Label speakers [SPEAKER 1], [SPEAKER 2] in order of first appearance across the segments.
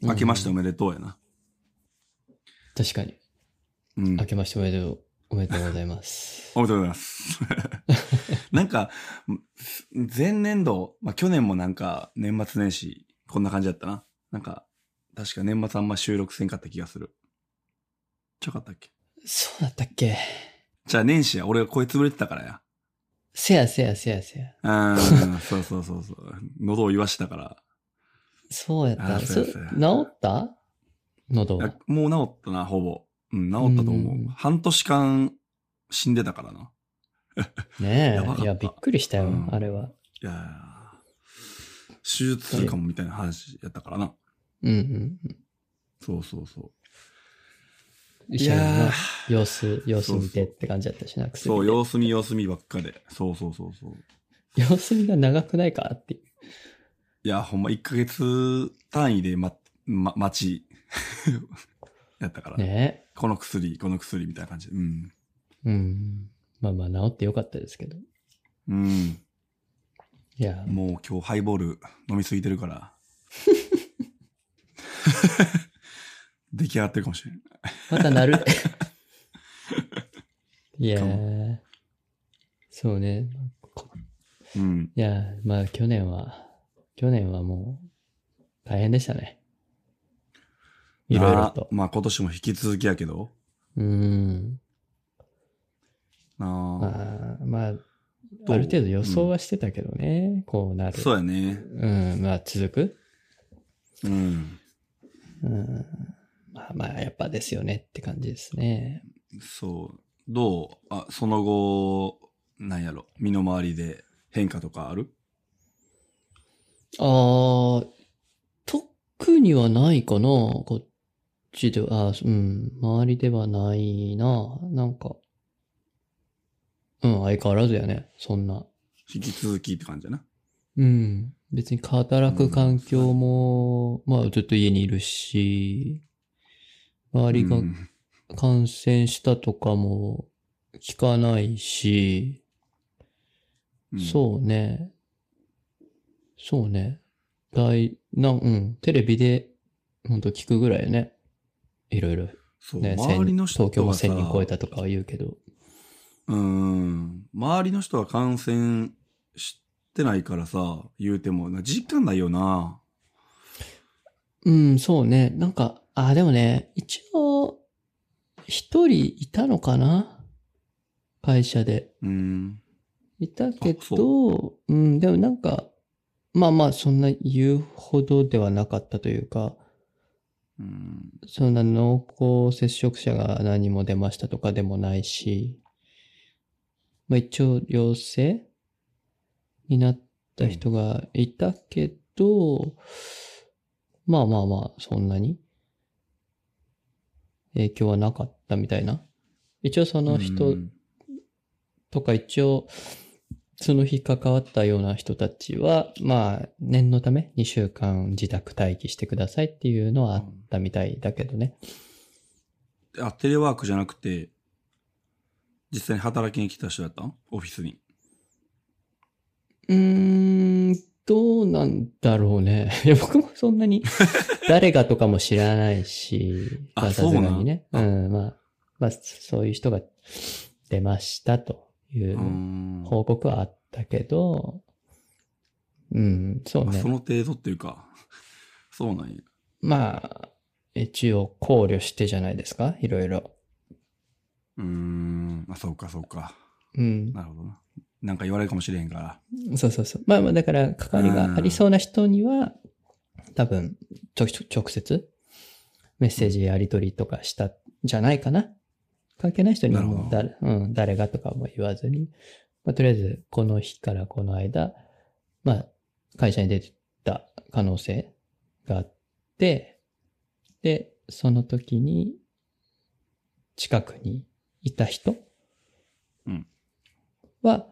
[SPEAKER 1] 明けましておめでとうやな。
[SPEAKER 2] 確かに。
[SPEAKER 1] うん。
[SPEAKER 2] 明けましておめでとう。おめでとうございます。
[SPEAKER 1] おめでとうございます。なんか、前年度、まあ、去年もなんか、年末年始、こんな感じだったな。なんか、確か年末あんま収録せんかった気がする。ちゃうかったっけ
[SPEAKER 2] そうだったっけ
[SPEAKER 1] じゃあ年始や、俺が声潰れてたからや。
[SPEAKER 2] せやせやせやせや。
[SPEAKER 1] うーん、そうそうそうそう。喉を言わしたから。
[SPEAKER 2] そうやった。
[SPEAKER 1] あ
[SPEAKER 2] そ
[SPEAKER 1] そうう
[SPEAKER 2] 治
[SPEAKER 1] やそうや
[SPEAKER 2] った喉
[SPEAKER 1] いや
[SPEAKER 2] は。
[SPEAKER 1] もう治ったな、ほぼ。うん、治ったと思う。
[SPEAKER 2] うん
[SPEAKER 1] 半年間死んでたからな。
[SPEAKER 2] ね
[SPEAKER 1] やばかった
[SPEAKER 2] え。いや、びっくりしたよ、
[SPEAKER 1] うん
[SPEAKER 2] あれは。
[SPEAKER 1] いやー手術するかもみたいな話やったからな。
[SPEAKER 2] うんうんうん。
[SPEAKER 1] そうそうそ
[SPEAKER 2] 医者
[SPEAKER 1] い
[SPEAKER 2] の
[SPEAKER 1] や
[SPEAKER 2] な様子、様子見
[SPEAKER 1] そう
[SPEAKER 2] てっ
[SPEAKER 1] そう
[SPEAKER 2] て感じだったしな、
[SPEAKER 1] う。そう、
[SPEAKER 2] 薬で
[SPEAKER 1] 様子見様子見ばっかで。そうそうそうそう。
[SPEAKER 2] 様子見が長くないかっていう。
[SPEAKER 1] いや、ほんま1ヶ月単位でま、ま、待ち。 やったから、
[SPEAKER 2] ね
[SPEAKER 1] この薬、この薬みたいな感じで。うん。
[SPEAKER 2] え。うん。まあまあ、治ってよかったですけど。
[SPEAKER 1] うん。
[SPEAKER 2] いや、
[SPEAKER 1] もう今日ハイボール飲みすぎてるから。 出来上がってるかもしれん。
[SPEAKER 2] また なる。いや
[SPEAKER 1] か
[SPEAKER 2] ーそうね。こ
[SPEAKER 1] うん。
[SPEAKER 2] いやーまあ去年は、去年はもう、大変でしたね。いろいろと
[SPEAKER 1] な。まあ今年も引き続きやけど。
[SPEAKER 2] うーん。
[SPEAKER 1] なあ
[SPEAKER 2] まあ、まあ、
[SPEAKER 1] う
[SPEAKER 2] ある程度予想はしてたけどね。こうなる。
[SPEAKER 1] そうやね。
[SPEAKER 2] うん、まあ続
[SPEAKER 1] う
[SPEAKER 2] く。
[SPEAKER 1] ん。
[SPEAKER 2] うん。まあまあ、やっぱですよねって感じですね。
[SPEAKER 1] そう。どうあ、その後、なんやろ。身の回りで変化とかある
[SPEAKER 2] あー、特にはないかな。こっちでは、あーうん、周りではないな。なんか、うん、相変わらずやね。そんな。
[SPEAKER 1] 引き続きって感じやな。
[SPEAKER 2] うん。別に働く環境も、まあずっと家にいるし、周りが
[SPEAKER 1] うん
[SPEAKER 2] 感染したとかも聞かないし、
[SPEAKER 1] うん
[SPEAKER 2] そうね。そうね。大、なん、うん。テレビで、ほんと聞くぐらいよね。いろいろ。
[SPEAKER 1] そう。
[SPEAKER 2] ね、
[SPEAKER 1] 周りの
[SPEAKER 2] 1000
[SPEAKER 1] 人
[SPEAKER 2] 東京も
[SPEAKER 1] はさ
[SPEAKER 2] 1000人超えたとかは言うけど。
[SPEAKER 1] うん。周りの人は感染してないからさ、言うても、な実感ないよな。
[SPEAKER 2] うん、そうね。なんか、あ、でもね、一応、一人いたのかな会社で。
[SPEAKER 1] うん。
[SPEAKER 2] いたけ
[SPEAKER 1] あ
[SPEAKER 2] ど
[SPEAKER 1] そ、
[SPEAKER 2] うん、でもなんか、まあまあ、そんな言うほどではなかったというか、
[SPEAKER 1] うん。
[SPEAKER 2] そんな濃厚接触者が何も出ましたとかでもないし、まあ一応陽性になった人がいたけど、まあまあまあ、そんなに影響はなかったみたいな。一応その
[SPEAKER 1] う
[SPEAKER 2] 人
[SPEAKER 1] ん
[SPEAKER 2] とか一応、その日関わったような人たちは、まあ、念のため2週間自宅待機してくださいっていうのはあったみたいだけどね。
[SPEAKER 1] あ、テレワークじゃなくて、実際に働きに来た人だったんオフィスに。
[SPEAKER 2] うーん、どうなんだろうね。 いや、僕もそん なに誰がとかも知らないし、
[SPEAKER 1] あ
[SPEAKER 2] まさすがにね。、
[SPEAKER 1] そううなん。
[SPEAKER 2] まあ、まあ、そういう人が出ましたといううん報告はあったけど、うん、そう
[SPEAKER 1] まあ
[SPEAKER 2] ね
[SPEAKER 1] そ。の程度っていうか、 そうなんや。
[SPEAKER 2] まあ、一応考慮してじゃないですか、いろいろ。
[SPEAKER 1] うーん。あ、そうか、そうか。
[SPEAKER 2] うん。
[SPEAKER 1] なるほどな。なんか言われるかもしれへんから。
[SPEAKER 2] そうそうそう。まあまあ、だから、関わりがありそうな人には、多分、ちょ、ちょ直接、メッセージやり取りとかしたんじゃないかな。関係ない人にはもう
[SPEAKER 1] な
[SPEAKER 2] 誰、うん、誰がとかも言わずに、まあ、とりあえず、この日からこの間、まあ、会社に出てた可能性があって、で、その時に、近くにいた人
[SPEAKER 1] うん
[SPEAKER 2] は、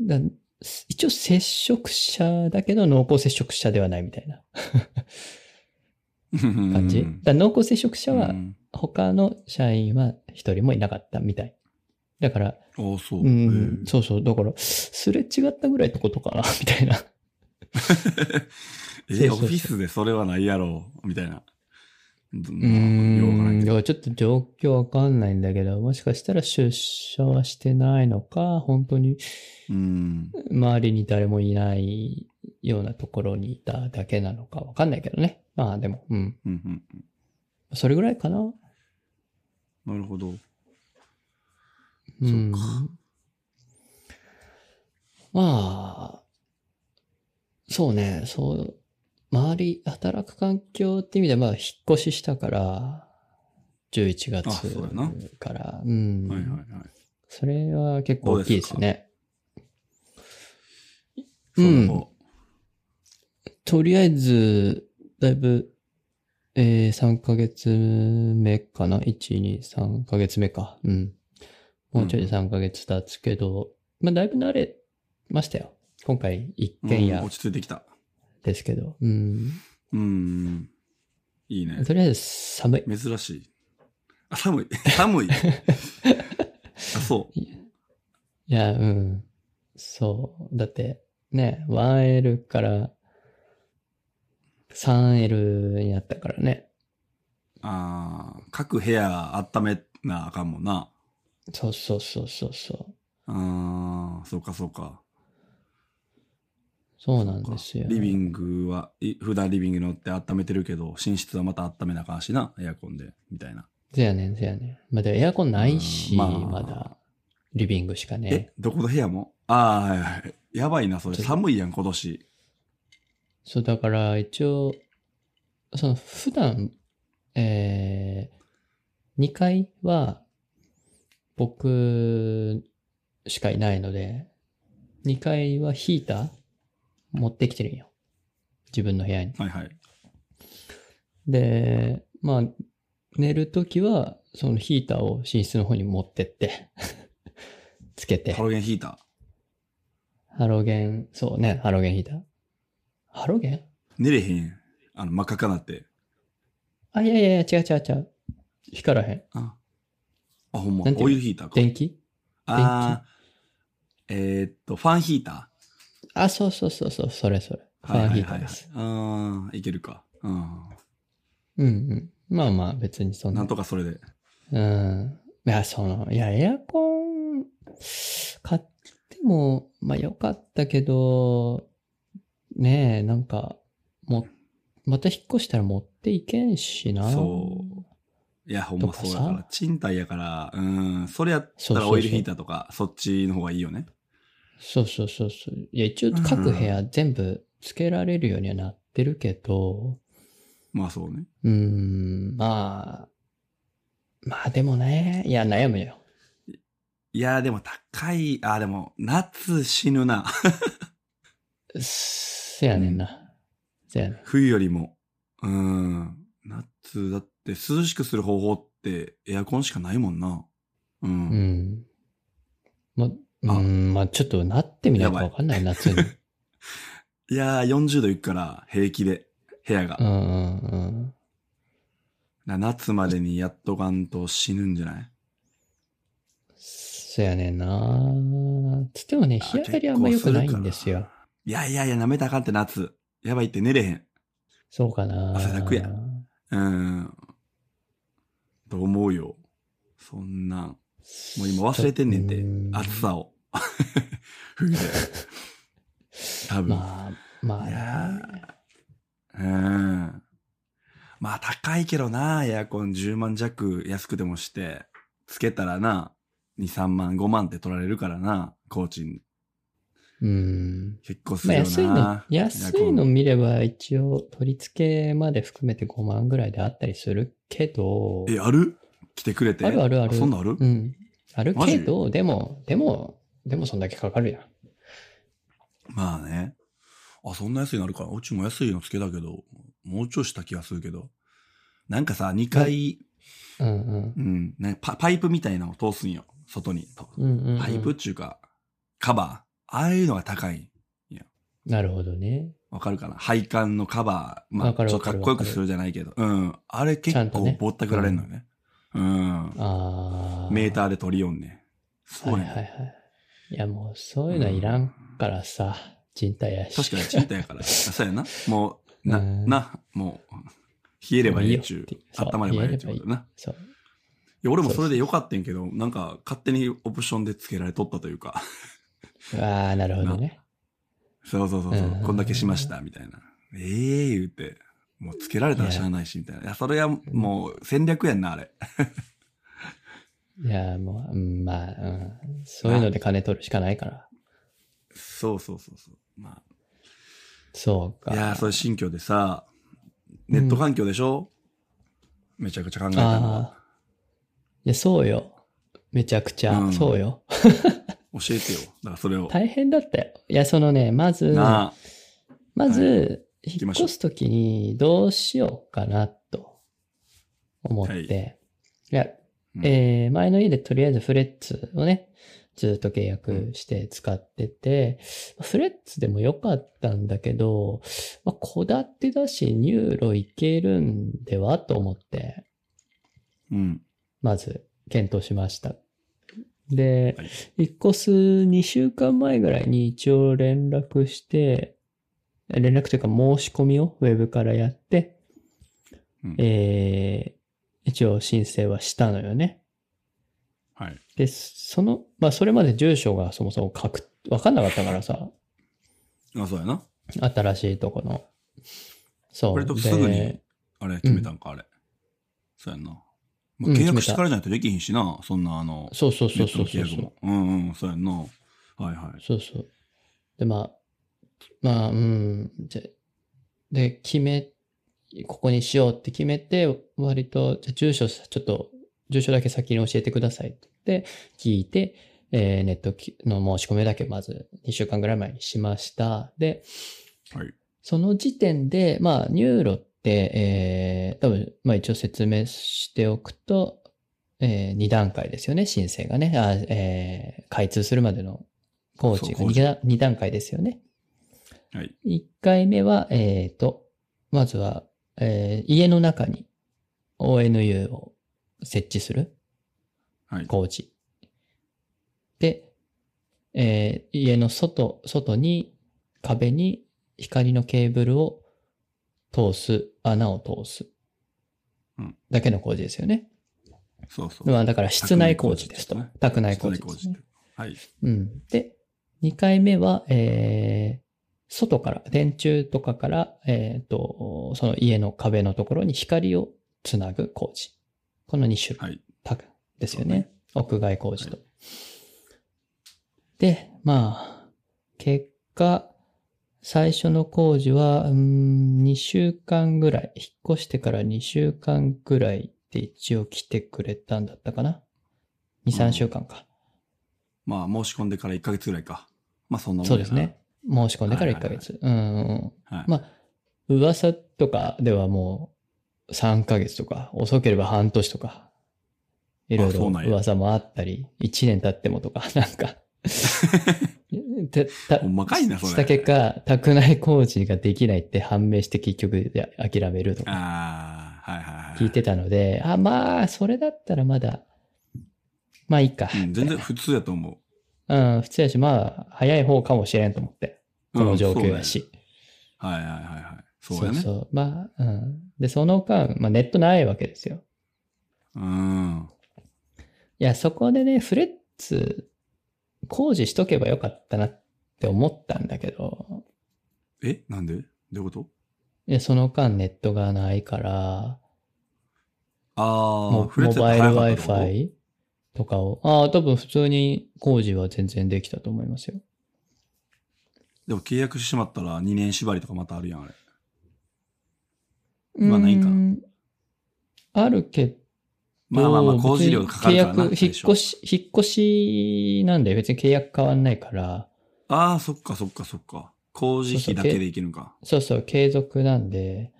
[SPEAKER 2] だ一応接触者だけど濃厚接触者ではないみたいな
[SPEAKER 1] 感
[SPEAKER 2] 感じ。だから濃厚接触者は
[SPEAKER 1] うん、
[SPEAKER 2] 他の社員は一人もいなかったみたい。だから、
[SPEAKER 1] あそう。
[SPEAKER 2] う
[SPEAKER 1] へ
[SPEAKER 2] ん
[SPEAKER 1] え、
[SPEAKER 2] そうそう、だから、すれ違ったぐらいってことかな、みたいな。
[SPEAKER 1] え、
[SPEAKER 2] そ
[SPEAKER 1] オ
[SPEAKER 2] うそう
[SPEAKER 1] フィスでそれはないやろ、みたいな。ど
[SPEAKER 2] う
[SPEAKER 1] まあようわからん
[SPEAKER 2] ーん。
[SPEAKER 1] け
[SPEAKER 2] だ
[SPEAKER 1] ど
[SPEAKER 2] からちょっと状況わかんないんだけど、もしかしたら出社はしてないのか、本当に
[SPEAKER 1] うん。
[SPEAKER 2] 周りに誰もいないようなところにいただけなのかわかんないけどね。まあでも、うん。
[SPEAKER 1] うんうん。
[SPEAKER 2] それぐらいかな。
[SPEAKER 1] なるほど。
[SPEAKER 2] うん
[SPEAKER 1] そっか
[SPEAKER 2] まあ、そうね、そう、周り、働く環境って意味では、まあ、引っ越ししたから、11
[SPEAKER 1] あそうやな
[SPEAKER 2] 月から、うん、
[SPEAKER 1] はいはいはい。
[SPEAKER 2] それは結構大きいですね。う
[SPEAKER 1] そ
[SPEAKER 2] ん。
[SPEAKER 1] の
[SPEAKER 2] とりあえず、だいぶ、えー、3ヶ月目かな ?1、2、3ヶ月目か。うん。もうちょい
[SPEAKER 1] うん
[SPEAKER 2] 3ヶ月経つけど、まあ、だいぶ慣れましたよ。今回、一軒
[SPEAKER 1] う
[SPEAKER 2] 家
[SPEAKER 1] ん落ち着いてきた。
[SPEAKER 2] ですけど。うん。
[SPEAKER 1] うんうん。いいね。
[SPEAKER 2] とりあえず、寒い。
[SPEAKER 1] 珍しい。あ、寒い。 寒 い。あ、そう。
[SPEAKER 2] いや、うん。そう。だって、ね、1L から、3L になったからね。
[SPEAKER 1] ああ、各部屋温めなあかんもんな。
[SPEAKER 2] そうそうそうそうそう。
[SPEAKER 1] ああ、そうかそうか。
[SPEAKER 2] そうなんですよ。
[SPEAKER 1] リビングは、い普段リビングに乗って温めてるけど、寝室はまた温めなあかんしな、エアコンで、みたいな。
[SPEAKER 2] そやねん、そやねん。まあ、でもエアコンないし、
[SPEAKER 1] うんま
[SPEAKER 2] ま
[SPEAKER 1] あ
[SPEAKER 2] だ、リビングしかね
[SPEAKER 1] え。、どこの部屋もああ、はいはい。やばいな、それ。
[SPEAKER 2] ちょっと
[SPEAKER 1] 寒いやん、今年。
[SPEAKER 2] そう、だから一応、その普段、えー、2階は僕しかいないので、2階はヒーター持ってきてるんよ。自分の部屋に。
[SPEAKER 1] はいはい。
[SPEAKER 2] で、まあ、寝るときは、そのヒーターを寝室の方に持ってって、 つけて。
[SPEAKER 1] ハロゲンヒーター。
[SPEAKER 2] ハロゲン、そうね、ハロゲンヒーター。ハロゲン
[SPEAKER 1] 寝れへんやん。あの、真っ赤かなって。
[SPEAKER 2] あ、いやいやいや、違う違う違う。光らへん。
[SPEAKER 1] あ、あほんま
[SPEAKER 2] なん。ていうの
[SPEAKER 1] オイルヒーターか。
[SPEAKER 2] 電気
[SPEAKER 1] ああ、えーっと、ファンヒータ
[SPEAKER 2] あ、そうそうそうそう、それそれ。
[SPEAKER 1] ー
[SPEAKER 2] ファンヒーターです。。
[SPEAKER 1] はいはいはいはいああ、いけるか。うん。
[SPEAKER 2] うんうん。まあまあ、別にそんな。
[SPEAKER 1] なんとかそれで。
[SPEAKER 2] うん。いや、その、いや、エアコン、買っても、まあよかったけど、ねえ、なんか、も、また引っ越したら持っていけんしな。
[SPEAKER 1] そういや、ほんまそうやか
[SPEAKER 2] とからさ。
[SPEAKER 1] 賃貸やから、うん。それやっ
[SPEAKER 2] そ
[SPEAKER 1] たら
[SPEAKER 2] うそうそう
[SPEAKER 1] オイルヒーターとか、そっちの方がいいよね。
[SPEAKER 2] そうそうそうそう。いや、一応各部屋全部つけられるようにはなってるけど、
[SPEAKER 1] まあそうね。
[SPEAKER 2] うーん、まあ、まあでもね、いや、悩むよ。
[SPEAKER 1] いや、でも高い、あ、でも、夏死ぬな。
[SPEAKER 2] せやねんな。せやねん。
[SPEAKER 1] 冬よりも。うん。夏、だって涼しくする方法ってエアコンしかないもんな。うん。
[SPEAKER 2] うん。ま、う
[SPEAKER 1] あ
[SPEAKER 2] ん、まあちょっとなってみないと
[SPEAKER 1] やばい
[SPEAKER 2] わかんない、夏に。
[SPEAKER 1] いやー、40度いくから、平気で、部屋が。
[SPEAKER 2] うんうんうん。
[SPEAKER 1] な夏までにやっとかんと死ぬんじゃない
[SPEAKER 2] せやねんな。つってもね、
[SPEAKER 1] あ
[SPEAKER 2] 日当たりあんま良くないんですよ。
[SPEAKER 1] いやいやいや、舐めたらあかんって夏。やばいって寝れへん。
[SPEAKER 2] そうかな。
[SPEAKER 1] 汗だくやうん。と思うよ。そんなん。もう今忘れてんねんて
[SPEAKER 2] う、
[SPEAKER 1] 暑さを。 冬で。多分。
[SPEAKER 2] まあ、まあ
[SPEAKER 1] い
[SPEAKER 2] な
[SPEAKER 1] や。ーうん。まあ高いけどな、エアコン10万弱安くでもして、つけたらな、2、3万、5万って取られるからな、工賃。
[SPEAKER 2] うん。
[SPEAKER 1] 結構す
[SPEAKER 2] まあ、
[SPEAKER 1] るよ
[SPEAKER 2] 安いの
[SPEAKER 1] な。、
[SPEAKER 2] 安いの見れば一応取り付けまで含めて5万ぐらいであったりするけど、
[SPEAKER 1] え、ある来てくれて。
[SPEAKER 2] あるあるある
[SPEAKER 1] そんなんある、
[SPEAKER 2] うん。あるけど、でも、でも、でもそんだけかかるやん。
[SPEAKER 1] まあね。あ、そんな安いのあるかな。うちも安いのつけたけど、もうちょいした気がするけど。なんかさ、2階、
[SPEAKER 2] うんうん。
[SPEAKER 1] うん、ねパ、パイプみたいなのを通すんよ。外に。と
[SPEAKER 2] うんうんうん
[SPEAKER 1] パイプっちゅうか、カバー。ああいうのが高い。
[SPEAKER 2] なるほどね。
[SPEAKER 1] わかるかな配管のカバー。まあ、
[SPEAKER 2] わ
[SPEAKER 1] ちょ
[SPEAKER 2] か
[SPEAKER 1] っとか
[SPEAKER 2] るわか
[SPEAKER 1] っ
[SPEAKER 2] る
[SPEAKER 1] こよくするじゃないけど。うん。あれ結
[SPEAKER 2] ちゃんと
[SPEAKER 1] 構
[SPEAKER 2] ね
[SPEAKER 1] ぼったくられるのよね。うん。
[SPEAKER 2] ああ。
[SPEAKER 1] メーターで取りよんね。そう
[SPEAKER 2] はい
[SPEAKER 1] やね
[SPEAKER 2] はいはい。いやもうそういうのはいらんからさ、人体やし。
[SPEAKER 1] 確かに賃貸やから。あそうやな。もう、な、
[SPEAKER 2] うん
[SPEAKER 1] な、もう、冷えればいいっち
[SPEAKER 2] もういいよっ
[SPEAKER 1] ゅ
[SPEAKER 2] ていう
[SPEAKER 1] う、
[SPEAKER 2] そう
[SPEAKER 1] 温まればいいっちゅうことだな。
[SPEAKER 2] そう。
[SPEAKER 1] いや、俺もそれでよかったんやけど、なんか勝手にオプションで付けられとったというか、
[SPEAKER 2] ああ、なるほどね。
[SPEAKER 1] そうそうそうそう、
[SPEAKER 2] うん
[SPEAKER 1] こんだけしました、みたいな。ええ言うて、もう付けられたら知らないし、みたいな。いや、それはもう戦略やんな、あれ。
[SPEAKER 2] いやー、もう、うんまあ、うん、そういうので金取るしかないから。
[SPEAKER 1] そうそうそうそう。ま
[SPEAKER 2] そう
[SPEAKER 1] あ、
[SPEAKER 2] か。
[SPEAKER 1] いやー、そういう新居でさ、ネット環境でしょ、めちゃくちゃ考えたのは。
[SPEAKER 2] ああ。いや、そうよ。めちゃくちゃ、
[SPEAKER 1] うん
[SPEAKER 2] そうよ。
[SPEAKER 1] 教えてよ。だからそれを。
[SPEAKER 2] 大変だったよ。いや、そのね、まず、
[SPEAKER 1] なあ、
[SPEAKER 2] まず、
[SPEAKER 1] き
[SPEAKER 2] 引っ
[SPEAKER 1] ましょう
[SPEAKER 2] 越すときにどうしようかなと思って、
[SPEAKER 1] はい
[SPEAKER 2] い、や、
[SPEAKER 1] うん
[SPEAKER 2] えー前の家でとりあえずフレッツをね、ずっと契約して使ってて、フレッツでも良かったんだけど、まあ、小建てだしニューロいけるんではと思って、
[SPEAKER 1] うん。
[SPEAKER 2] まず検討しました。で、
[SPEAKER 1] はい
[SPEAKER 2] 引っ越す2週間前ぐらいに一応連絡して、連絡というか申し込みをウェブからやって、
[SPEAKER 1] うん
[SPEAKER 2] えー一応申請はしたのよね。
[SPEAKER 1] はい。
[SPEAKER 2] で、その、まあそれまで住所がそもそも書く、わかんなかったからさ、
[SPEAKER 1] あ、そうやな。
[SPEAKER 2] 新しいとこの。そう。
[SPEAKER 1] 割とすぐに
[SPEAKER 2] で
[SPEAKER 1] あれ、決めたんか、あれ。そうやんな。ま
[SPEAKER 2] う
[SPEAKER 1] あ、
[SPEAKER 2] ん
[SPEAKER 1] 契約してからじゃないとできひんしな、そんな、あの、
[SPEAKER 2] そうそうそ
[SPEAKER 1] ネ
[SPEAKER 2] う
[SPEAKER 1] ット
[SPEAKER 2] そ
[SPEAKER 1] の
[SPEAKER 2] うそ
[SPEAKER 1] 契
[SPEAKER 2] う
[SPEAKER 1] 約
[SPEAKER 2] そう。
[SPEAKER 1] も。うんうん、そうやんな。はいはい。
[SPEAKER 2] そうそう。で、まあ、まあ、うん。で、で決め、ここにしようって決めて、割と、じゃあ住所、ちょっと、住所だけ先に教えてくださいって言って聞いて、えーネットきの申し込みだけまず2週間ぐらい前にしました。で、
[SPEAKER 1] はい。
[SPEAKER 2] その時点で、まあ、ニューロって、えー、多分、まあ一応説明しておくと、え2段階ですよね、申請がね。あえー開通するまでの工事が
[SPEAKER 1] そう工事
[SPEAKER 2] 2, 段二段階ですよね。
[SPEAKER 1] はい。
[SPEAKER 2] 1回目は、えー、と、まずは、えー家の中に ONU を設置する。
[SPEAKER 1] はい。
[SPEAKER 2] 工事。で、えー家の外、外に、壁に光のケーブルを通す、穴を通す
[SPEAKER 1] うん。
[SPEAKER 2] だけの工事ですよね。
[SPEAKER 1] そうそう。
[SPEAKER 2] まあ、だから室内工事ですと。宅内工事
[SPEAKER 1] 室内
[SPEAKER 2] ですね、
[SPEAKER 1] はい。
[SPEAKER 2] うん。で、2回目は、えー外から、電柱とかから、えっ、と、その家の壁のところに光をつなぐ工事。この2種
[SPEAKER 1] は
[SPEAKER 2] 類。
[SPEAKER 1] い。
[SPEAKER 2] タグですよ
[SPEAKER 1] そう
[SPEAKER 2] ね。屋外工事と。で、まあ、結果、最初の工事は、うーん、2週間ぐらい、引っ越してから2週間ぐらいで一応来てくれたんだったかな。
[SPEAKER 1] う
[SPEAKER 2] 2、3
[SPEAKER 1] ん
[SPEAKER 2] 週間か。
[SPEAKER 1] まあ、申し込んでから1ヶ月ぐらいか。まあ、そんなもんや
[SPEAKER 2] そう
[SPEAKER 1] な
[SPEAKER 2] ですね。。申し込んでから1ヶ月。うんうんうん。
[SPEAKER 1] はい。
[SPEAKER 2] まあ、噂とかではもう3ヶ月とか、遅ければ半年とか、いろい
[SPEAKER 1] あ
[SPEAKER 2] ろ
[SPEAKER 1] そうなんや
[SPEAKER 2] 噂もあったり、1年経ってもとか、 な んか。てた
[SPEAKER 1] ほんまかいな、それ。
[SPEAKER 2] した結果、宅内工事ができないって判明して結局で諦めるとか
[SPEAKER 1] ああ、はいはいはい。
[SPEAKER 2] 聞いてたので、あ、まあ、それだったらまだ、まあいいか。
[SPEAKER 1] うん、全然普通やと思
[SPEAKER 2] うん、普通やし、まあ、早い方かもしれんと思って、
[SPEAKER 1] う。
[SPEAKER 2] この状
[SPEAKER 1] うんそう
[SPEAKER 2] 況
[SPEAKER 1] ね
[SPEAKER 2] やし。
[SPEAKER 1] はいはいはいはい。そうやね。
[SPEAKER 2] そうそう。まあ、うん。で、その間、まあ、ネットないわけですよ。
[SPEAKER 1] うん。
[SPEAKER 2] いや、そこでね、フレッツ、工事しとけばよかったなって思ったんだけど、
[SPEAKER 1] えなんでどういうこと
[SPEAKER 2] いや、その間ネットがないから、
[SPEAKER 1] あ
[SPEAKER 2] モ
[SPEAKER 1] あ、フレッ
[SPEAKER 2] モ
[SPEAKER 1] ツや
[SPEAKER 2] バ
[SPEAKER 1] っ
[SPEAKER 2] イ
[SPEAKER 1] た
[SPEAKER 2] ル
[SPEAKER 1] ら早かったってこと
[SPEAKER 2] Wi-Fi とかを、ああ、多分普通に工事は全然できたと思いますよ。
[SPEAKER 1] でも契約してしまったら2年縛りとかまたあるやん、あれ。まあないんか
[SPEAKER 2] うーんあるけど、
[SPEAKER 1] まあまあまあ、工事料かかるからな。
[SPEAKER 2] 別に契約、
[SPEAKER 1] 最
[SPEAKER 2] 引っ越
[SPEAKER 1] 初
[SPEAKER 2] し、引っ越しなんで別に契約変わんないから、
[SPEAKER 1] ああ、そっかそっかそっか。工事費だけでいけるのか。
[SPEAKER 2] そうそう、継続なんで、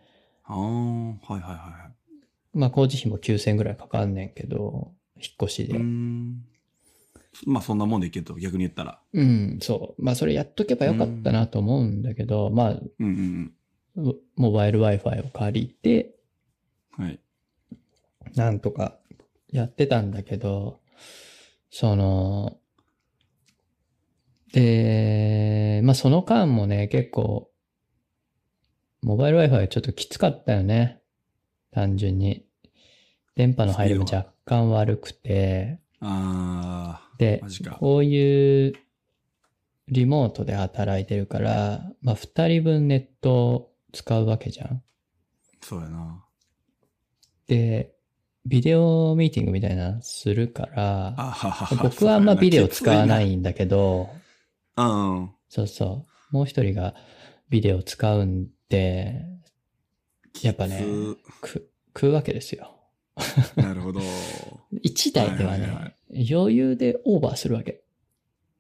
[SPEAKER 1] ああ、はいはいはいはい。
[SPEAKER 2] まあ工事費も9000ぐらいかかんねんけど、引っ越し
[SPEAKER 1] う
[SPEAKER 2] で。
[SPEAKER 1] ー
[SPEAKER 2] うん、
[SPEAKER 1] ん。まあそんなもんでいけると、逆に言ったら。
[SPEAKER 2] そう。まあそれやっとけばよかったなと思うんだけど、まあ、
[SPEAKER 1] うんうん
[SPEAKER 2] モモバイル Wi-Fi を借りて、
[SPEAKER 1] うん。はい。
[SPEAKER 2] なんとかやってたんだけど、その、で、まあその間もね、結構、モバイル Wi-Fi ちょっときつかったよね。単純に。電波の入りも若干悪くて。
[SPEAKER 1] あ
[SPEAKER 2] で
[SPEAKER 1] ー、マジか。
[SPEAKER 2] こういうリモートで働いてるから、まあ2人分ネットを使うわけじゃん。
[SPEAKER 1] そうやな。
[SPEAKER 2] で、ビデオミーティングみたいなのするから、
[SPEAKER 1] あははは
[SPEAKER 2] 僕はあんまビデオ使わな。
[SPEAKER 1] そうやきつ
[SPEAKER 2] いんだけど、
[SPEAKER 1] なうん。
[SPEAKER 2] そうそう。もう一人がビデオ使うんで、やっぱね
[SPEAKER 1] きつ
[SPEAKER 2] く、食うわけですよ。
[SPEAKER 1] なるほど。
[SPEAKER 2] 一台では
[SPEAKER 1] はいはいは
[SPEAKER 2] ね、余裕でオーバーするわけ。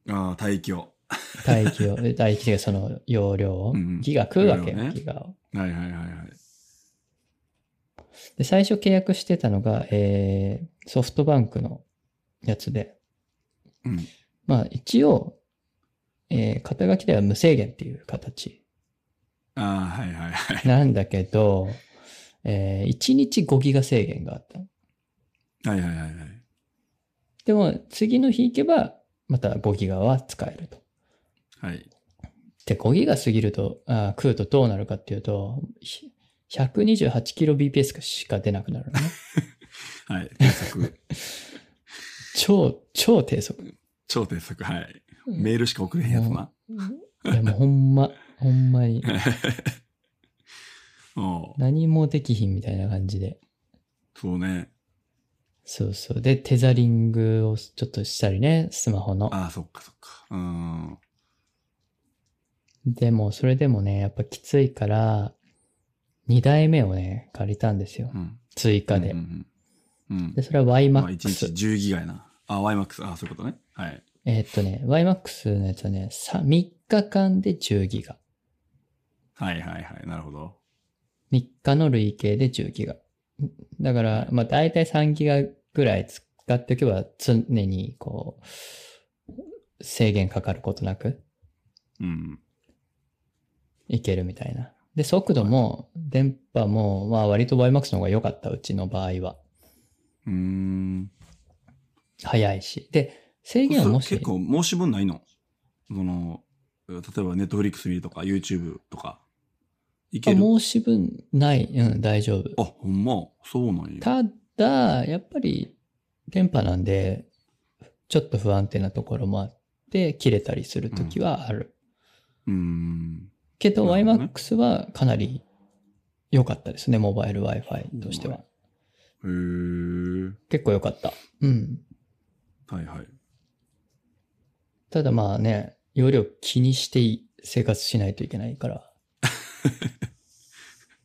[SPEAKER 1] ああ、大気を。
[SPEAKER 2] 帯 域を、帯域がその容量を
[SPEAKER 1] うんうん、
[SPEAKER 2] ギガ食うわけよ
[SPEAKER 1] 容量、ね
[SPEAKER 2] ギガを。
[SPEAKER 1] はいはいはいはい。
[SPEAKER 2] で、最初契約してたのが、えー、ソフトバンクのやつで、
[SPEAKER 1] うん。
[SPEAKER 2] まあ一応、えー、肩書きでは無制限っていう形
[SPEAKER 1] ああ、はいはいはい。
[SPEAKER 2] なんだけど、 えー、1日5ギガ制限があった。
[SPEAKER 1] はいはいはいはい。
[SPEAKER 2] でも、次の日行けば、また5ギガは使えると。
[SPEAKER 1] はい。
[SPEAKER 2] で、5ギガ過ぎると、あー食うとどうなるかっていうと、ひ 128kbps しか出なくなるのね。
[SPEAKER 1] はい。低速。
[SPEAKER 2] 超、超低速。
[SPEAKER 1] 超低速。はい。
[SPEAKER 2] うん
[SPEAKER 1] メールしか送れへんやつな。
[SPEAKER 2] いや、もうほんま、ほんまに、
[SPEAKER 1] おう
[SPEAKER 2] 何もできひんみたいな感じで。
[SPEAKER 1] そうね。
[SPEAKER 2] そうそう。で、テザリングをちょっとしたりね、スマホの。
[SPEAKER 1] ああ、そっかそっか。うん。
[SPEAKER 2] でも、それでもね、やっぱきついから、2台目をね、借りたんですよ
[SPEAKER 1] う。ん。
[SPEAKER 2] 追加で
[SPEAKER 1] う。んうんうん。うん
[SPEAKER 2] で、それは
[SPEAKER 1] まあ、1
[SPEAKER 2] YMAX。
[SPEAKER 1] 日10ギガやな。あ、YMAX。ああ、そういうことね。はい。
[SPEAKER 2] えーっとね、YMAX のやつはね、さ3日間で10ギガ。
[SPEAKER 1] はいはいはい。なるほど。
[SPEAKER 2] 3日の累計で10ギガ。だから、まあ大体3ギガぐらい使っておけば常にこう、制限かかることなく
[SPEAKER 1] うん。
[SPEAKER 2] いけるみたいな。で、速度も電波も、まあ割と YMAX の方が良かった、うちの場合は。
[SPEAKER 1] うーん。
[SPEAKER 2] 早いし。で、制限は
[SPEAKER 1] そ
[SPEAKER 2] も
[SPEAKER 1] 結
[SPEAKER 2] し、
[SPEAKER 1] 構申し分ないのその、例えばネットフリックス見るとか、YouTube とか。い
[SPEAKER 2] あ
[SPEAKER 1] ける
[SPEAKER 2] 申し分ない。うん、大丈夫。
[SPEAKER 1] あ、ほんま。そうなんや。
[SPEAKER 2] ただ、やっぱり電波なんで、ちょっと不安定なところもあって、切れたりするときはある。
[SPEAKER 1] うーん。
[SPEAKER 2] けど、
[SPEAKER 1] なるほどね
[SPEAKER 2] YMAX はかなり良かったですね、モバイル Wi-Fi としては。
[SPEAKER 1] へー。
[SPEAKER 2] 結構良かった。うん。
[SPEAKER 1] はいはい。
[SPEAKER 2] ただまあね、容量気にして生活しないといけないから、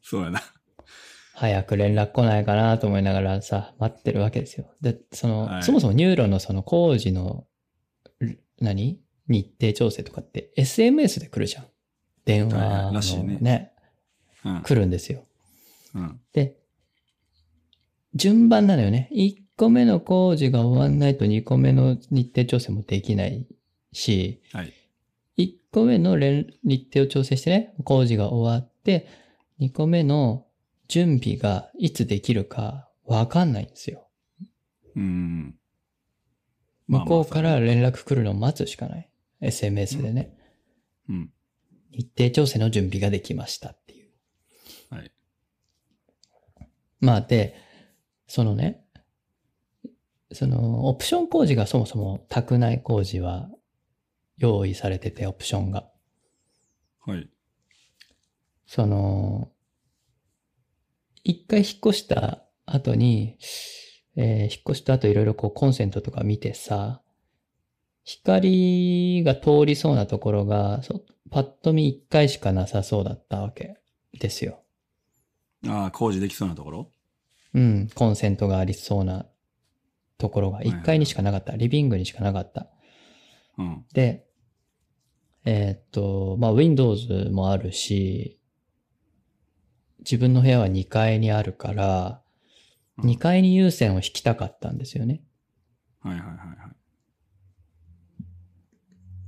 [SPEAKER 1] そうやな。
[SPEAKER 2] 早く連絡来ないかなと思いながらさ、待ってるわけですよ。で、その、
[SPEAKER 1] はい
[SPEAKER 2] そもそもニューロのその工事の、る何日程調整とかって SMS で来るじゃん。電話
[SPEAKER 1] はいはい
[SPEAKER 2] の
[SPEAKER 1] らしいね
[SPEAKER 2] ね、
[SPEAKER 1] うん。
[SPEAKER 2] 来るんですよ。
[SPEAKER 1] うん。
[SPEAKER 2] で、順番なのよね。1個目の工事が終わんないと2個目の日程調整もできないし、
[SPEAKER 1] はい。
[SPEAKER 2] 1個目の連日程を調整してね、工事が終わって、2個目の準備がいつできるかわかんないんですよ。
[SPEAKER 1] うん。まあま
[SPEAKER 2] 向
[SPEAKER 1] あ
[SPEAKER 2] こうから連絡来るのを待つしかない。SMS でね、
[SPEAKER 1] うん。
[SPEAKER 2] 日程調整の準備ができましたっていう。
[SPEAKER 1] はい。
[SPEAKER 2] まあで、そのね、そのオプション工事がそもそも宅内工事は用意されてて、オプションが。
[SPEAKER 1] はい。
[SPEAKER 2] その、一回引っ越した後に、えー引っ越した後いろいろこうコンセントとか見てさ、光が通りそうなところが、そパッと見一回しかなさそうだったわけですよ。
[SPEAKER 1] ああ、工事できそうなところ
[SPEAKER 2] うん、コンセントがありそうなところが
[SPEAKER 1] いはい
[SPEAKER 2] 1階にしかなかった。リビングにしかなかった。
[SPEAKER 1] うん。
[SPEAKER 2] で、えーっと、まあ、Windows もあるし、自分の部屋は2階にあるから、
[SPEAKER 1] うん
[SPEAKER 2] 2階に有線を引きたかったんですよね。
[SPEAKER 1] はいはいはいは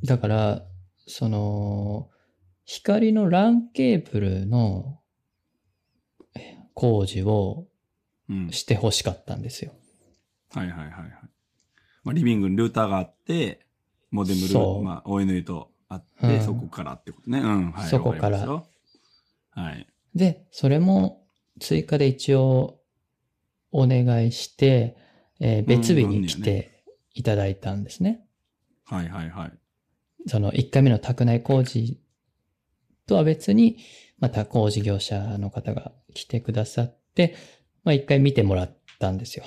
[SPEAKER 1] い。
[SPEAKER 2] だから、その、光の LAN ケーブルのえ工事を
[SPEAKER 1] うん。
[SPEAKER 2] してほしかったんですよ。
[SPEAKER 1] はいはいはいはい。まあ、リビングにルーターがあって、モデムル
[SPEAKER 2] そ
[SPEAKER 1] ー、
[SPEAKER 2] う
[SPEAKER 1] まあ、ONU とあって、
[SPEAKER 2] うん
[SPEAKER 1] そこからってことね。うん、はい。
[SPEAKER 2] そこから
[SPEAKER 1] わりますよはい。
[SPEAKER 2] で、それも追加で一応お願いして、えー別日に来ていただいたんですね。
[SPEAKER 1] はいはいはい。
[SPEAKER 2] その1回目の宅内工事とは別に、また工事業者の方が来てくださって、まあ1回見てもらったんですよ。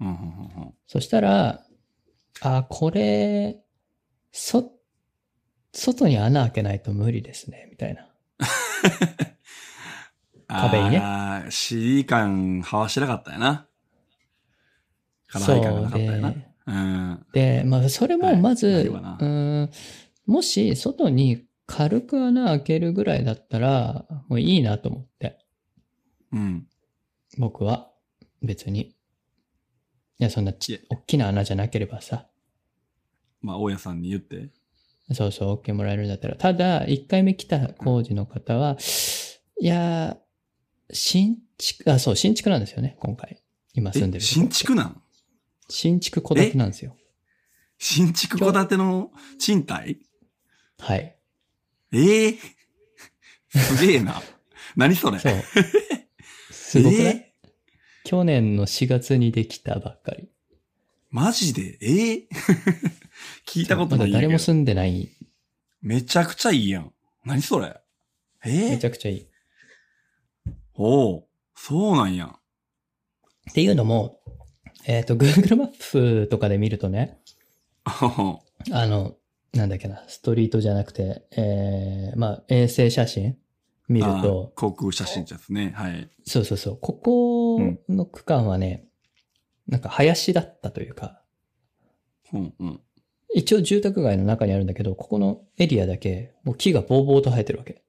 [SPEAKER 1] うんうんうんうん
[SPEAKER 2] そしたら、あ、これ、そ、外に穴開けないと無理ですね、みたいな。壁にね
[SPEAKER 1] あー CD 感、はわしてなかったよな。カラー配感がなかったよな。
[SPEAKER 2] で
[SPEAKER 1] うん。
[SPEAKER 2] で、まあ、それ
[SPEAKER 1] は
[SPEAKER 2] も
[SPEAKER 1] い
[SPEAKER 2] ま
[SPEAKER 1] な
[SPEAKER 2] ず、
[SPEAKER 1] るわな
[SPEAKER 2] うーん、もし外に軽く穴開けるぐらいだったら、もういいなと思って、
[SPEAKER 1] うん。
[SPEAKER 2] 僕は、別に。いや、そんなち
[SPEAKER 1] いや
[SPEAKER 2] 大きな穴じゃなければさ、
[SPEAKER 1] まあ、大家さんに言って。
[SPEAKER 2] そうそう、OK もらえるんだったら。ただ、1回目来た工事の方は、いやー、新築、あ、そう、新築なんですよね、今回。今住んで
[SPEAKER 1] え、
[SPEAKER 2] る。
[SPEAKER 1] 新築なん
[SPEAKER 2] 新築戸建てなんですよ。
[SPEAKER 1] 新築戸建ての賃貸
[SPEAKER 2] はい。
[SPEAKER 1] ええ すげえな。何それ
[SPEAKER 2] そう。すごくない、
[SPEAKER 1] え
[SPEAKER 2] 去年の4月にできたばっかり。
[SPEAKER 1] マジでええ 聞いたことないんや
[SPEAKER 2] まだ
[SPEAKER 1] け
[SPEAKER 2] 誰
[SPEAKER 1] ど
[SPEAKER 2] も住んでない。
[SPEAKER 1] めちゃくちゃいいやん。何それえ
[SPEAKER 2] めち
[SPEAKER 1] え
[SPEAKER 2] ゃくちゃいい。っ
[SPEAKER 1] おおそうなんや。
[SPEAKER 2] ていうのも、えっ、と、Google マップとかで見るとね、
[SPEAKER 1] あはは
[SPEAKER 2] あの、なんだっけな、ストリートじゃなくて、えー、まあ、衛星写真見ると
[SPEAKER 1] あ、航空写真ですね。はい。
[SPEAKER 2] そうそうそう、ここの区間はね、なんか林だったというか、
[SPEAKER 1] うんうん。
[SPEAKER 2] 一応住宅街の中にあるんだけど、ここのエリアだけ、もう木がぼうぼうと生えてるわけ。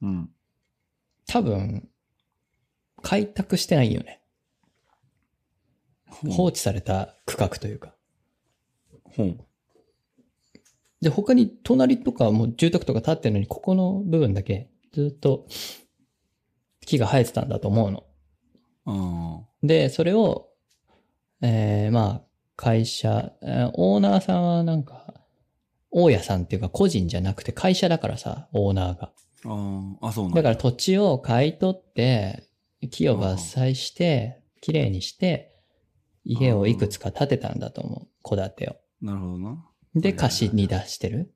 [SPEAKER 1] うん。
[SPEAKER 2] 多分、開拓してないよね。
[SPEAKER 1] ほう
[SPEAKER 2] 放置された区画というか。
[SPEAKER 1] ほう
[SPEAKER 2] で、他に隣とかもう住宅とか建ってるのに、ここの部分だけずっと木が生えてたんだと思うの。
[SPEAKER 1] あ
[SPEAKER 2] で、それを、えー、まあ、会社、えーオーナーさんはなんか、大家さんっていうか個人じゃなくて会社だからさ、オーナーが。
[SPEAKER 1] ーあー。あ、そうなん
[SPEAKER 2] だ
[SPEAKER 1] や
[SPEAKER 2] から土地を買い取って、木を伐採して、綺麗にして、家をいくつか建てたんだと思う。戸建てを。
[SPEAKER 1] なるほどな。
[SPEAKER 2] で、貸しに出してる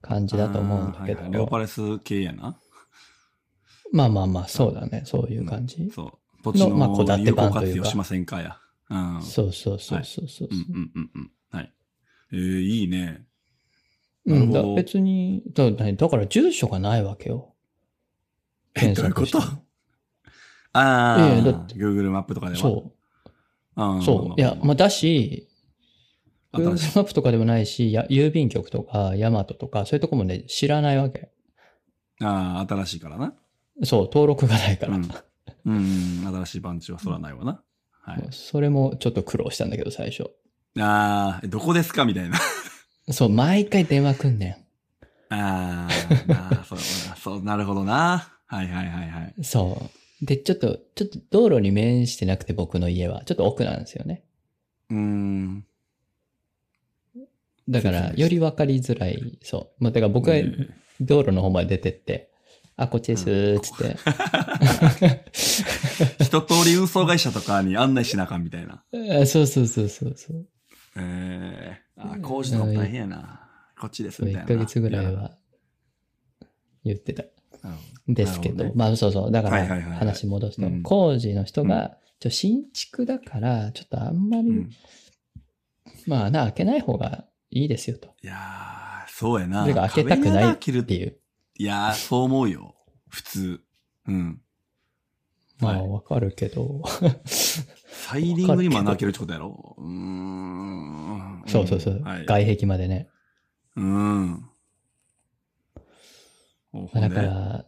[SPEAKER 2] 感じだと思うんだけ
[SPEAKER 1] あーはいはいレオ
[SPEAKER 2] ど。
[SPEAKER 1] パレス系やな。
[SPEAKER 2] まあまあまあ、そうだね。そういう感じ。
[SPEAKER 1] そう。土地
[SPEAKER 2] のまあ戸
[SPEAKER 1] の
[SPEAKER 2] 建て
[SPEAKER 1] 有効
[SPEAKER 2] 版とい
[SPEAKER 1] 活
[SPEAKER 2] うか
[SPEAKER 1] 用しませんかや。うん。
[SPEAKER 2] そうそうそうそうそう。
[SPEAKER 1] うんうんうんうん。はい。ええいいね。
[SPEAKER 2] う
[SPEAKER 1] なる
[SPEAKER 2] ん、
[SPEAKER 1] ほ
[SPEAKER 2] だ
[SPEAKER 1] ど
[SPEAKER 2] 別にだ、だだから住所がないわけよ。
[SPEAKER 1] え、どういうこと
[SPEAKER 2] 検索して
[SPEAKER 1] あ
[SPEAKER 2] いやいやだ
[SPEAKER 1] あ
[SPEAKER 2] っ、て
[SPEAKER 1] Google マップとかでは。
[SPEAKER 2] そ
[SPEAKER 1] あー
[SPEAKER 2] う。そう。いや、まあ、だし、Google マ
[SPEAKER 1] 新しい
[SPEAKER 2] ップとかでもないし、や郵便局とか、ヤマトとか、そういうとこもね、知らないわけ。
[SPEAKER 1] あー新しいからな。
[SPEAKER 2] そう、登録がないから。
[SPEAKER 1] うんうん、新しい番地はそらないわな。はい。
[SPEAKER 2] それもちょっと苦労したんだけど、最初。
[SPEAKER 1] ああ、どこですかみたいな。
[SPEAKER 2] そう、毎回電話くんね
[SPEAKER 1] あーまあ、そう、そう、なるほどな。はいはいはいはい。
[SPEAKER 2] ん。そう。で、ちょっと、ちょっと道路に面してなくて、僕の家は。ちょっと奥なんですよね。
[SPEAKER 1] うーん。
[SPEAKER 2] だか
[SPEAKER 1] そう
[SPEAKER 2] ら、
[SPEAKER 1] です
[SPEAKER 2] より分かりづらい。そう。まあ、だから僕は
[SPEAKER 1] えー
[SPEAKER 2] 道路の方まで出てって、あ、こっちですー、つって。
[SPEAKER 1] 一通り運送会社とかに案内しなあかんみたいな。
[SPEAKER 2] あ そうそうそうそうそう。
[SPEAKER 1] ええあー、工事とかも大変やな。こっちですみたいな。
[SPEAKER 2] 1ヶ月ぐらい
[SPEAKER 1] なる
[SPEAKER 2] は言ってた。
[SPEAKER 1] ほど。
[SPEAKER 2] ですけど、
[SPEAKER 1] なるほ
[SPEAKER 2] まあそうそう。だか
[SPEAKER 1] はい
[SPEAKER 2] ら
[SPEAKER 1] はいはいはい
[SPEAKER 2] 話戻すと、
[SPEAKER 1] うん
[SPEAKER 2] 工事の人
[SPEAKER 1] う
[SPEAKER 2] が、ちょ新築だから、ちょっとあんまり、
[SPEAKER 1] うん
[SPEAKER 2] まあ穴開けない方がいいですよと。
[SPEAKER 1] いやー、そうやな。
[SPEAKER 2] それが開けたくない
[SPEAKER 1] 壁に穴
[SPEAKER 2] っ
[SPEAKER 1] 開けるってて
[SPEAKER 2] いう。
[SPEAKER 1] いやー、そう思うよ。普通。うん。
[SPEAKER 2] まあ
[SPEAKER 1] はい
[SPEAKER 2] わかるけど。
[SPEAKER 1] サイリングにも穴開けるってことやろうーん。
[SPEAKER 2] そうそうそう。
[SPEAKER 1] はい。
[SPEAKER 2] 外壁までね。
[SPEAKER 1] うん。お
[SPEAKER 2] まあだか、
[SPEAKER 1] ほんで
[SPEAKER 2] ら、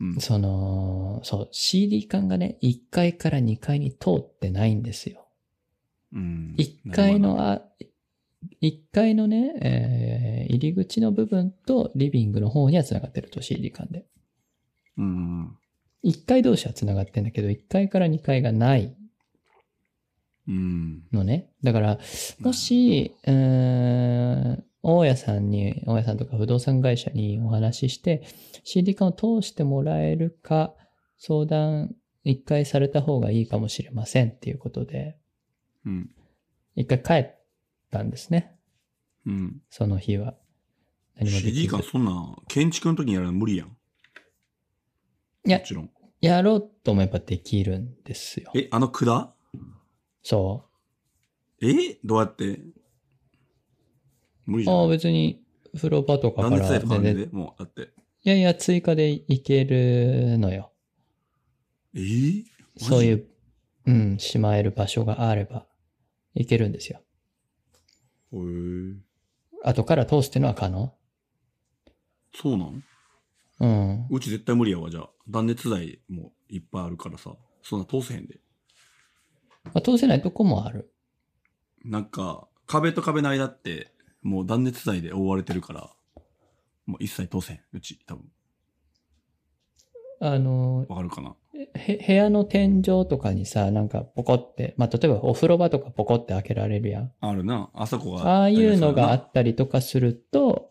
[SPEAKER 1] うん、
[SPEAKER 2] その、そう、CD 管がね、1階から2階に通ってないんですよ。
[SPEAKER 1] うん
[SPEAKER 2] 1階、の、あ、一階のね、えー入り口の部分とリビングの方には繋がってると CD 間で。
[SPEAKER 1] うん。
[SPEAKER 2] 1階同士は繋がってんだけど、1階から2階がない
[SPEAKER 1] うん。
[SPEAKER 2] のね。だから、もし、うーん大家さんに、大家さんとか不動産会社にお話しして、CD 缶を通してもらえるか、相談一回された方がいいかもしれませんっていうことで、
[SPEAKER 1] うん。
[SPEAKER 2] 一回帰ったんですね、
[SPEAKER 1] うん。
[SPEAKER 2] その日は。何もできず
[SPEAKER 1] CD 感そんな、建築の時にやるの無理やん。
[SPEAKER 2] いや
[SPEAKER 1] もちろん。
[SPEAKER 2] やろうと思えばできるんですよ。
[SPEAKER 1] え、あの管
[SPEAKER 2] そ
[SPEAKER 1] えどうやって無理
[SPEAKER 2] う。
[SPEAKER 1] じゃ
[SPEAKER 2] ああ、
[SPEAKER 1] ん。
[SPEAKER 2] 別に、風呂場とか
[SPEAKER 1] 断
[SPEAKER 2] か
[SPEAKER 1] 熱
[SPEAKER 2] ら
[SPEAKER 1] 材とかあ
[SPEAKER 2] 全
[SPEAKER 1] るん
[SPEAKER 2] 然、
[SPEAKER 1] で、もう、だって。
[SPEAKER 2] いやいや、追加でいけるのよ。
[SPEAKER 1] えー、マジ
[SPEAKER 2] そういう、うん、しまえる場所があれば、いけるんですよ。
[SPEAKER 1] へー
[SPEAKER 2] 後から通すっていうのは可能。
[SPEAKER 1] そうなん
[SPEAKER 2] うん。
[SPEAKER 1] うち絶対無理やわ、じゃあ。断熱材もいっぱいあるからさ。そんな通せへんで。
[SPEAKER 2] まあ、通せないとこもある。
[SPEAKER 1] なんか、壁と壁の間って、もう断熱材で覆われてるから、もう一切通せん。うち、多分。
[SPEAKER 2] あの、
[SPEAKER 1] わかるかな
[SPEAKER 2] へ部屋の天井とかにさ、なんかポコって、まあ、例えばお風呂場とかポコって開けられるやん。
[SPEAKER 1] あるな。あそこが。
[SPEAKER 2] ああいうのがあ
[SPEAKER 1] あ
[SPEAKER 2] ったりとかすると、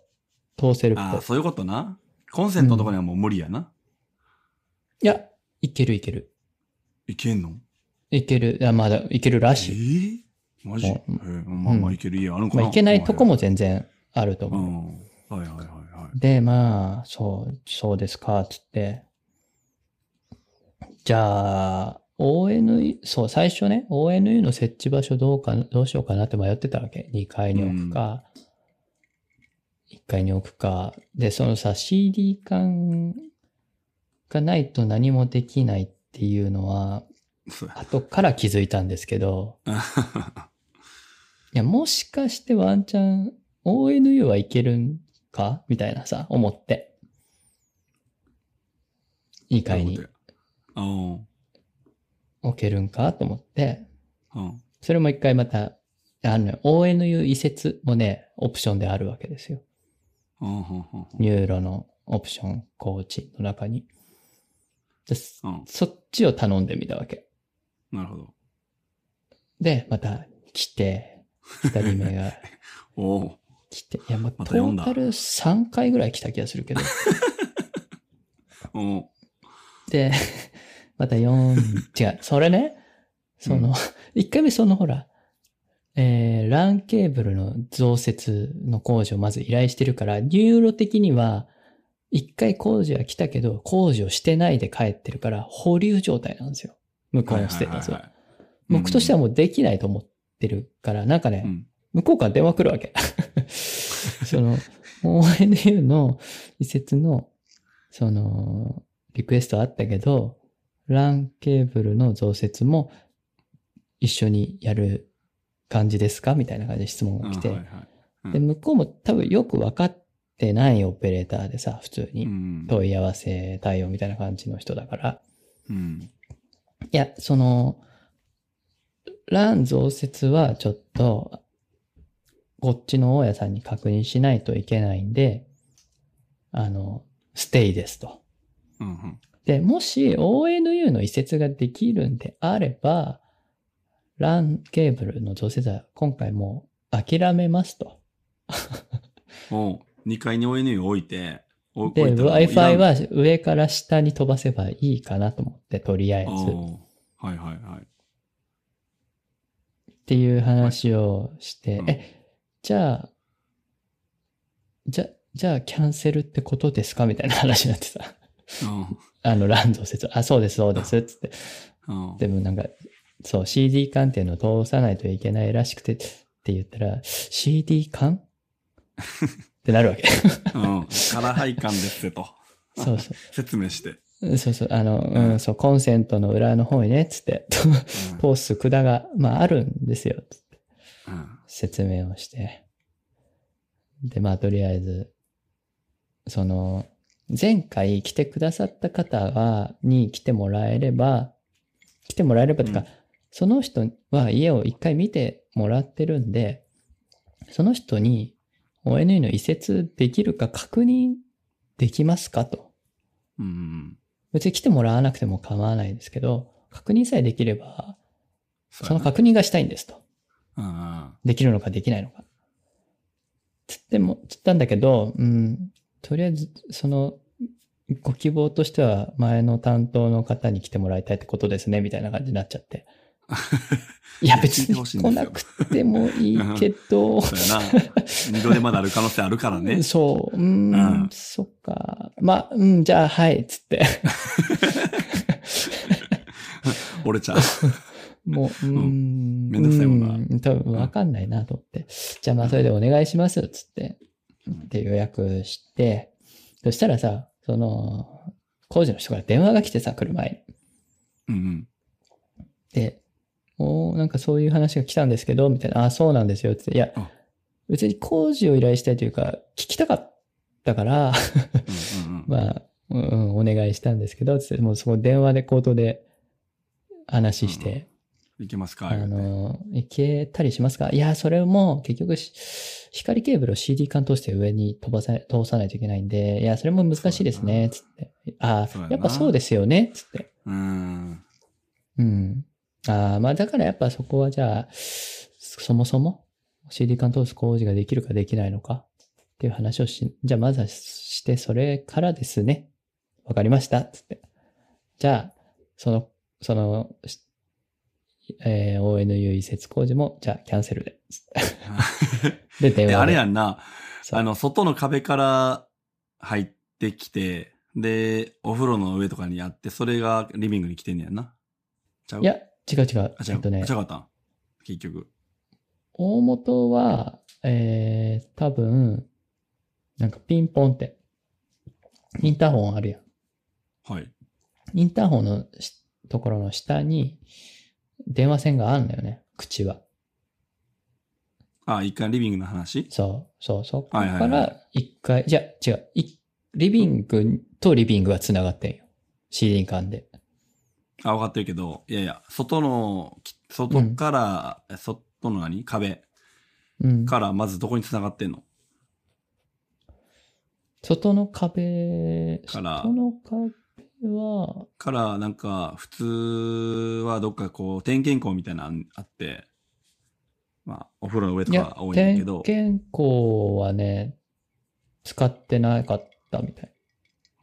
[SPEAKER 2] 通せるっぽ
[SPEAKER 1] あ
[SPEAKER 2] い
[SPEAKER 1] ー、。そういうことな。コンセントのとかにはもう無理やな。
[SPEAKER 2] いや、いけるいける。
[SPEAKER 1] いけんの
[SPEAKER 2] いける、あまだいけるら
[SPEAKER 1] え
[SPEAKER 2] しい。
[SPEAKER 1] ーマジ、
[SPEAKER 2] う
[SPEAKER 1] え
[SPEAKER 2] ん
[SPEAKER 1] ーまあまあいける家あるんかな、
[SPEAKER 2] まあ、いけないとこ
[SPEAKER 1] も。
[SPEAKER 2] も全然あると
[SPEAKER 1] う
[SPEAKER 2] 思う。
[SPEAKER 1] ん。はいはいはいはい。
[SPEAKER 2] で、まあ、そう、そうですか、つって。じゃあ、ONU、そう、最初ね、ONU の設置場所どうか、どうしようかなって迷ってたわけ。2階に置くか、1階に置くか。で、そのさ、CD 缶がないと何もできないっていうのは、
[SPEAKER 1] そうや。
[SPEAKER 2] 後から気づいたんですけど、いや、もしかしてワンチャン ONU はいけるんかみたいなさ、思って。いい会に
[SPEAKER 1] なるほどや
[SPEAKER 2] 置けるんかと思って、
[SPEAKER 1] あーうん。
[SPEAKER 2] それも一回また、あのね、ONU 移設もね、オプションであるわけですよ。
[SPEAKER 1] うんうんうん
[SPEAKER 2] ニューロのオプション、コーチの中に。でそ
[SPEAKER 1] うん。うん
[SPEAKER 2] そっちを頼んでみたわけ。
[SPEAKER 1] なるほど。
[SPEAKER 2] で、また来て、二人目が
[SPEAKER 1] おお。
[SPEAKER 2] 来 て、いや、もう
[SPEAKER 1] また
[SPEAKER 2] ト
[SPEAKER 1] 読ん
[SPEAKER 2] ー
[SPEAKER 1] だ
[SPEAKER 2] タル3回ぐらい来た気がするけど。
[SPEAKER 1] お
[SPEAKER 2] で、 また4、違う、それね、その、1回目そのほら、えー、LAN ケーブルの増設の工事をまず依頼してるから、ニューロ的には、1回工事は来たけど、工事をしてないで帰ってるから、保留状態なんですよ。向こうのステータスは。僕としては
[SPEAKER 1] も
[SPEAKER 2] もうできないと思ってるから、なんかね、
[SPEAKER 1] うん。
[SPEAKER 2] 向こうから電話来る わけ。その、ONU の移設の、その、リクエストあったけど、LAN ケーブルの増設も一緒にやる感じですかみたいな感じで質
[SPEAKER 1] う
[SPEAKER 2] 問
[SPEAKER 1] ん
[SPEAKER 2] が
[SPEAKER 1] あ
[SPEAKER 2] 来て、
[SPEAKER 1] はいはいうん
[SPEAKER 2] で、向こうも多分よく分かってないオペレーターでさ、普通
[SPEAKER 1] う
[SPEAKER 2] に
[SPEAKER 1] ん。
[SPEAKER 2] 問い合わせ対応みたいな感じの人だから、
[SPEAKER 1] うん。
[SPEAKER 2] いや、その、欄増設はちょっと、こっちの大家さんに確認しないといけないんで、あの、ステイですと。
[SPEAKER 1] うんうん。
[SPEAKER 2] で、もし ONU の移設ができるんであれば、LAN ケーブルの増設は今回もう諦めますと。
[SPEAKER 1] おう二階に ONU 置いて、お置
[SPEAKER 2] で、
[SPEAKER 1] いたらもういらん
[SPEAKER 2] Wi-Fi は上から下に飛ばせばいいかなと思って、とりあえず。
[SPEAKER 1] おうはいはいはい。
[SPEAKER 2] っていう話をして、
[SPEAKER 1] うん
[SPEAKER 2] え、じゃあ、じゃ、じゃあキャンセルってことですかみたいな話になってさ。 あの、ランド説、あ、そうです、そうです、つって。
[SPEAKER 1] うん。うん
[SPEAKER 2] でもなんか、そう、CD 缶っていうのを通さないといけないらしくて、って言ったら、CD 缶ってなる わけ。
[SPEAKER 1] うん。カラ配管ですってと。
[SPEAKER 2] そうそ
[SPEAKER 1] 説明して。
[SPEAKER 2] う。そうそう、あの、う、
[SPEAKER 1] うん
[SPEAKER 2] そう、コンセントの裏の方にね、つって、と
[SPEAKER 1] うん
[SPEAKER 2] 通す管が、まあ、あるんですよ、つって。
[SPEAKER 1] うん
[SPEAKER 2] 説明をして。で、まあ、とりあえず、その、前回来てくださった方は、に来てもらえれば、来てもらえればとか、
[SPEAKER 1] うん
[SPEAKER 2] その人は家を一回見てもらってるんで、その人に ONU の移設できるか確認できますかと。
[SPEAKER 1] うん。
[SPEAKER 2] 別に来てもらわなくても構わないですけど、確認さえできれば、
[SPEAKER 1] そ
[SPEAKER 2] その確認がしたいんですと。
[SPEAKER 1] うんうん。
[SPEAKER 2] できるのかできないのか。っつっても、つったんだけど、うん、とりあえず、その、ご希望としては前の担当の方に来てもらいたいってことですね、みたいな感じになっちゃって。いや、別
[SPEAKER 1] 聞いて
[SPEAKER 2] に
[SPEAKER 1] ほしい
[SPEAKER 2] 来
[SPEAKER 1] んです
[SPEAKER 2] な
[SPEAKER 1] よ
[SPEAKER 2] くてもいいけど、
[SPEAKER 1] そうやな。二度でまだある可能性あるから ね。
[SPEAKER 2] そう、うーん、
[SPEAKER 1] うん
[SPEAKER 2] そっか。まあ、うん、じゃあ、はい、つって。
[SPEAKER 1] 折れちゃう。
[SPEAKER 2] もう、うーん。
[SPEAKER 1] めんどくさいもんな
[SPEAKER 2] うん多分わかんないなと思って。じゃあまあそれでお願いします、つって。で予約して、そしたらさ、その、工事の人から電話が来てさ、来る前
[SPEAKER 1] うん
[SPEAKER 2] に。
[SPEAKER 1] うん。
[SPEAKER 2] で、おーなんかそういう話が来たんですけど、みたいな、あ、そうなんですよ、つって。いや
[SPEAKER 1] あ、
[SPEAKER 2] 別に工事を依頼したいというか、聞きたかったから、
[SPEAKER 1] うんうんうん。
[SPEAKER 2] まあ、うんうん、お願いしたんですけど、つって、もうそこ電話で口頭で話して、
[SPEAKER 1] いけますか
[SPEAKER 2] あの、いけたりしますかいや、それも結局し、光ケーブルを CD 管通して上に飛ばさ通さないといけないんで、いや、それも難しいですね、つって。あ
[SPEAKER 1] そうやな
[SPEAKER 2] やっぱそうですよね、つって。
[SPEAKER 1] うん。
[SPEAKER 2] うん。ああ、まあだからやっぱそこはじゃあ、そもそも CD 管通す工事ができるかできないのかっていう話をし、じゃあまずはして、それからですね。わかりました。つって。じゃあ、その、その、しえー ONU 移設工事も、じゃあキャンセルで。つってで、電
[SPEAKER 1] で、
[SPEAKER 2] 話で。
[SPEAKER 1] あれやんな。
[SPEAKER 2] そう
[SPEAKER 1] あの、外の壁から入ってきて、で、お風呂の上とかにあって、それがリビングに来てんねやんな。ちゃう
[SPEAKER 2] いや、違う違う
[SPEAKER 1] あ、。違
[SPEAKER 2] えっ
[SPEAKER 1] う。
[SPEAKER 2] とね
[SPEAKER 1] あ違、かったん結局。
[SPEAKER 2] 大元は、えー、多分、なんかピンポンって、インターホンあるやん。
[SPEAKER 1] はい。
[SPEAKER 2] インターホンのしところの下に電話線があるんだよね、口は。
[SPEAKER 1] あ、一回リビングの話
[SPEAKER 2] そう、そう、そこか
[SPEAKER 1] はいはいは
[SPEAKER 2] ら一回、じゃ違う、いリビングとリビングは繋がってんよ。CD 間で。
[SPEAKER 1] あ、分かってるけど、いやいや、外の、き外から、え外の何壁
[SPEAKER 2] うん。
[SPEAKER 1] から、まずどこに繋がってんの
[SPEAKER 2] 外の壁、
[SPEAKER 1] から
[SPEAKER 2] 外の壁は、
[SPEAKER 1] から、なんか、普通はどっかこう、点検口みたいなのあって、まあ、お風呂の上と
[SPEAKER 2] い
[SPEAKER 1] か
[SPEAKER 2] や
[SPEAKER 1] が多、いんだけ
[SPEAKER 2] 点
[SPEAKER 1] ど、
[SPEAKER 2] 検口はね、使ってなかったみたい。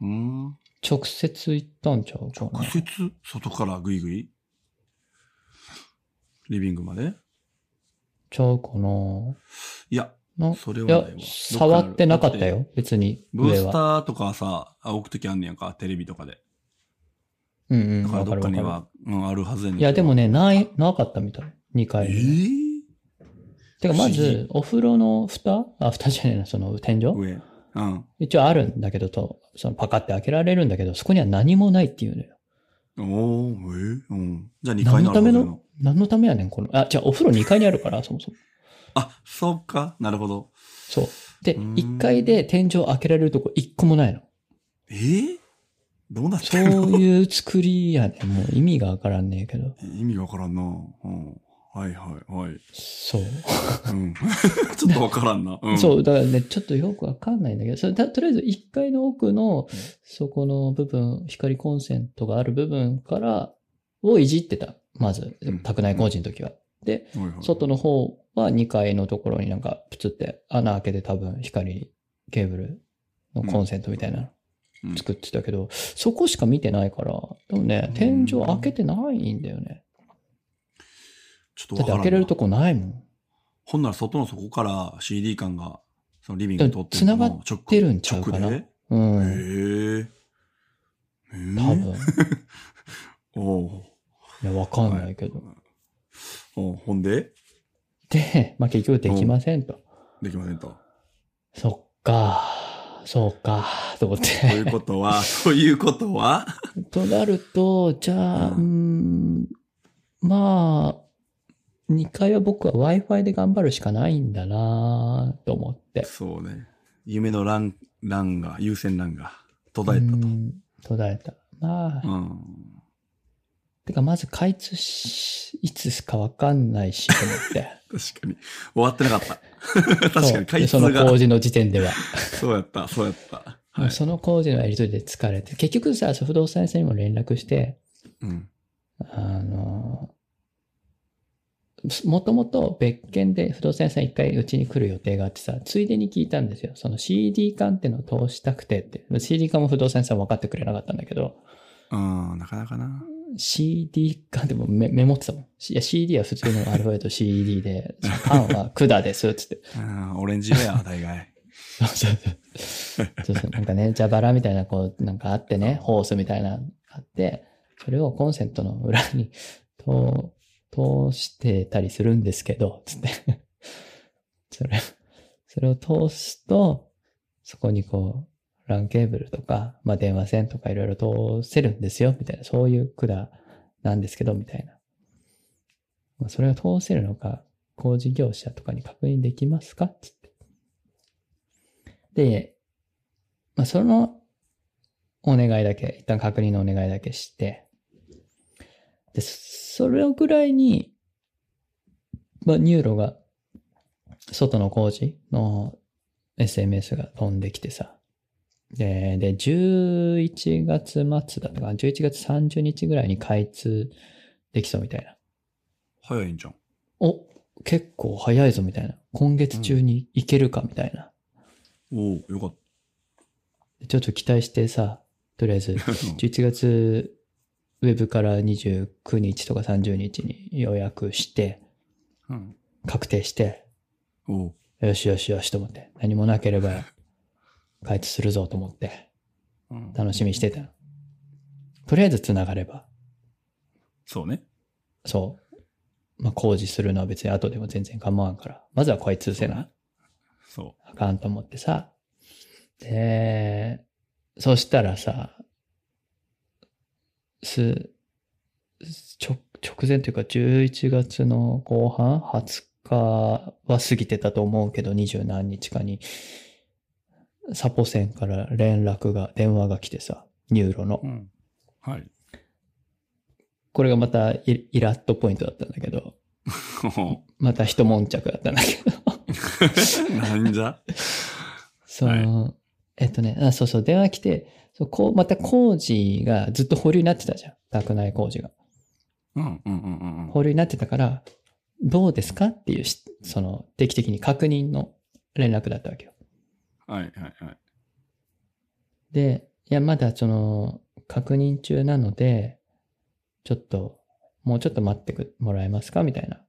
[SPEAKER 1] うん。
[SPEAKER 2] 直接行ったんちゃうかな
[SPEAKER 1] 直。接外からグイグイリビングまで
[SPEAKER 2] ちゃうかない
[SPEAKER 1] や、
[SPEAKER 2] な
[SPEAKER 1] それはいないわ。、
[SPEAKER 2] や触ってなかった
[SPEAKER 1] だて。
[SPEAKER 2] よ、別に。
[SPEAKER 1] ブー
[SPEAKER 2] 上
[SPEAKER 1] ス
[SPEAKER 2] は
[SPEAKER 1] タ。ーとかさ、あ置くときあんねやんか、テレビとかで。
[SPEAKER 2] うんうん。
[SPEAKER 1] だから
[SPEAKER 2] わ
[SPEAKER 1] どっ
[SPEAKER 2] る
[SPEAKER 1] かに
[SPEAKER 2] わ
[SPEAKER 1] は、うん、あるはずやねん
[SPEAKER 2] る。いや、でも
[SPEAKER 1] ね、
[SPEAKER 2] ね、ない、なかったみたい。2
[SPEAKER 1] え
[SPEAKER 2] 階に。
[SPEAKER 1] ー、
[SPEAKER 2] てか、ま
[SPEAKER 1] 不思議
[SPEAKER 2] ず、お風呂の蓋あ、蓋じゃねえな、その天井
[SPEAKER 1] 上。うん。
[SPEAKER 2] 一応あるんだけど、と、そのパカって開けられるんだけど、そこには何もないっていうのよ。
[SPEAKER 1] おー、えー、うん。じゃあ2階
[SPEAKER 2] 何
[SPEAKER 1] にある
[SPEAKER 2] のた
[SPEAKER 1] はず
[SPEAKER 2] め
[SPEAKER 1] やな
[SPEAKER 2] の、何のためやねん、この。あ、じゃあお風呂2階にあるから、そもそも。
[SPEAKER 1] あ、そうか。なるほど。
[SPEAKER 2] そう。で、
[SPEAKER 1] うーん
[SPEAKER 2] 1階で天井開けられるとこ1個もないの。
[SPEAKER 1] えー、どうなって
[SPEAKER 2] そ
[SPEAKER 1] んの
[SPEAKER 2] ういう作りやねん。もう意味がわからんねえけど。
[SPEAKER 1] 意味わからんな。うん。はいはいはい。
[SPEAKER 2] そう。
[SPEAKER 1] うん。 ちょっとわからんな。うん。
[SPEAKER 2] そう、だからね、ちょっとよくわかんないんだけど、それたとりあえず1階の奥の、そこの部分、光コンセントがある部分から、をいじってた。まず
[SPEAKER 1] うん、
[SPEAKER 2] 宅内工事の時は。で、
[SPEAKER 1] はいはい。
[SPEAKER 2] 外の方は2階のところになんか、プツって穴開けて多分光ケーブルのコンセントみたいな
[SPEAKER 1] うんうん
[SPEAKER 2] の作ってたけど、そこしか見てないから、でもね、天井開けてないんだよね。
[SPEAKER 1] ちょっとわ
[SPEAKER 2] だって
[SPEAKER 1] からん
[SPEAKER 2] 開
[SPEAKER 1] な。
[SPEAKER 2] けれるとこないもん。
[SPEAKER 1] ほんなら外の底から CD 感が、そのリビングに通って
[SPEAKER 2] でも繋がってるんちゃうか
[SPEAKER 1] 直
[SPEAKER 2] な
[SPEAKER 1] で
[SPEAKER 2] う
[SPEAKER 1] へ
[SPEAKER 2] ん。
[SPEAKER 1] え。えー、
[SPEAKER 2] 多分。。
[SPEAKER 1] おう
[SPEAKER 2] いや、わかんな いけど。
[SPEAKER 1] おうほんで
[SPEAKER 2] で、まあ、結局できませんと。
[SPEAKER 1] できませんと。
[SPEAKER 2] そっか、そうか、と思っ
[SPEAKER 1] とい
[SPEAKER 2] て。
[SPEAKER 1] うことは、 ということは、
[SPEAKER 2] となると、じゃあ、う
[SPEAKER 1] う
[SPEAKER 2] ーん、まあ、2階は僕は Wi-Fi で頑張るしかないんだなと思って。
[SPEAKER 1] そうね。夢のラン、ランが、優先ランが途
[SPEAKER 2] う
[SPEAKER 1] 絶えたと。
[SPEAKER 2] ん途絶えた。まあ、
[SPEAKER 1] うん。
[SPEAKER 2] てかまず開通し、いつかわかんないし、と思って。
[SPEAKER 1] 確かに。終わってなか った。 確かに、開
[SPEAKER 2] そ
[SPEAKER 1] 通
[SPEAKER 2] うでその工
[SPEAKER 1] が。
[SPEAKER 2] 事の時点では。
[SPEAKER 1] そうやった、そうやった。はい。
[SPEAKER 2] その工事のやりとりで疲れて。結局さ、不動産屋さんにも連絡して、
[SPEAKER 1] うん。
[SPEAKER 2] あの、もともと別件で不動産屋さん一回うちに来る予定があってさ、ついでに聞いたんですよ。その CD 缶ってのを通したくてって。CD 缶も不動産屋さん分かってくれなかったんだけど、
[SPEAKER 1] うん、なかなかな。
[SPEAKER 2] CD 缶でもメメモってたもん。いや、CD は普通のアルファベット CD で、缶は管です、つって。
[SPEAKER 1] うん、オレンジウェア、大概。
[SPEAKER 2] そうそうそう。そうそうなんかね、蛇腹みたいな、こう、なんかあってね、ホースみたいな、あって、それをコンセントの裏に通、通してたりするんですけど、つって。 それ、それを通すと、そこにこう、ランケーブルとか、まあ電話線とかいろいろ通せるんですよ、みたいな、そういう管なんですけど、みたいな。まあそれが通せるのか、工事業者とかに確認できますかつって。で、まあ、そのお願いだけ、一旦確認のお願いだけして、で、それぐらいに、まあ、ニューロが、外の工事の SMS が飛んできてさ、で、で、11月末だったかな、11月30日ぐらいに開通できそうみたいな。
[SPEAKER 1] 早いんじゃん。
[SPEAKER 2] お、結構早いぞみたいな。今月中に行けるかみたいな。
[SPEAKER 1] おおよかっ
[SPEAKER 2] ちょっと期待してさ、とりあえず、
[SPEAKER 1] た。
[SPEAKER 2] 11月、ウェブから29日とか30日に予約して、
[SPEAKER 1] うん。
[SPEAKER 2] 確定して、
[SPEAKER 1] おう
[SPEAKER 2] よしよしよしと思って、何もなければ、開通するぞと思って、
[SPEAKER 1] うん。
[SPEAKER 2] 楽しみにしてたの。とりあえず繋がれば、
[SPEAKER 1] そうね。
[SPEAKER 2] そう。まあ、工事するのは別に後でも全然構わんから、まずは開通せな。
[SPEAKER 1] そ
[SPEAKER 2] あかんと思ってさ。で、そしたらさ、す、直、直前というか11月の後半、20日は過ぎてたと思うけど、二十何日かに、サポセンから連絡が、電話が来てさ、ニューロの
[SPEAKER 1] う。う。ん。はい。
[SPEAKER 2] これがまたイイラッとポイントだったんだけど、また一悶着だったんだけど。
[SPEAKER 1] なんじゃ
[SPEAKER 2] その、えっとね、あ、そうそう、電話来て、そうこうまた工事がずっと保留になってたじゃん。宅内工事が。
[SPEAKER 1] うんうんうんうんうん。
[SPEAKER 2] 保留になってたから、どうですかっていうし、その、定期的に確認の連絡だったわけよ。
[SPEAKER 1] はいはいはい。
[SPEAKER 2] で、いや、まだその、確認中なので、ちょっと、もうちょっと待ってくもらえますかみたいな。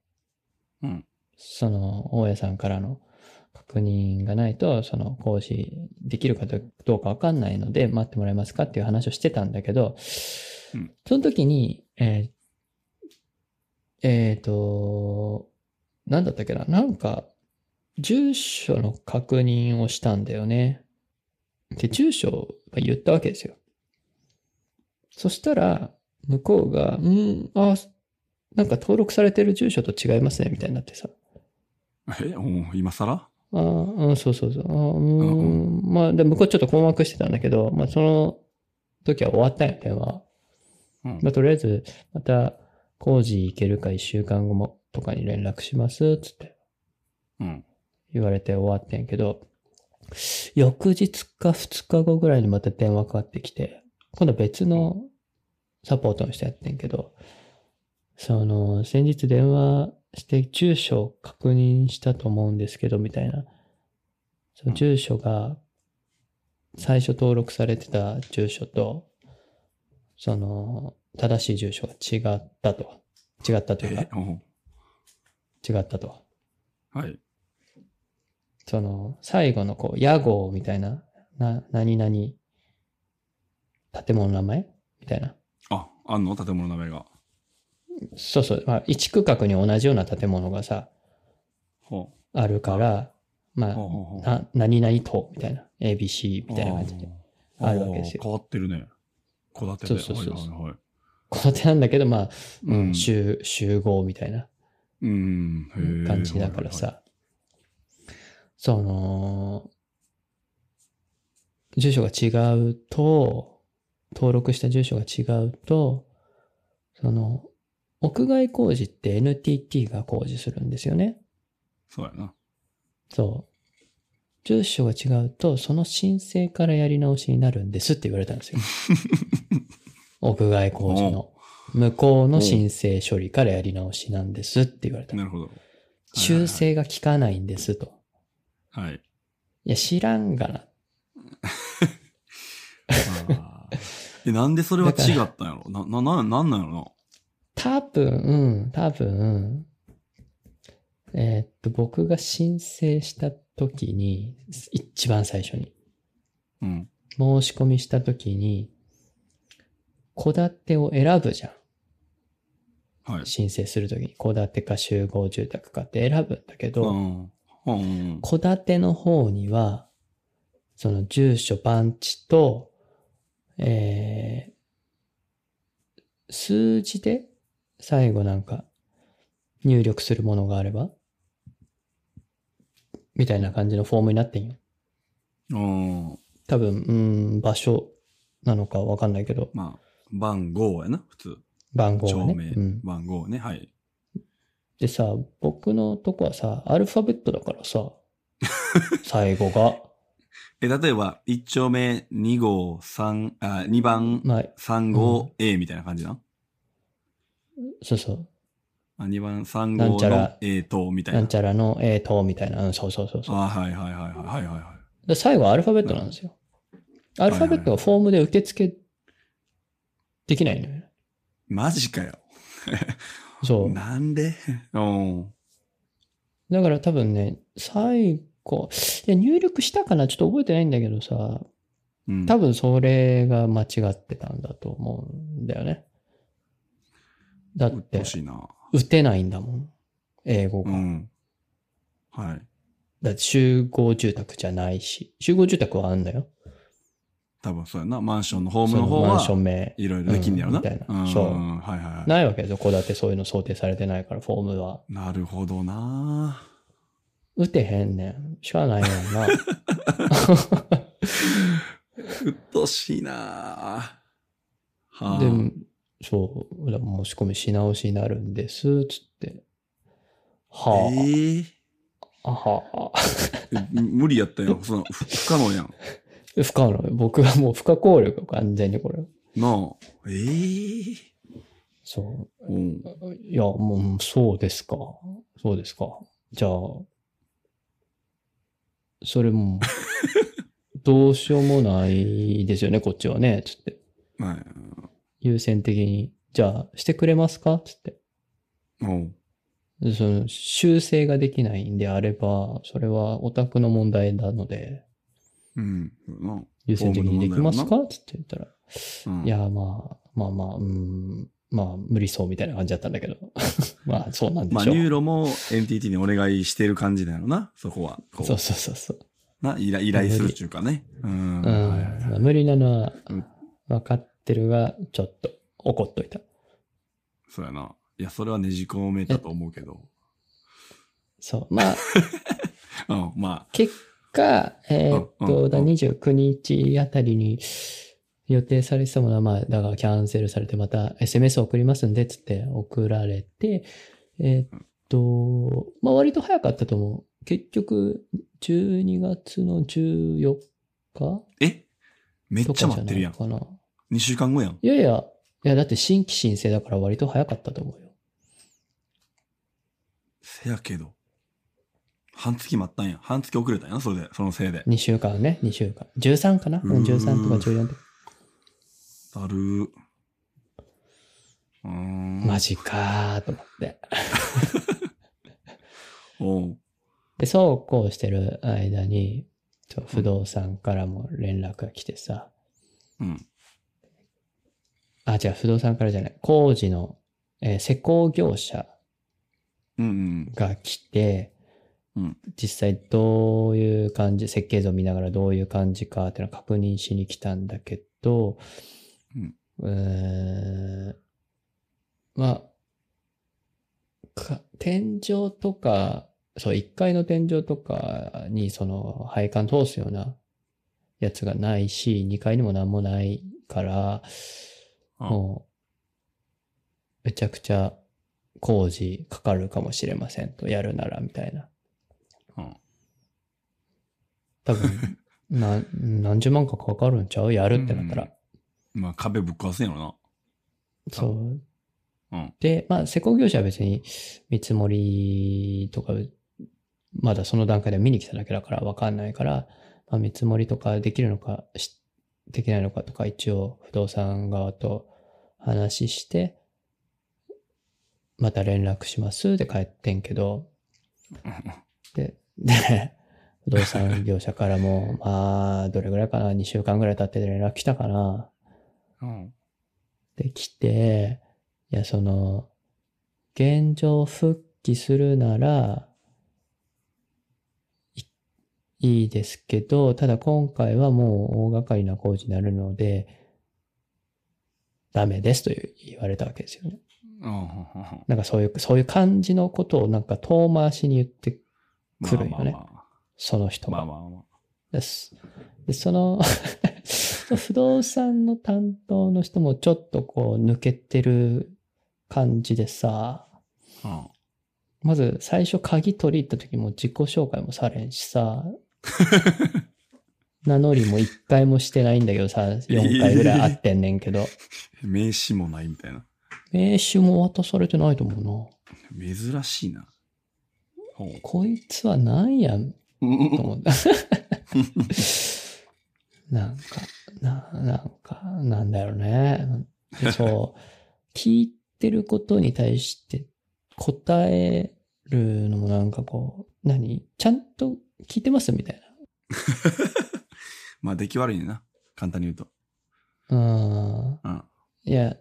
[SPEAKER 1] うん。
[SPEAKER 2] その、大家さんからの確認がないと、その、行使できるかどうかわかんないので、待ってもらえますかっていう話をしてたんだけど、
[SPEAKER 1] うん
[SPEAKER 2] その時に、えーえーと、なんだったっけななんか、住所の確認をしたんだよね。で、住所を言ったわけですよ。そしたら、向こうが、うんあ、なんか登録されてる住所と違いますね、みたいになってさ。
[SPEAKER 1] え、おう今更
[SPEAKER 2] あーうん、そうそうそう。あーうーん、まあ、で向こうちょっと困惑してたんだけど、まあ、その時は終わったんや、電話。
[SPEAKER 1] うん
[SPEAKER 2] まあ、とりあえず、また工事行けるか1週間後もとかに連絡します、つって
[SPEAKER 1] うん。
[SPEAKER 2] 言われて終わってんけど、翌日か2日後ぐらいにまた電話かかってきて、今度は別のサポートの人やってんけど、その、先日電話して住所を確認したと思うんですけど、みたいな。その住所が、最初登録されてた住所と、その、正しい住所が違ったと。違ったというか
[SPEAKER 1] え、、おう
[SPEAKER 2] 違ったと。
[SPEAKER 1] はい。
[SPEAKER 2] その、最後のこう、屋号みたいな、な、何々、建物の名前みたいな。
[SPEAKER 1] あ、あんの建物の名前が。
[SPEAKER 2] そうそう。まあ、一区画に同じような建物がさ、
[SPEAKER 1] ほ
[SPEAKER 2] あるから、
[SPEAKER 1] う。
[SPEAKER 2] ま
[SPEAKER 1] ほう
[SPEAKER 2] あ、
[SPEAKER 1] ほうほう。
[SPEAKER 2] な、何々棟みたいな。ABC みたいな感じで。
[SPEAKER 1] あー
[SPEAKER 2] あるわけですよ
[SPEAKER 1] あー変わってるね。戸建てで。
[SPEAKER 2] そうそうそうそう
[SPEAKER 1] はいはいはい。
[SPEAKER 2] こ建てなんだけど、まあ、う
[SPEAKER 1] うん
[SPEAKER 2] ん、集、集合みたいな。
[SPEAKER 1] うん。へえ
[SPEAKER 2] 感じだから。さ、その、住所が違うと、登録した住所が違うと、その、屋外工事って NTT が工事するんですよね。
[SPEAKER 1] そうやな。
[SPEAKER 2] そう。住所が違うと、その申 請からやり直しになるんですって言われたんですよ。屋外工事の。向こうの申請処理からやり直しなんですって言われた。
[SPEAKER 1] なるほど。
[SPEAKER 2] 修正が効かないんですと。
[SPEAKER 1] はい。
[SPEAKER 2] いや、知らんがな。
[SPEAKER 1] あーえ、なんでそれは違ったんやろな、な、な、なんなんやろ
[SPEAKER 2] 多分、多分、えーっと、僕が申請した時に、一番最初に、
[SPEAKER 1] なうん。
[SPEAKER 2] 申し込みした時に、戸建てを選ぶじゃん。
[SPEAKER 1] はい。
[SPEAKER 2] 申請するときに、戸建てか集合住宅かって選ぶんだけ
[SPEAKER 1] う
[SPEAKER 2] ど、
[SPEAKER 1] ん。うん。
[SPEAKER 2] 戸建ての方には、その住所番地と、えー、数字で最後なんか入力するものがあれば、みたいな感じのフォームになってんよ。
[SPEAKER 1] うん。
[SPEAKER 2] 多分、うーん、場所なのかわかんないけど、
[SPEAKER 1] まあ、番号やな、普通。
[SPEAKER 2] 番号が
[SPEAKER 1] 町名
[SPEAKER 2] ね。うん、
[SPEAKER 1] 番号ね。はい。
[SPEAKER 2] でさ、僕のとこはさ、アルファベットだからさ、最後が。
[SPEAKER 1] え、例えば、1丁目、2号、3、あ、2番、
[SPEAKER 2] まあ、
[SPEAKER 1] 3号、A みたいな感じな。
[SPEAKER 2] そうそう。
[SPEAKER 1] あ、2番、
[SPEAKER 2] な
[SPEAKER 1] 3
[SPEAKER 2] ん
[SPEAKER 1] 号
[SPEAKER 2] ちゃ
[SPEAKER 1] の
[SPEAKER 2] ら
[SPEAKER 1] A と、みたいな。
[SPEAKER 2] なんちゃらの、えーと、みたいな。うん、そうそうそうそう。
[SPEAKER 1] あはいはいはいはいはいはいは
[SPEAKER 2] で最後はアルファベットなんですよ。アルファベットはフォームで受付できないのよ。
[SPEAKER 1] い。マジかよ。
[SPEAKER 2] そう。
[SPEAKER 1] なんで うん。
[SPEAKER 2] だから多分ね、最後、いや、入力したかなちょっと覚えてないんだけどさ、
[SPEAKER 1] うん。
[SPEAKER 2] 多分それが間違ってたんだと思うんだよね。だっ
[SPEAKER 1] うってと、しいな。
[SPEAKER 2] 打てないんだもん。英語
[SPEAKER 1] う
[SPEAKER 2] が。
[SPEAKER 1] ん。はい。
[SPEAKER 2] だって集合住宅じゃないし。集合住宅はあんだよ。
[SPEAKER 1] 多分そうやな。マンションのホームの方
[SPEAKER 2] そマン
[SPEAKER 1] は
[SPEAKER 2] ショ、ン名。
[SPEAKER 1] いろいろできんねやろな。
[SPEAKER 2] うんみたいな
[SPEAKER 1] うん
[SPEAKER 2] そう
[SPEAKER 1] はいはいはい。
[SPEAKER 2] ないわけですよ。戸建てそういうの想定されてないから、フォームは。
[SPEAKER 1] なるほどな
[SPEAKER 2] 打てへんねん。しゃあないやんな。
[SPEAKER 1] うっとうしいなは
[SPEAKER 2] で、そう、だから申し込みし直しになるんです、つって。
[SPEAKER 1] あ、
[SPEAKER 2] は
[SPEAKER 1] えー
[SPEAKER 2] あ、あはあ。
[SPEAKER 1] え無理やったやん。その、ふ不可能やん。
[SPEAKER 2] 不可能。僕はもう不可抗力、完全にこれ。
[SPEAKER 1] なあ。ええ
[SPEAKER 2] そ
[SPEAKER 1] うん。
[SPEAKER 2] う。いや、もう、そうですか。そうですか。じゃあ、そ れも、どうしようもないですよね、こっちはね、つって。
[SPEAKER 1] はい。
[SPEAKER 2] 優先的に、じゃあ、してくれますかつって。
[SPEAKER 1] うん。
[SPEAKER 2] でその、修正ができないんであれば、それはオタクの問題なので、
[SPEAKER 1] うん。そうやな
[SPEAKER 2] 優先的にできます
[SPEAKER 1] フォ
[SPEAKER 2] かつって言ったら、
[SPEAKER 1] うん、
[SPEAKER 2] いや、まあ、まあまあ、うーん、まあ、無理そうみたいな感じだったんだけど。 まあ、そうなんで
[SPEAKER 1] まあ、
[SPEAKER 2] しょ
[SPEAKER 1] ニ
[SPEAKER 2] う。
[SPEAKER 1] ューロも NTT にお願いしてる感じだよな、そこは。こう
[SPEAKER 2] そうそうそうそう。
[SPEAKER 1] な依頼、依頼するっていうかね。うん。
[SPEAKER 2] うん。
[SPEAKER 1] はいはいはい
[SPEAKER 2] まあ無理なのは
[SPEAKER 1] うん、
[SPEAKER 2] 分かってるが、ちょっと怒っといた。
[SPEAKER 1] そうやな。いや、それはねじ込めたと思うけど。
[SPEAKER 2] そう。まあ、
[SPEAKER 1] うん、ま
[SPEAKER 2] 結果、えーっ
[SPEAKER 1] うんうんう
[SPEAKER 2] と、
[SPEAKER 1] ん
[SPEAKER 2] だ29日あたりに予定されてたものは、まあ、だからキャンセルされて、また SMS 送りますんで、つって送られて、えーっと、まあ、割と早かったと思う。結局、12月の14日
[SPEAKER 1] あ。えめっ
[SPEAKER 2] と
[SPEAKER 1] ち
[SPEAKER 2] か
[SPEAKER 1] ゃ待
[SPEAKER 2] じゃ
[SPEAKER 1] って
[SPEAKER 2] な
[SPEAKER 1] る
[SPEAKER 2] い
[SPEAKER 1] やん
[SPEAKER 2] の。かな。
[SPEAKER 1] 2週間後やん。
[SPEAKER 2] いやいや、いや、だって新規申請だから割と早かったと思うよ。
[SPEAKER 1] せやけど。半月待ったんや。半月遅れたんや、それで、そのせいで。
[SPEAKER 2] 2週間ね、2週間。13かなうん、13とか14とか。
[SPEAKER 1] だるー。うーん。
[SPEAKER 2] マジかーと思って。
[SPEAKER 1] おう
[SPEAKER 2] で、そうこうしてる間に、そう不動産からも連絡が来てさ、
[SPEAKER 1] うん。
[SPEAKER 2] あ、違う、不動産からじゃない、工事の、えー施工業者
[SPEAKER 1] うんうん。
[SPEAKER 2] が来て、
[SPEAKER 1] うん
[SPEAKER 2] 実際どういう感じ、設計図を見ながらどういう感じかっていうのを確認しに来たんだけど、
[SPEAKER 1] うん
[SPEAKER 2] うーんまあ、か天井とか、そう、1階の天井とかにその配管通すようなやつがないし、2階にも何もないから、
[SPEAKER 1] あ
[SPEAKER 2] もう、めちゃくちゃ工事かかるかもしれませんと、やるなら、みたいな。
[SPEAKER 1] うん
[SPEAKER 2] 多分、 な、何十万かかかるんちゃうやるってなったら。
[SPEAKER 1] まあ、壁ぶっ壊すんやろな。
[SPEAKER 2] そう。
[SPEAKER 1] うん。
[SPEAKER 2] で、まあ、施工業者は別に見積もりとか、まだその段階で見に来ただけだから分かんないから、まあ、見積もりとかできるのかし、できないのかとか、一応不動産側と話して、また連絡しますで帰ってんけど、で、で、不動産業者からも、まあ、どれぐらいかな、2週間ぐらい経って連絡来たかな。
[SPEAKER 1] うん。
[SPEAKER 2] で、来て、いや、その、現状復帰するなら、いいいですけど、ただ今回はもう大掛かりな工事になるので、ダメですという言われたわけですよね。
[SPEAKER 1] うんうんうん
[SPEAKER 2] なんかそういう、そういう感じのことをなんか遠回しに言って、来るよね
[SPEAKER 1] ま
[SPEAKER 2] その人
[SPEAKER 1] あまあまあまあ
[SPEAKER 2] が。
[SPEAKER 1] まあまあ。
[SPEAKER 2] です。で、その、 不動産の担当の人もちょっとこう抜けてる感じでさ、
[SPEAKER 1] うん
[SPEAKER 2] まず最初鍵取り行った時も自己紹介もされんしさ、名乗りも一回もしてないんだけどさ、4回ぐらい会ってんねんけど、
[SPEAKER 1] 名刺もないみたいな。
[SPEAKER 2] 名刺も渡されてないと思
[SPEAKER 1] 珍しいな。ほう
[SPEAKER 2] うな。こいつはなんや
[SPEAKER 1] うん
[SPEAKER 2] と思った。なんか、な、なんか、なんだろうね。でそう、聞いてることに対して答えるのもなんかこう、何ちゃんと聞いてますみたい
[SPEAKER 1] まあ、出来悪いねんな。簡単に言うと。
[SPEAKER 2] な。うん。
[SPEAKER 1] うん。
[SPEAKER 2] いや、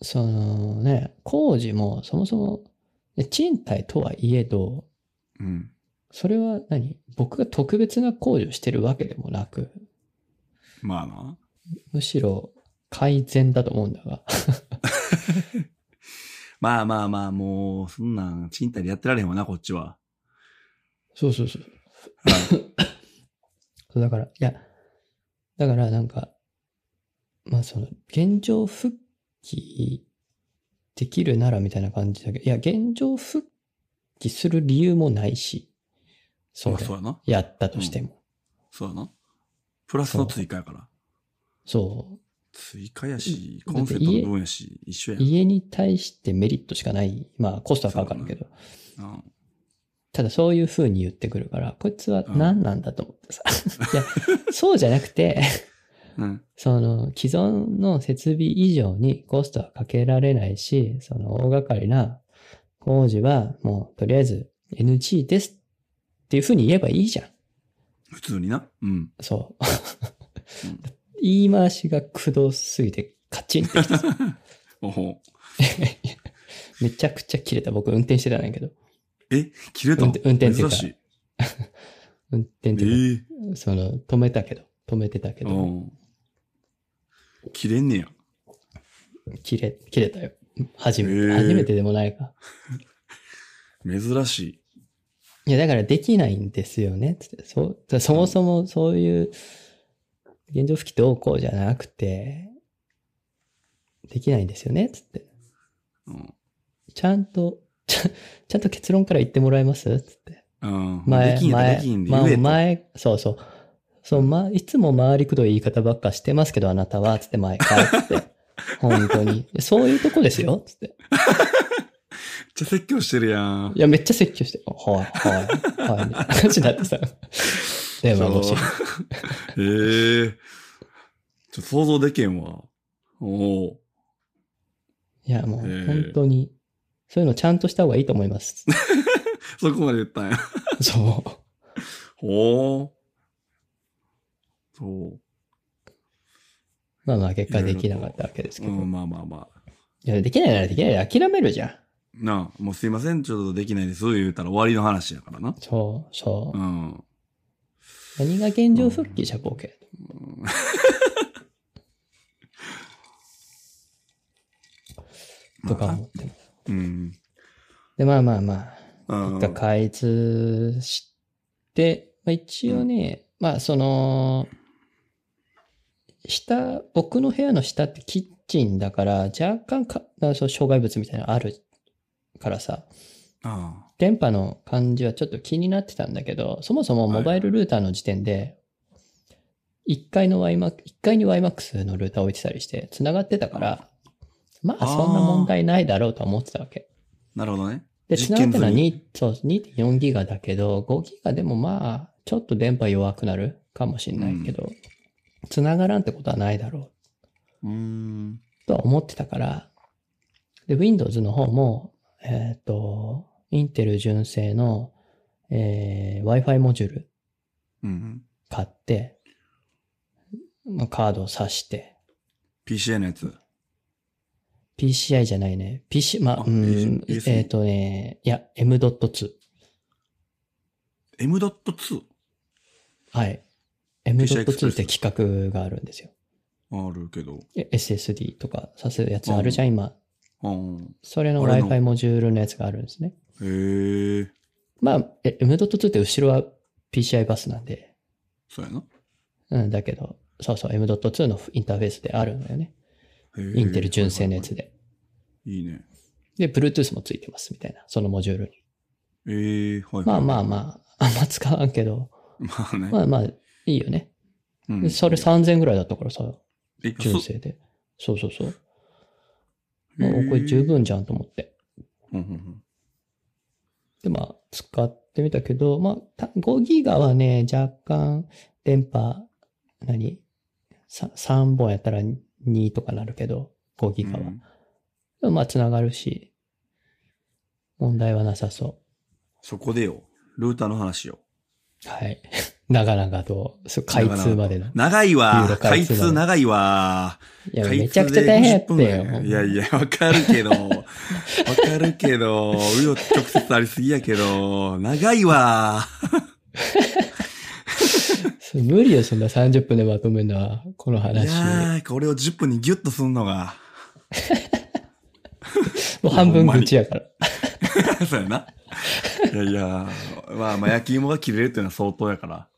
[SPEAKER 2] そのね、工事もそもそも、ね賃貸とはいえど、
[SPEAKER 1] うん。
[SPEAKER 2] それは何僕が特別な工事をしてるわけでもなく、
[SPEAKER 1] まあな。
[SPEAKER 2] むしろ改善だと思うんだが。
[SPEAKER 1] まあまあまあ、もう、そんなん、賃貸でやってられへんわな、こっちは。
[SPEAKER 2] そうそうそう。
[SPEAKER 1] うん
[SPEAKER 2] そうだから、いや、だからなんか、まあその、現状復帰できるならみたいな感じだけど、いや、現状復帰する理由もないし、そう
[SPEAKER 1] まあ
[SPEAKER 2] だ
[SPEAKER 1] そう
[SPEAKER 2] よ。
[SPEAKER 1] やな。
[SPEAKER 2] やったとしても。
[SPEAKER 1] そうやな。プラスの追加やから。
[SPEAKER 2] そ
[SPEAKER 1] 追加やし、
[SPEAKER 2] だって
[SPEAKER 1] コンセプトの部分やし、一緒や
[SPEAKER 2] う。家に対してメリットしかない。まあ、コストはかかるけど。
[SPEAKER 1] ん。うん
[SPEAKER 2] ただそういう風に言ってくるから、こいつは何なんだと思 ってさ。いや、そうじゃなくて、
[SPEAKER 1] うん。
[SPEAKER 2] その既存の設備以上にコストはかけられないし、その大掛かりな工事はもうとりあえず NG ですっていうふうに言えばいいじゃん。
[SPEAKER 1] 普通にな。うん。
[SPEAKER 2] そう。
[SPEAKER 1] うん
[SPEAKER 2] 言い回しがくどすぎてカチンってきてさ
[SPEAKER 1] おほ
[SPEAKER 2] めちゃくちゃ切れた。僕運転してたんやけど。
[SPEAKER 1] え、切れた
[SPEAKER 2] 運転運転ってい
[SPEAKER 1] 珍
[SPEAKER 2] うか
[SPEAKER 1] しい。
[SPEAKER 2] 運転
[SPEAKER 1] え
[SPEAKER 2] っていうかその止めたけど、止めてたけ
[SPEAKER 1] え
[SPEAKER 2] ど、
[SPEAKER 1] うん。切れんねや。
[SPEAKER 2] 切れ、切れたよ。初めて、
[SPEAKER 1] へー
[SPEAKER 2] 初めてでもないか。
[SPEAKER 1] 珍しい。
[SPEAKER 2] いや、だからできないんですよね。つってそうだそもそもそういう、現状復帰どうこうじゃなくて、できないんですよね。つって。
[SPEAKER 1] うん。
[SPEAKER 2] ちゃんと、ちゃんちゃんと結論から言ってもらえますつって。
[SPEAKER 1] うん。
[SPEAKER 2] 前、
[SPEAKER 1] できんやったら
[SPEAKER 2] 前、
[SPEAKER 1] できんで
[SPEAKER 2] ま
[SPEAKER 1] 言えと。
[SPEAKER 2] 前、そうそう。そう、ま、いつも回りくどい言い方ばっかしてますけど、あなたは、つって前から、つって。 本当に。そういうとこですよ、つって。
[SPEAKER 1] めっちゃ説教してるやん
[SPEAKER 2] い。や、めっちゃ説教して、はい、はい、 はい、みたいな感じになってさ。電話越しに。
[SPEAKER 1] ええちょっと想像できんわ。おお
[SPEAKER 2] いや、もう
[SPEAKER 1] へー
[SPEAKER 2] 本当に、そういうのちゃんとした方がいいと思います。
[SPEAKER 1] そこまで言ったんや。
[SPEAKER 2] そう。
[SPEAKER 1] おおそう。
[SPEAKER 2] まあまあ結果できなかったわけですけ
[SPEAKER 1] う
[SPEAKER 2] ど。
[SPEAKER 1] ん、まあまあまあ。
[SPEAKER 2] いや、できないならできないで諦めるじゃん。
[SPEAKER 1] なあ、もうすいません、ちょっとできないです。言うたら終わりの話やからな。
[SPEAKER 2] そう、そうう。
[SPEAKER 1] ん。
[SPEAKER 2] 何が現状復帰じゃボケ。とか思っても。
[SPEAKER 1] うん。
[SPEAKER 2] で、まあまあまあ、
[SPEAKER 1] うん。
[SPEAKER 2] が開通して、まあ、一応ね、まあその、下、僕の部屋の下ってキッチンだから、若干か、あそう障害物みたいなのあるからさ、
[SPEAKER 1] あ
[SPEAKER 2] 電波の感じはちょっと気になってたんだけど、そもそもモバイルルーターの時点で、1階の YMAX、1階に YMAX のルーター置いてたりして、繋がってたから、まあ
[SPEAKER 1] あー
[SPEAKER 2] そんな問題ないだろうとは思ってたわけ。
[SPEAKER 1] なるほどね。
[SPEAKER 2] で、
[SPEAKER 1] 実
[SPEAKER 2] つながってるのは
[SPEAKER 1] 験済み
[SPEAKER 2] 2そう2.4ギガだけど、5ギガでもまあ、ちょっと電波弱くなるかもしれないけど、つながらんってことはないだろ
[SPEAKER 1] うーん。
[SPEAKER 2] うとは思ってたから、で、Windows の方も、えっ、と、インテル純正の、えー Wi-Fi モジュール
[SPEAKER 1] うん。
[SPEAKER 2] 買って、まあカードを挿して、
[SPEAKER 1] PCA のやつ。
[SPEAKER 2] PCI じゃないね。PC、まあ、
[SPEAKER 1] あ
[SPEAKER 2] うん
[SPEAKER 1] PS-、PS
[SPEAKER 2] えっ、とね、いや、M.2。
[SPEAKER 1] M.2?
[SPEAKER 2] はい。
[SPEAKER 1] PCI
[SPEAKER 2] M.2 って規格があるんですよ。
[SPEAKER 1] あるけど。
[SPEAKER 2] え SSD とかさせるやつあるじゃん、今。
[SPEAKER 1] うん。
[SPEAKER 2] それの
[SPEAKER 1] あれの
[SPEAKER 2] Wi-Fi モジュールのやつがあるんですね。
[SPEAKER 1] へえ。
[SPEAKER 2] まあ、え M.2 って後ろは PCI バスなんで、
[SPEAKER 1] そうやな。
[SPEAKER 2] うん、だけど、そうそう、M.2 のインターフェースであるのよね。
[SPEAKER 1] へー
[SPEAKER 2] インテル純正のやつ。で。
[SPEAKER 1] いいね。
[SPEAKER 2] で、Bluetooth もついてますみたいな、そのモジュールに。
[SPEAKER 1] ええ、はい。
[SPEAKER 2] まあま
[SPEAKER 1] あ。
[SPEAKER 2] あまあ、あんま使わんけど、
[SPEAKER 1] まあね。
[SPEAKER 2] まあまあ、いいよね。
[SPEAKER 1] うん
[SPEAKER 2] でそれ3000ぐらいだったからさ、
[SPEAKER 1] え
[SPEAKER 2] 純
[SPEAKER 1] そ
[SPEAKER 2] 正で。そうそうそう。
[SPEAKER 1] へ
[SPEAKER 2] もう
[SPEAKER 1] ー
[SPEAKER 2] これ十分じゃんと思って。
[SPEAKER 1] うんうんうん
[SPEAKER 2] で、まあ、使ってみたけど、まあた、5ギガはね、若干、電波、何 ?3 本やったら2とかなるけど、5ギガは。
[SPEAKER 1] う
[SPEAKER 2] で
[SPEAKER 1] ん
[SPEAKER 2] もまあ、つながるし、問題はなさそ
[SPEAKER 1] そこでよ。ルーターの話よ。
[SPEAKER 2] う。はい。 長々と、そう開通までの。
[SPEAKER 1] 長い
[SPEAKER 2] いろい
[SPEAKER 1] わ
[SPEAKER 2] ろ。
[SPEAKER 1] 開
[SPEAKER 2] 開通まで
[SPEAKER 1] 通長いわ。
[SPEAKER 2] いや、
[SPEAKER 1] 開通
[SPEAKER 2] めちゃくちゃ大変やっ
[SPEAKER 1] で50分ぐ
[SPEAKER 2] た
[SPEAKER 1] ら
[SPEAKER 2] よ。
[SPEAKER 1] いやいや、わかるけど。わかるけど。うよ直接ありすぎやけど。長いわ。
[SPEAKER 2] そう無理よ、そんな30分でまとめるのは、この
[SPEAKER 1] い
[SPEAKER 2] 話。
[SPEAKER 1] やー、これを10分にギュッとすんのが。
[SPEAKER 2] もう半分愚痴やから。
[SPEAKER 1] そうやな。いやいや、まあ、まあ、焼き芋が切れるっていうのは相当やから。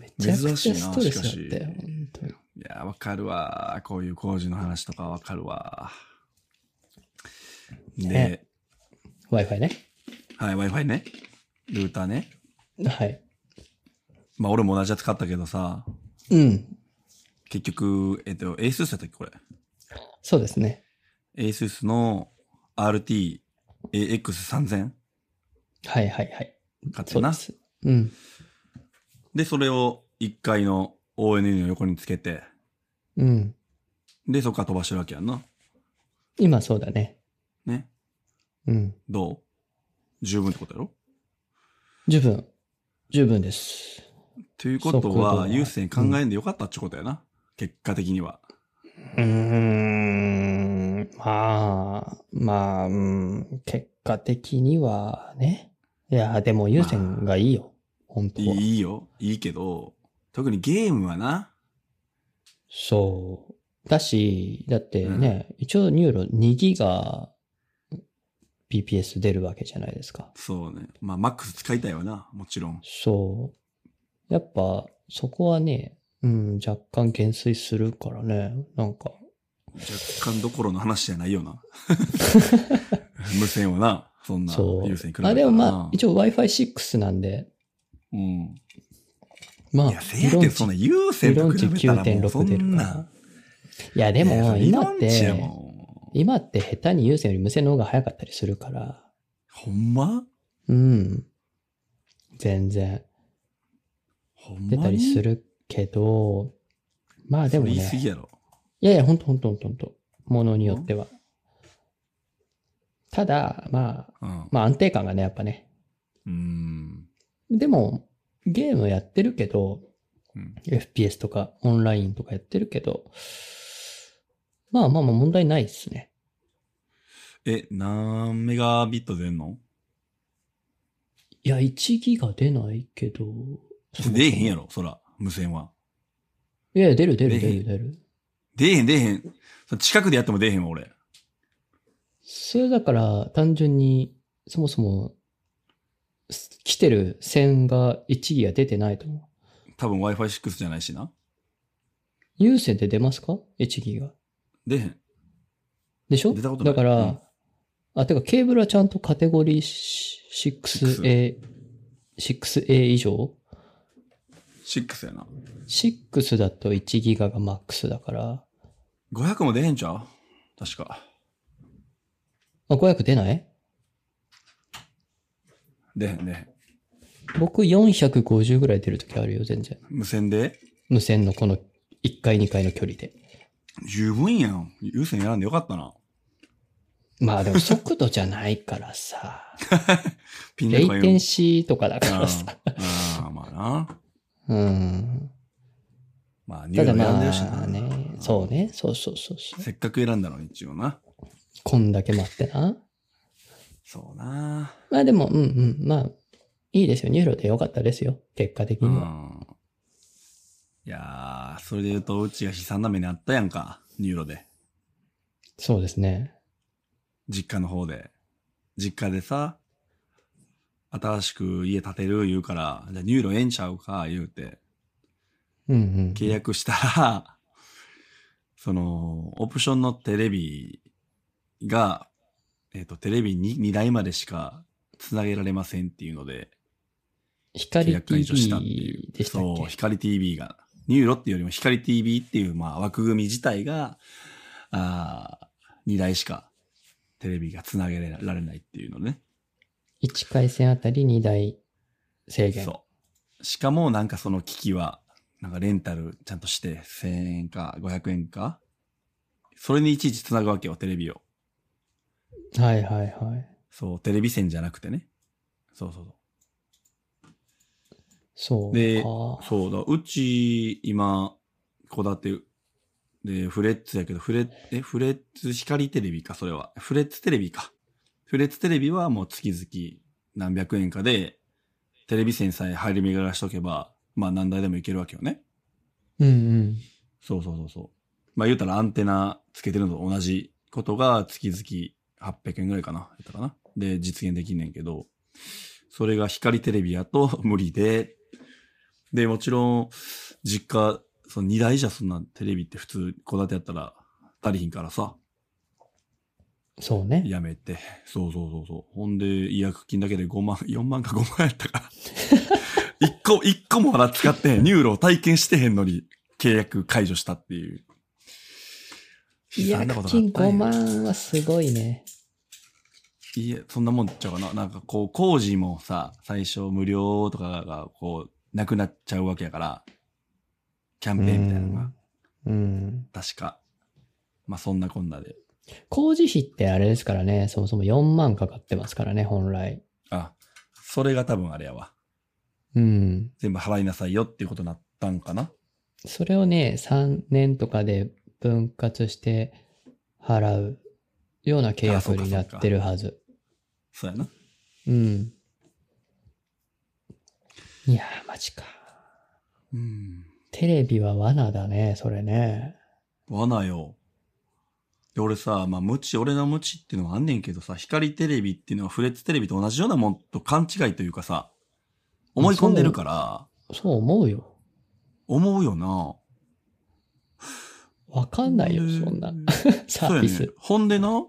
[SPEAKER 2] めちゃくちゃ
[SPEAKER 1] 珍しい
[SPEAKER 2] ス
[SPEAKER 1] な
[SPEAKER 2] トレスだったよ、
[SPEAKER 1] しかし
[SPEAKER 2] 本当に。
[SPEAKER 1] いや、わかるわ。こういう工事の話とかわかるわ。で
[SPEAKER 2] ね、Wi-Fi ね。
[SPEAKER 1] はい、Wi-Fi ね。ルーターね。
[SPEAKER 2] はい。
[SPEAKER 1] まあ、俺も同じやつ買ったけどさ、
[SPEAKER 2] うん。
[SPEAKER 1] 結局、えっと、ASUS やったっけこれ。
[SPEAKER 2] そうですね。
[SPEAKER 1] ASUS の RT-AX3000
[SPEAKER 2] はいはいはい。
[SPEAKER 1] 買って
[SPEAKER 2] そう
[SPEAKER 1] な。
[SPEAKER 2] で。
[SPEAKER 1] です
[SPEAKER 2] うん。
[SPEAKER 1] それを1階の ONN の横につけて、
[SPEAKER 2] うん。
[SPEAKER 1] で、そこから飛ばしてるわけやんな。
[SPEAKER 2] 今そうだね。
[SPEAKER 1] ね。
[SPEAKER 2] うん。
[SPEAKER 1] どう十分ってことやろ
[SPEAKER 2] 十分。十分です。
[SPEAKER 1] ということ
[SPEAKER 2] 速度は
[SPEAKER 1] は、優先考えんでよかったってことやな。結果的には。
[SPEAKER 2] うーん。まあ、まあ、うん。結果的にはね。いや、でも優先がいいよ。本当
[SPEAKER 1] い。
[SPEAKER 2] はい
[SPEAKER 1] いいよ。いいけど、特にゲームはな。
[SPEAKER 2] そう。だし、だってね、一応ニューロ2ギガ BPS 出るわけじゃないですか。
[SPEAKER 1] そうね。まあ、マックス使いたいわな。もちろん。
[SPEAKER 2] そう。やっぱ、そこはね、うん、若干減衰するからね、なんか。
[SPEAKER 1] 若干どころの話じゃないよ な。無線はな。そんな
[SPEAKER 2] そう
[SPEAKER 1] 優先比べた。らな。
[SPEAKER 2] あ、でもまあ、一応 Wi-Fi6 なんで、
[SPEAKER 1] うん。
[SPEAKER 2] まあ、
[SPEAKER 1] いや、せやけど、そんな優
[SPEAKER 2] 理
[SPEAKER 1] 先と
[SPEAKER 2] 論
[SPEAKER 1] 比
[SPEAKER 2] 値
[SPEAKER 1] べたらもうそ
[SPEAKER 2] 9.6出る
[SPEAKER 1] ん
[SPEAKER 2] か
[SPEAKER 1] な
[SPEAKER 2] ら。。いや、で
[SPEAKER 1] いや
[SPEAKER 2] も、
[SPEAKER 1] 理
[SPEAKER 2] 今っ
[SPEAKER 1] 論値
[SPEAKER 2] て
[SPEAKER 1] や、もん。
[SPEAKER 2] 今って下手に有線より無線の方が早かったりするから、
[SPEAKER 1] ほんま
[SPEAKER 2] うん。全然、
[SPEAKER 1] ほんま
[SPEAKER 2] 出
[SPEAKER 1] に
[SPEAKER 2] たりするけど、まあで
[SPEAKER 1] そ
[SPEAKER 2] も
[SPEAKER 1] れ言い
[SPEAKER 2] ね
[SPEAKER 1] 過、ぎやろ。
[SPEAKER 2] いやいや、ほんとほんとほんとほんと。ものによっては。ただ、ま
[SPEAKER 1] う
[SPEAKER 2] あ、
[SPEAKER 1] ん。
[SPEAKER 2] まあ安定感がね、やっぱね。
[SPEAKER 1] うん。
[SPEAKER 2] でも、ゲームやってるけど、
[SPEAKER 1] うん
[SPEAKER 2] FPS とかオンラインとかやってるけど、まあまあまあ問題ないですね。
[SPEAKER 1] え、何メガビット出んの
[SPEAKER 2] いや、1ギガ出ないけど。
[SPEAKER 1] 出えへんや
[SPEAKER 2] ろ。
[SPEAKER 1] ろ、そら、無線は。
[SPEAKER 2] いやいや、出る出る
[SPEAKER 1] 出
[SPEAKER 2] 出
[SPEAKER 1] えへ
[SPEAKER 2] る
[SPEAKER 1] ん
[SPEAKER 2] 出る。
[SPEAKER 1] 出えへん、出えへん。それ近くでやっても出えへんわ、俺。
[SPEAKER 2] それだから、単純に、そもそも、す来てる線が1ギガ出てないと思う。
[SPEAKER 1] 多分 Wi-Fi6 じゃないしな。
[SPEAKER 2] 有線って出ますか ?1 ギガ。
[SPEAKER 1] 出えへん。
[SPEAKER 2] でしょ
[SPEAKER 1] 出たことない
[SPEAKER 2] だから、
[SPEAKER 1] うん
[SPEAKER 2] あ、てかケーブルはちゃんとカテゴリー 6A、6A 以上
[SPEAKER 1] 6やな。
[SPEAKER 2] ?6 だと1ギガがマックスだから、
[SPEAKER 1] 500も出えへんちゃう確か。
[SPEAKER 2] あ、500出ない
[SPEAKER 1] 出へん出へん。
[SPEAKER 2] 僕450ぐらい出るときあるよ、全然。
[SPEAKER 1] 無線で
[SPEAKER 2] 無線のこの1回2回の距離で。
[SPEAKER 1] 十分やん。優先やらんでよかったな。
[SPEAKER 2] ま あでも速度じゃないからさ。
[SPEAKER 1] ピン
[SPEAKER 2] レ
[SPEAKER 1] で
[SPEAKER 2] イ
[SPEAKER 1] か
[SPEAKER 2] テン
[SPEAKER 1] い
[SPEAKER 2] シーとかだから
[SPEAKER 1] あ
[SPEAKER 2] さ。
[SPEAKER 1] ああ、まあな。
[SPEAKER 2] うん。
[SPEAKER 1] まあ、ニュ
[SPEAKER 2] た
[SPEAKER 1] ーヨ
[SPEAKER 2] だ
[SPEAKER 1] ーク選んでるし
[SPEAKER 2] ま
[SPEAKER 1] な。
[SPEAKER 2] あね、そうね、そうそうそうそう。
[SPEAKER 1] せっかく選んだのに、一応な。
[SPEAKER 2] こんだけ待ってな。
[SPEAKER 1] そうな。
[SPEAKER 2] まあでも、うんうん、まあ、いいですよ。ニューロでよかったですよ。結果的
[SPEAKER 1] う
[SPEAKER 2] には。
[SPEAKER 1] ん。いやー、それで言うと、うちが悲惨な目にあったやんか。ニューロで。
[SPEAKER 2] そうですね。
[SPEAKER 1] 実家の方で。実家でさ、新しく家建てる言うから、じゃあニューロええんちゃうか言うて、
[SPEAKER 2] うんうん。
[SPEAKER 1] 契約したら、 その、オプションのテレビが、えっ、と、テレビ 2, 2台までしか繋げられませんっていうので、契
[SPEAKER 2] 光
[SPEAKER 1] 約解除したってい
[SPEAKER 2] TV
[SPEAKER 1] う。
[SPEAKER 2] でしたっ
[SPEAKER 1] そう、
[SPEAKER 2] け
[SPEAKER 1] 光 TV が、ニューロっていうよりも光 TV っていう、まあ、枠組み自体が、あ2台しかテレビが繋げられないっていうのね。
[SPEAKER 2] ?1 回線あたり2台制限。
[SPEAKER 1] そう。しかも、なんかその機器は、なんかレンタルちゃんとして、1000円か500円か。それにいちいち繋ぐわけよ、テレビを。
[SPEAKER 2] はいはいはい。
[SPEAKER 1] そう、テレビ線じゃなくてね。そうそうそう。
[SPEAKER 2] そうか。
[SPEAKER 1] でそうだ、うち、今、戸建て、で、フレッツやけど、フレッ、え、フレッツ光テレビか、それは。フレッツテレビか。フレッツテレビはもう月々何百円かで、テレビ線さえ入り巡らしとけば、まあ何台でもいけるわけよね。
[SPEAKER 2] うんうん。
[SPEAKER 1] そうそうそうそう。まあ言うたらアンテナつけてるのと同じことが月々800円ぐらいかな。やったかな。で、実現できんねんけど、それが光テレビやと 無理で、で、もちろん、実家、その2台じゃそんなテレビって普通、戸建てやったら足りひんからさ、
[SPEAKER 2] そうね。
[SPEAKER 1] やめて。そうそうそうそう。ほんで、違約金だけで5万、4万か5万やった から。1個、一個もまだ使ってへん。ニューロを体験してへんのに、契約解除したっていう。
[SPEAKER 2] いや、
[SPEAKER 1] 悲惨な
[SPEAKER 2] 課
[SPEAKER 1] ことがあ
[SPEAKER 2] 金
[SPEAKER 1] ったん
[SPEAKER 2] 5
[SPEAKER 1] や
[SPEAKER 2] 万はすごいね。
[SPEAKER 1] いや、そんなもんちゃうかな。なんかこう、工事もさ、最初無料とかが、こう、なくなっちゃうわけやから、キャンペーンみたいなのが、
[SPEAKER 2] うん。
[SPEAKER 1] 確か。まあ、そんなこんなで。
[SPEAKER 2] 工事費ってあれですからね、そもそも4万かかってますからね、本来。
[SPEAKER 1] あ、それが多分あれやわ。
[SPEAKER 2] うん。
[SPEAKER 1] 全部払いなさいよっていうことになったんかな。
[SPEAKER 2] それをね、3年とかで分割して払うような契
[SPEAKER 1] あそう
[SPEAKER 2] 約
[SPEAKER 1] か
[SPEAKER 2] になってるはず。
[SPEAKER 1] そうやな。
[SPEAKER 2] うん。いやー、マジか。
[SPEAKER 1] うん。
[SPEAKER 2] テレビは罠だね、それね。
[SPEAKER 1] 罠よ。で、俺さ、まあ、無知、俺の無知っていうのはあんねんけどさ、光テレビっていうのはフレッツテレビと同じようなもんと勘違いというかさ、思い込んでるから、
[SPEAKER 2] そう思うよ。
[SPEAKER 1] 思うよな。
[SPEAKER 2] わかんないよ、そんな。 サ
[SPEAKER 1] そう
[SPEAKER 2] ー
[SPEAKER 1] や
[SPEAKER 2] ビ
[SPEAKER 1] ね
[SPEAKER 2] ス。。
[SPEAKER 1] ほんでな、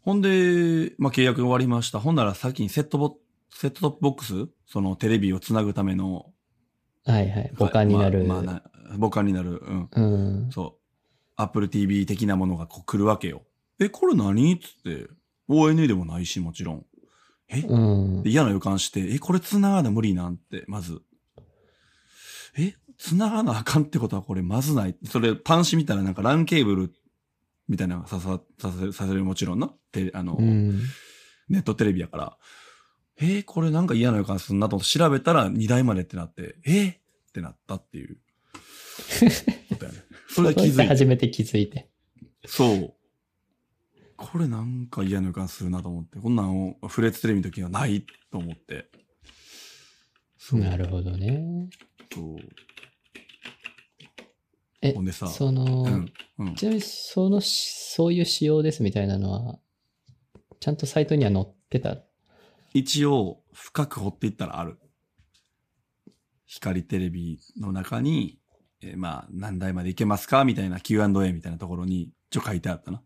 [SPEAKER 1] ほんで、まあ、契約が終わりました。ほんなら先にセットボ、セットトップボックスそのテレビをつなぐための。
[SPEAKER 2] はいはい。母艦になる。
[SPEAKER 1] まあまあな母艦になる。うん。
[SPEAKER 2] うん。
[SPEAKER 1] そう。Apple TV 的なものがこう来るわけよ。え、これ何っつって。ONA でもないし、もちろん。え、で
[SPEAKER 2] うん。
[SPEAKER 1] 嫌な予感して、え、これ繋がな無理なんて、まず。え、繋がなあかんってことはこれまずない。それ、端子見たらなんか LAN ケーブルみたいなのがささ、させ、させるもちろんな。て、あの、
[SPEAKER 2] うん。
[SPEAKER 1] ネットテレビやから。えーこれなんか嫌な予感するなと思って調べたら2台までってなって、えーってなったって いう。ことやね。それで気づい
[SPEAKER 2] 届
[SPEAKER 1] た
[SPEAKER 2] て初めて気づいて。
[SPEAKER 1] そう。これなんか嫌な予感するなと思って、こんなんをフレーツテレビの時はないと思って。そう。
[SPEAKER 2] なるほどね。
[SPEAKER 1] そう
[SPEAKER 2] え
[SPEAKER 1] ほんで、さ
[SPEAKER 2] その、
[SPEAKER 1] うん。うん。
[SPEAKER 2] ちなみに、そのし、そういう仕様ですみたいなのは、ちゃんとサイトには載ってた。
[SPEAKER 1] 一応、深く掘っていったらある。光テレビの中に、えーまあ、何台までいけますかみたいな Q&A みたいなところに、ちょ、書いてあったな。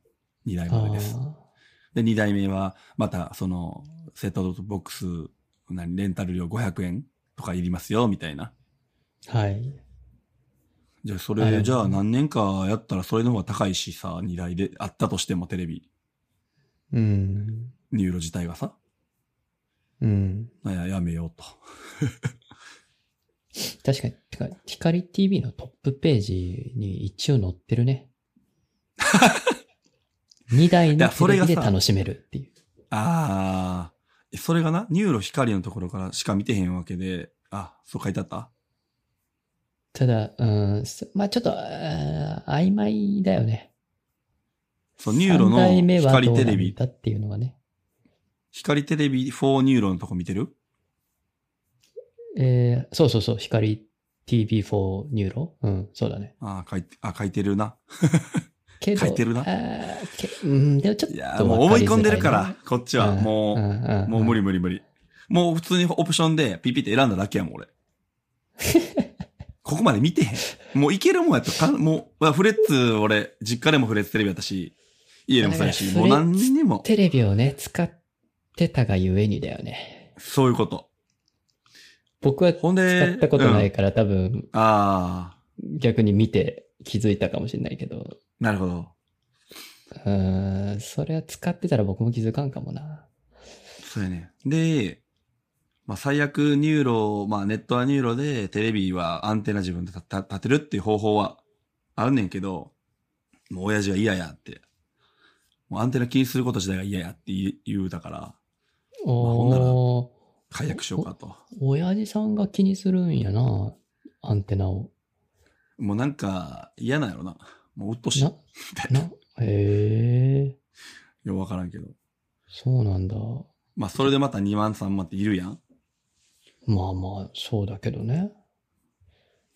[SPEAKER 1] 2台までです。で、2台目は、また、その、セットドットボックス、何、レンタル料500円とかいりますよ、みたいな。
[SPEAKER 2] あーはい。
[SPEAKER 1] じゃあ、そ
[SPEAKER 2] なるほ
[SPEAKER 1] れ、
[SPEAKER 2] ど
[SPEAKER 1] じゃあ何年かやったらそれの方が高いしさ、2台であったとしてもテレビ。
[SPEAKER 2] うん。
[SPEAKER 1] ニューロ自体がさ、
[SPEAKER 2] うん。
[SPEAKER 1] いや、やめようと。
[SPEAKER 2] 確かに、てか、光 TV のトップページに一応載って るね。2台のテレビで楽しめるっていう。
[SPEAKER 1] ああ、それがな、ニューロ光のところからしか見てへんわけで、あ、そう書いてあった
[SPEAKER 2] ただ、うん、すまあちょっと、あー曖昧だよね。
[SPEAKER 1] そう、ニューロの
[SPEAKER 2] 三代目はど
[SPEAKER 1] 光
[SPEAKER 2] うな
[SPEAKER 1] テ
[SPEAKER 2] ん
[SPEAKER 1] レビ、
[SPEAKER 2] だっていうのがね。
[SPEAKER 1] 光テレビ4ニューロのとこ見てる
[SPEAKER 2] えーそうそうそう、光 TV4 ニューロうん、そうだね。
[SPEAKER 1] ああ、書いて、あ、書いてるな。
[SPEAKER 2] けど、
[SPEAKER 1] 書いてるな
[SPEAKER 2] あーけうん、でもちょっ
[SPEAKER 1] い
[SPEAKER 2] と
[SPEAKER 1] やー、もう思い込んでるから、こっち
[SPEAKER 2] じ
[SPEAKER 1] は、もう、
[SPEAKER 2] う
[SPEAKER 1] もう無
[SPEAKER 2] 理。
[SPEAKER 1] 理無理無理。もう普通にオプションでピピって選んだだけやもん、 俺。ここまで見てへん。もういけるもんやったかん、もう、まあフレッツ、俺、実家でもフレッツテレビやったし、家でもそうやし、
[SPEAKER 2] だか
[SPEAKER 1] も
[SPEAKER 2] ら
[SPEAKER 1] う何にも、
[SPEAKER 2] テレビをね、使ってたがゆえにだよね。
[SPEAKER 1] そういうこと。
[SPEAKER 2] 僕は使
[SPEAKER 1] ほんで、
[SPEAKER 2] ったことない
[SPEAKER 1] うん
[SPEAKER 2] から、多分、
[SPEAKER 1] ああ、
[SPEAKER 2] 逆に見て気づいたかもしれないけど、
[SPEAKER 1] なるほど。
[SPEAKER 2] うーん、それは使ってたら僕も気づかんかもな。
[SPEAKER 1] そうやね。で、まあ、最悪ニューロ、まあ、ネットはニューロで、テレビはアンテナ自分で立立立てるっていう方法はあるねんけど、もう親父は嫌やって。もうアンテナ気にすること自体が嫌やって言う言うたから、ほんなら
[SPEAKER 2] おー、
[SPEAKER 1] 解約しようかと。
[SPEAKER 2] 親父さんが気にするんやな、アンテナを。
[SPEAKER 1] もうなんか嫌なんやろな。もう鬱陶しい。
[SPEAKER 2] な、な、へえ、
[SPEAKER 1] ようわからんけど。
[SPEAKER 2] そうなんだ。
[SPEAKER 1] まあ、それでまた2万3万っているやん。
[SPEAKER 2] まあまあ、そうだけどね。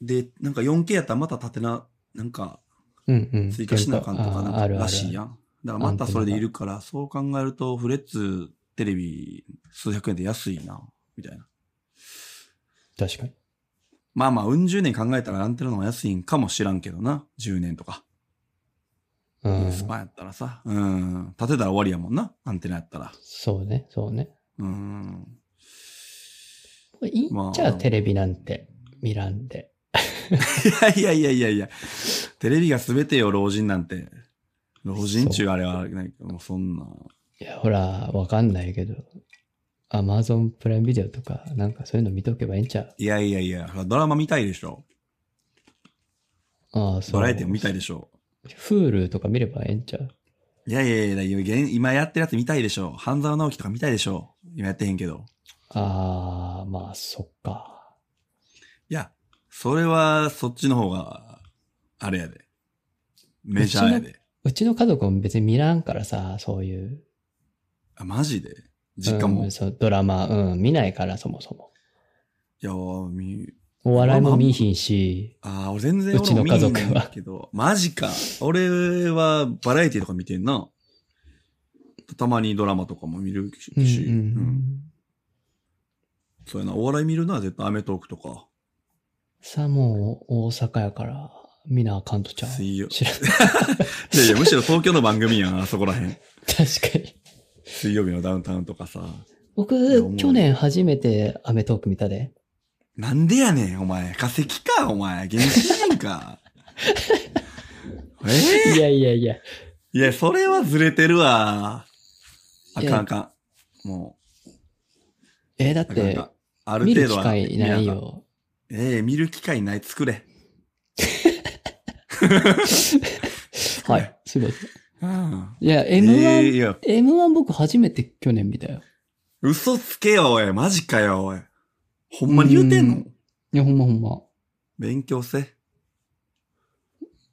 [SPEAKER 1] で、なんか 4K やったらまた立てな、なんか
[SPEAKER 2] うんうん。
[SPEAKER 1] 追加しなあかんとかなん
[SPEAKER 2] あ
[SPEAKER 1] か
[SPEAKER 2] あるあるある
[SPEAKER 1] らしいやん。だからまたそれでいるから、そう考えるとフレッツテレビ数百円で安いな、みたいな。
[SPEAKER 2] 確かに。
[SPEAKER 1] まあまあ、うん十年考えたらアンテナの方が安いんかもしらんけどな。10年とか。
[SPEAKER 2] うん。
[SPEAKER 1] スパやったらさ。うん。立てたら終わりやもんな。アンテナやったら。
[SPEAKER 2] そうね、そうね。
[SPEAKER 1] うん。
[SPEAKER 2] いいんち
[SPEAKER 1] ま
[SPEAKER 2] ゃ
[SPEAKER 1] あ
[SPEAKER 2] う、テレビなんて、見らんで。
[SPEAKER 1] いやいやいやいやいや。テレビが全てよ、老人なんて。老人中あれはないけど、もうそんな。
[SPEAKER 2] いや、ほら、わかんないけど、アマゾンプライムビデオとか、なんかそういうの見とけばいいんちゃう
[SPEAKER 1] いやいやいや、ドラマ見たいでしょ。
[SPEAKER 2] ああ、そう。
[SPEAKER 1] バラエティも見たいでしょ。
[SPEAKER 2] フールとか見ればええんちゃう
[SPEAKER 1] いやいやいやいや、現今やってるやつ見たいでしょ。半沢直樹とか見たいでしょ。今やってへんけど。
[SPEAKER 2] ああ、まあ、そっか。
[SPEAKER 1] いや、それはそっちの方が、あれやで。メジャーやで。
[SPEAKER 2] うちの家族も別に見らんからさ、そういう。
[SPEAKER 1] あ、マジで実家も。
[SPEAKER 2] うん
[SPEAKER 1] い
[SPEAKER 2] そうドラマ、うん、見ないから、そもそも。
[SPEAKER 1] や、み、
[SPEAKER 2] お笑いも見ひんし、
[SPEAKER 1] あー俺全然
[SPEAKER 2] うちの
[SPEAKER 1] 俺も見ん
[SPEAKER 2] 家族は
[SPEAKER 1] けど。マジか。俺はバラエティとか見てんな。たまにドラマとかも見るし。
[SPEAKER 2] う
[SPEAKER 1] う
[SPEAKER 2] ん、う
[SPEAKER 1] ん
[SPEAKER 2] ん。
[SPEAKER 1] そうやな。お笑い見るのは絶対アメトークとか。
[SPEAKER 2] さあ、もう、大阪やから、見なあかんとちゃう。
[SPEAKER 1] 水曜
[SPEAKER 2] 知らん。
[SPEAKER 1] いやいや、むしろ東京の番組やん、あそこらへん。
[SPEAKER 2] 確かに。
[SPEAKER 1] 水曜日のダウンタウンとかさ。や思
[SPEAKER 2] 僕、
[SPEAKER 1] う
[SPEAKER 2] 去年初めてアメトーク見たで。
[SPEAKER 1] なんでやねん、お前。化石か、お前。原始人か。 え
[SPEAKER 2] いやいやいや。
[SPEAKER 1] ーいや、それはずれてるわ。あ
[SPEAKER 2] い
[SPEAKER 1] かん
[SPEAKER 2] や
[SPEAKER 1] あかん。も
[SPEAKER 2] えーだっ
[SPEAKER 1] う、あかんあ
[SPEAKER 2] て
[SPEAKER 1] かん、。ある
[SPEAKER 2] 見
[SPEAKER 1] 程
[SPEAKER 2] る
[SPEAKER 1] 度
[SPEAKER 2] 機
[SPEAKER 1] は。
[SPEAKER 2] 会ない
[SPEAKER 1] や。
[SPEAKER 2] よ。
[SPEAKER 1] ええ見る機会ない、作れ。
[SPEAKER 2] はい、すごい。
[SPEAKER 1] うん。
[SPEAKER 2] いや、
[SPEAKER 1] ええ
[SPEAKER 2] M1、
[SPEAKER 1] いや、
[SPEAKER 2] M1 僕初めて去年見たよ。
[SPEAKER 1] 嘘つけよ、おい。マジかよ、おい。ほんまに言うてん
[SPEAKER 2] う
[SPEAKER 1] の
[SPEAKER 2] んいや、ほんまほんま。
[SPEAKER 1] 勉強せ。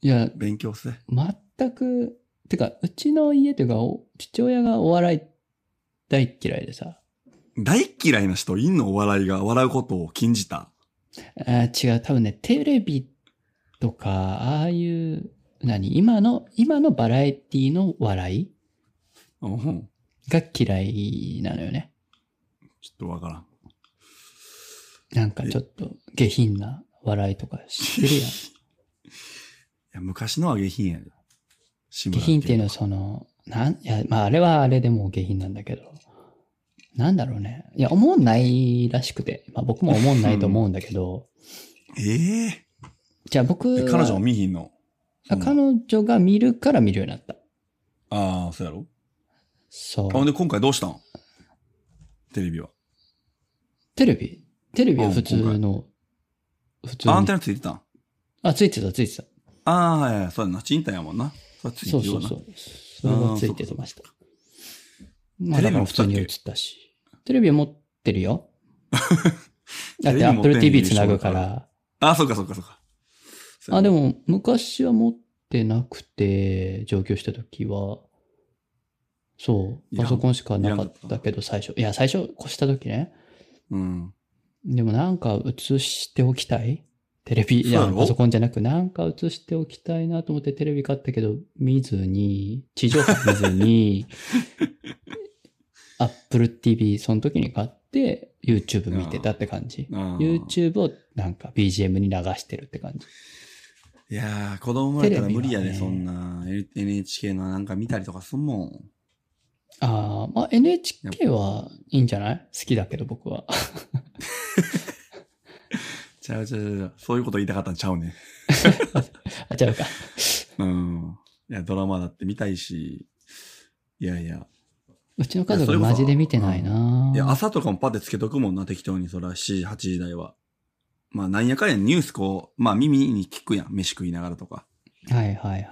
[SPEAKER 2] いや、
[SPEAKER 1] 勉強せ。
[SPEAKER 2] 全く、てか、うちの家というか、お父親がお笑い大っ嫌いでさ。
[SPEAKER 1] 大っ嫌いな人いんのお笑いが笑うことを禁じた。
[SPEAKER 2] あー違う、多分ね、テレビとか、ああいう、何今の、今のバラエティの笑い
[SPEAKER 1] うん。
[SPEAKER 2] が嫌いなのよね。
[SPEAKER 1] ちょっとわからん。
[SPEAKER 2] なんかちょっと下品な笑いとか知って るやん。
[SPEAKER 1] いや、昔のは下品やで。志
[SPEAKER 2] 下
[SPEAKER 1] 村
[SPEAKER 2] 品っていう
[SPEAKER 1] け
[SPEAKER 2] のはその、なん、いや、まああれはあれでもう下品なんだけど、なんだろうね。いや、思んないらしくて、まあ僕も思んないと思うんだけど、
[SPEAKER 1] ええ
[SPEAKER 2] じゃあ僕は
[SPEAKER 1] え彼女も見ひんの
[SPEAKER 2] あ彼女が見るから見るようになった。
[SPEAKER 1] ああ、そうやろ
[SPEAKER 2] そ
[SPEAKER 1] あ、ほん
[SPEAKER 2] う。
[SPEAKER 1] で今回どうしたんテレビは。
[SPEAKER 2] テレビテレビは普通
[SPEAKER 1] うん
[SPEAKER 2] の、普通
[SPEAKER 1] あアン
[SPEAKER 2] に
[SPEAKER 1] テ。ナついてたん
[SPEAKER 2] あ、ついてた、ついてた。
[SPEAKER 1] ああ、はいはい、そうやな。賃貸やもんな。それついて
[SPEAKER 2] そう
[SPEAKER 1] る
[SPEAKER 2] そ
[SPEAKER 1] よ
[SPEAKER 2] う
[SPEAKER 1] な。
[SPEAKER 2] そう。それはついてました。まあ、
[SPEAKER 1] テレビ
[SPEAKER 2] だから
[SPEAKER 1] 持っ
[SPEAKER 2] 普
[SPEAKER 1] てた
[SPEAKER 2] 通
[SPEAKER 1] っけ
[SPEAKER 2] に映ったし。テレビは持って るよ。だっ
[SPEAKER 1] テ
[SPEAKER 2] て
[SPEAKER 1] レビ持ってん
[SPEAKER 2] Apple
[SPEAKER 1] ね
[SPEAKER 2] TV つなぐか
[SPEAKER 1] 一緒だ
[SPEAKER 2] ら。
[SPEAKER 1] あ、そうかそうかそうか。
[SPEAKER 2] あ、で
[SPEAKER 1] も。
[SPEAKER 2] も、昔は持ってなくて、上京した時は、そう、
[SPEAKER 1] いらん
[SPEAKER 2] パソコンしかなか
[SPEAKER 1] いら
[SPEAKER 2] っ
[SPEAKER 1] んか
[SPEAKER 2] た
[SPEAKER 1] っ
[SPEAKER 2] けど、最初。いや、最初、越した時ね。
[SPEAKER 1] うん。
[SPEAKER 2] でもなんか映しておきたいテレビ、い
[SPEAKER 1] そう
[SPEAKER 2] や
[SPEAKER 1] や、ろ
[SPEAKER 2] パソコンじゃなく、なんか映しておきたいなと思ってテレビ買ったけど、見ずに、地上波見 ずに、Apple TV、その時に買って、YouTube 見てたって感じ。
[SPEAKER 1] あー
[SPEAKER 2] YouTube をなんか BGM に流してるって感じ。
[SPEAKER 1] いやー、子供生まれたら無理や
[SPEAKER 2] テレ
[SPEAKER 1] ね、
[SPEAKER 2] ビ
[SPEAKER 1] そ
[SPEAKER 2] は
[SPEAKER 1] ん
[SPEAKER 2] ね
[SPEAKER 1] な。N- NHK のなんか見たりとかすんもん。
[SPEAKER 2] ああ、まあ NHK はいいんじゃない好きだけど僕は。
[SPEAKER 1] ちゃうちゃうちゃうちゃう。そういうこと言いたかったんちゃうね。
[SPEAKER 2] あ、違うか。
[SPEAKER 1] うん。いや、ドラマだって見たいし。いやいや。
[SPEAKER 2] うちの家
[SPEAKER 1] いやそれ
[SPEAKER 2] 族
[SPEAKER 1] こそ
[SPEAKER 2] マジで見てないな、
[SPEAKER 1] いや、朝とかもパッてつけとくもんな、適当に。そら、7時、8時台は。まあ、なんやかんやニュースこう、まあ耳に聞くやん。飯食いながらとか。
[SPEAKER 2] はいはいはい。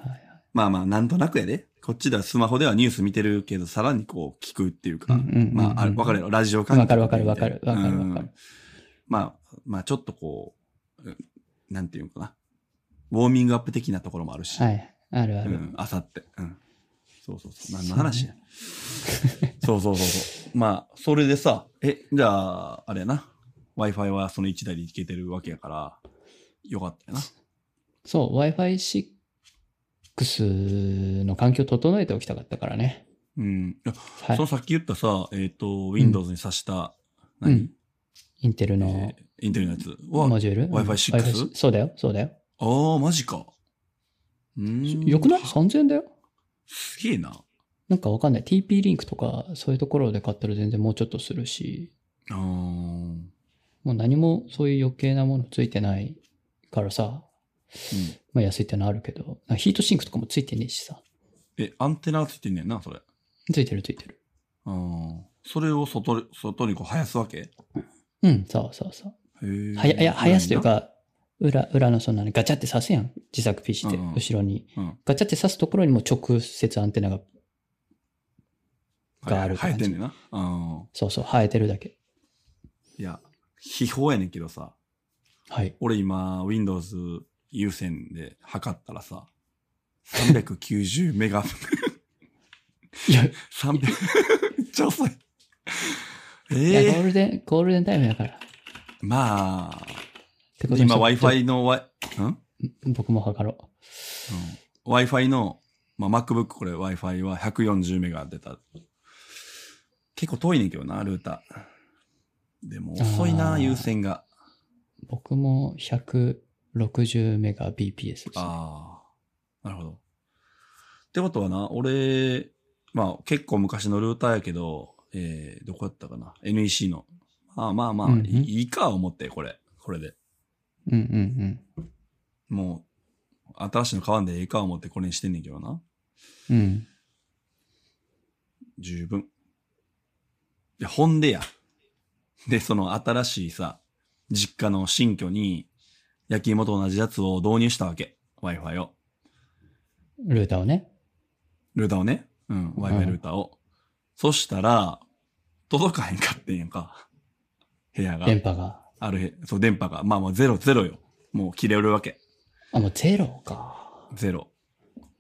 [SPEAKER 1] まあまあ、なんとなくやで。こっちではスマホではニュース見てるけど、さらにこう聞くっていうか。
[SPEAKER 2] うんうんうんうん
[SPEAKER 1] まあ、あれわかるよ。ラジオ
[SPEAKER 2] わ
[SPEAKER 1] 感
[SPEAKER 2] かるわかるわかるわかるわかる。
[SPEAKER 1] まあ、まあちょっとこう、うんなんていうのかな。ウォーミングアップ的なところもあるし。
[SPEAKER 2] はい。あるあ
[SPEAKER 1] う
[SPEAKER 2] る。
[SPEAKER 1] ん、あさって。うん。そうそうそう。何の話や。そうそうそうそう。まあ、それでさ、え、じゃあ、あれやな。Wi-Fi はその1台でいけてるわけやから、よかったよな。
[SPEAKER 2] そう、Wi-Fi6 の環境を整えておきたかったからね。
[SPEAKER 1] うん。いや
[SPEAKER 2] はい
[SPEAKER 1] その。さっき言ったさ、えっ、と、Windows に挿した、
[SPEAKER 2] うん
[SPEAKER 1] 何、
[SPEAKER 2] インテルの
[SPEAKER 1] えーインテルのやつ
[SPEAKER 2] モ
[SPEAKER 1] は、
[SPEAKER 2] ジュール。
[SPEAKER 1] Wi-Fi
[SPEAKER 2] うん
[SPEAKER 1] 6？
[SPEAKER 2] そうだよ、そうだよ。
[SPEAKER 1] ああ、マジか。うーん。
[SPEAKER 2] よくない ?3000 円だよ。
[SPEAKER 1] すげえな。
[SPEAKER 2] なんかわかんない。TP リンクとか、そういうところで買ったら全然もうちょっとするし、
[SPEAKER 1] あー
[SPEAKER 2] もう何もそういう余計なものついてないからさ、
[SPEAKER 1] うん、
[SPEAKER 2] まあ安いってのはあるけど、なんかヒートシンクとかもついてねえしさ。
[SPEAKER 1] え、アンテナついてんねんな、それ。
[SPEAKER 2] ついてるついてる。
[SPEAKER 1] あーそれを外に、外にこう生やすわけへ
[SPEAKER 2] うん、そうそうそう。
[SPEAKER 1] え。
[SPEAKER 2] はや、いや、生やすというか、裏、裏のそんなにガチャって刺すやん。自作 PC で、
[SPEAKER 1] うんうん
[SPEAKER 2] 後ろに。
[SPEAKER 1] うん
[SPEAKER 2] ガチャって刺すところにもう直接アンテナが、
[SPEAKER 1] はい
[SPEAKER 2] がある
[SPEAKER 1] 生
[SPEAKER 2] 感
[SPEAKER 1] え
[SPEAKER 2] じ
[SPEAKER 1] てんねんな。うん。
[SPEAKER 2] そうそう、生えてるだけ。
[SPEAKER 1] いや、秘宝やねんけどさ、
[SPEAKER 2] はい。
[SPEAKER 1] 俺今、Windows 優先で測ったらさ、390メガ、
[SPEAKER 2] いや、
[SPEAKER 1] 300、めっちゃ遅い。
[SPEAKER 2] い
[SPEAKER 1] え
[SPEAKER 2] や
[SPEAKER 1] え
[SPEAKER 2] ゴールデン、ゴールデンタイムやから。
[SPEAKER 1] まあ、
[SPEAKER 2] てことに
[SPEAKER 1] 今
[SPEAKER 2] しとく
[SPEAKER 1] Wi-Fi の、わんうん、
[SPEAKER 2] 僕も測ろう。
[SPEAKER 1] ?Wi-Fi の、まあ、MacBook これ Wi-Fi は140メガ出た。結構遠いねんけどな、ルーター。でも遅い
[SPEAKER 2] あ
[SPEAKER 1] な、
[SPEAKER 2] ー
[SPEAKER 1] 優先が。
[SPEAKER 2] 僕も160メガ BPS です、ね。
[SPEAKER 1] ああ。なるほど。ってことはな、俺、まあ結構昔のルーターやけど、えー、どこやったかな ?NEC の。まあまあまあ、
[SPEAKER 2] うんうん
[SPEAKER 1] いいいか思って、これ。これで。
[SPEAKER 2] うんうん
[SPEAKER 1] もう、新しいの買わんでええか思ってこれにしてんねんけどな。
[SPEAKER 2] うん。うん。
[SPEAKER 1] 十分。で、ほんでや。で、その新しいさ、実家の新居に、焼き芋と同じやつを導入したわけ。Wi-Fi を。
[SPEAKER 2] ルーターをね。
[SPEAKER 1] ルーターをね。うん、Wi-Fi ルーターを。そしたら、届かへんかってんやんか。部屋が。
[SPEAKER 2] 電波が。
[SPEAKER 1] あるへ、そう、電波が。まあまあ、ゼロ、ゼロよ。もう切れるわけ。
[SPEAKER 2] あ、もうゼロか。
[SPEAKER 1] ゼロ。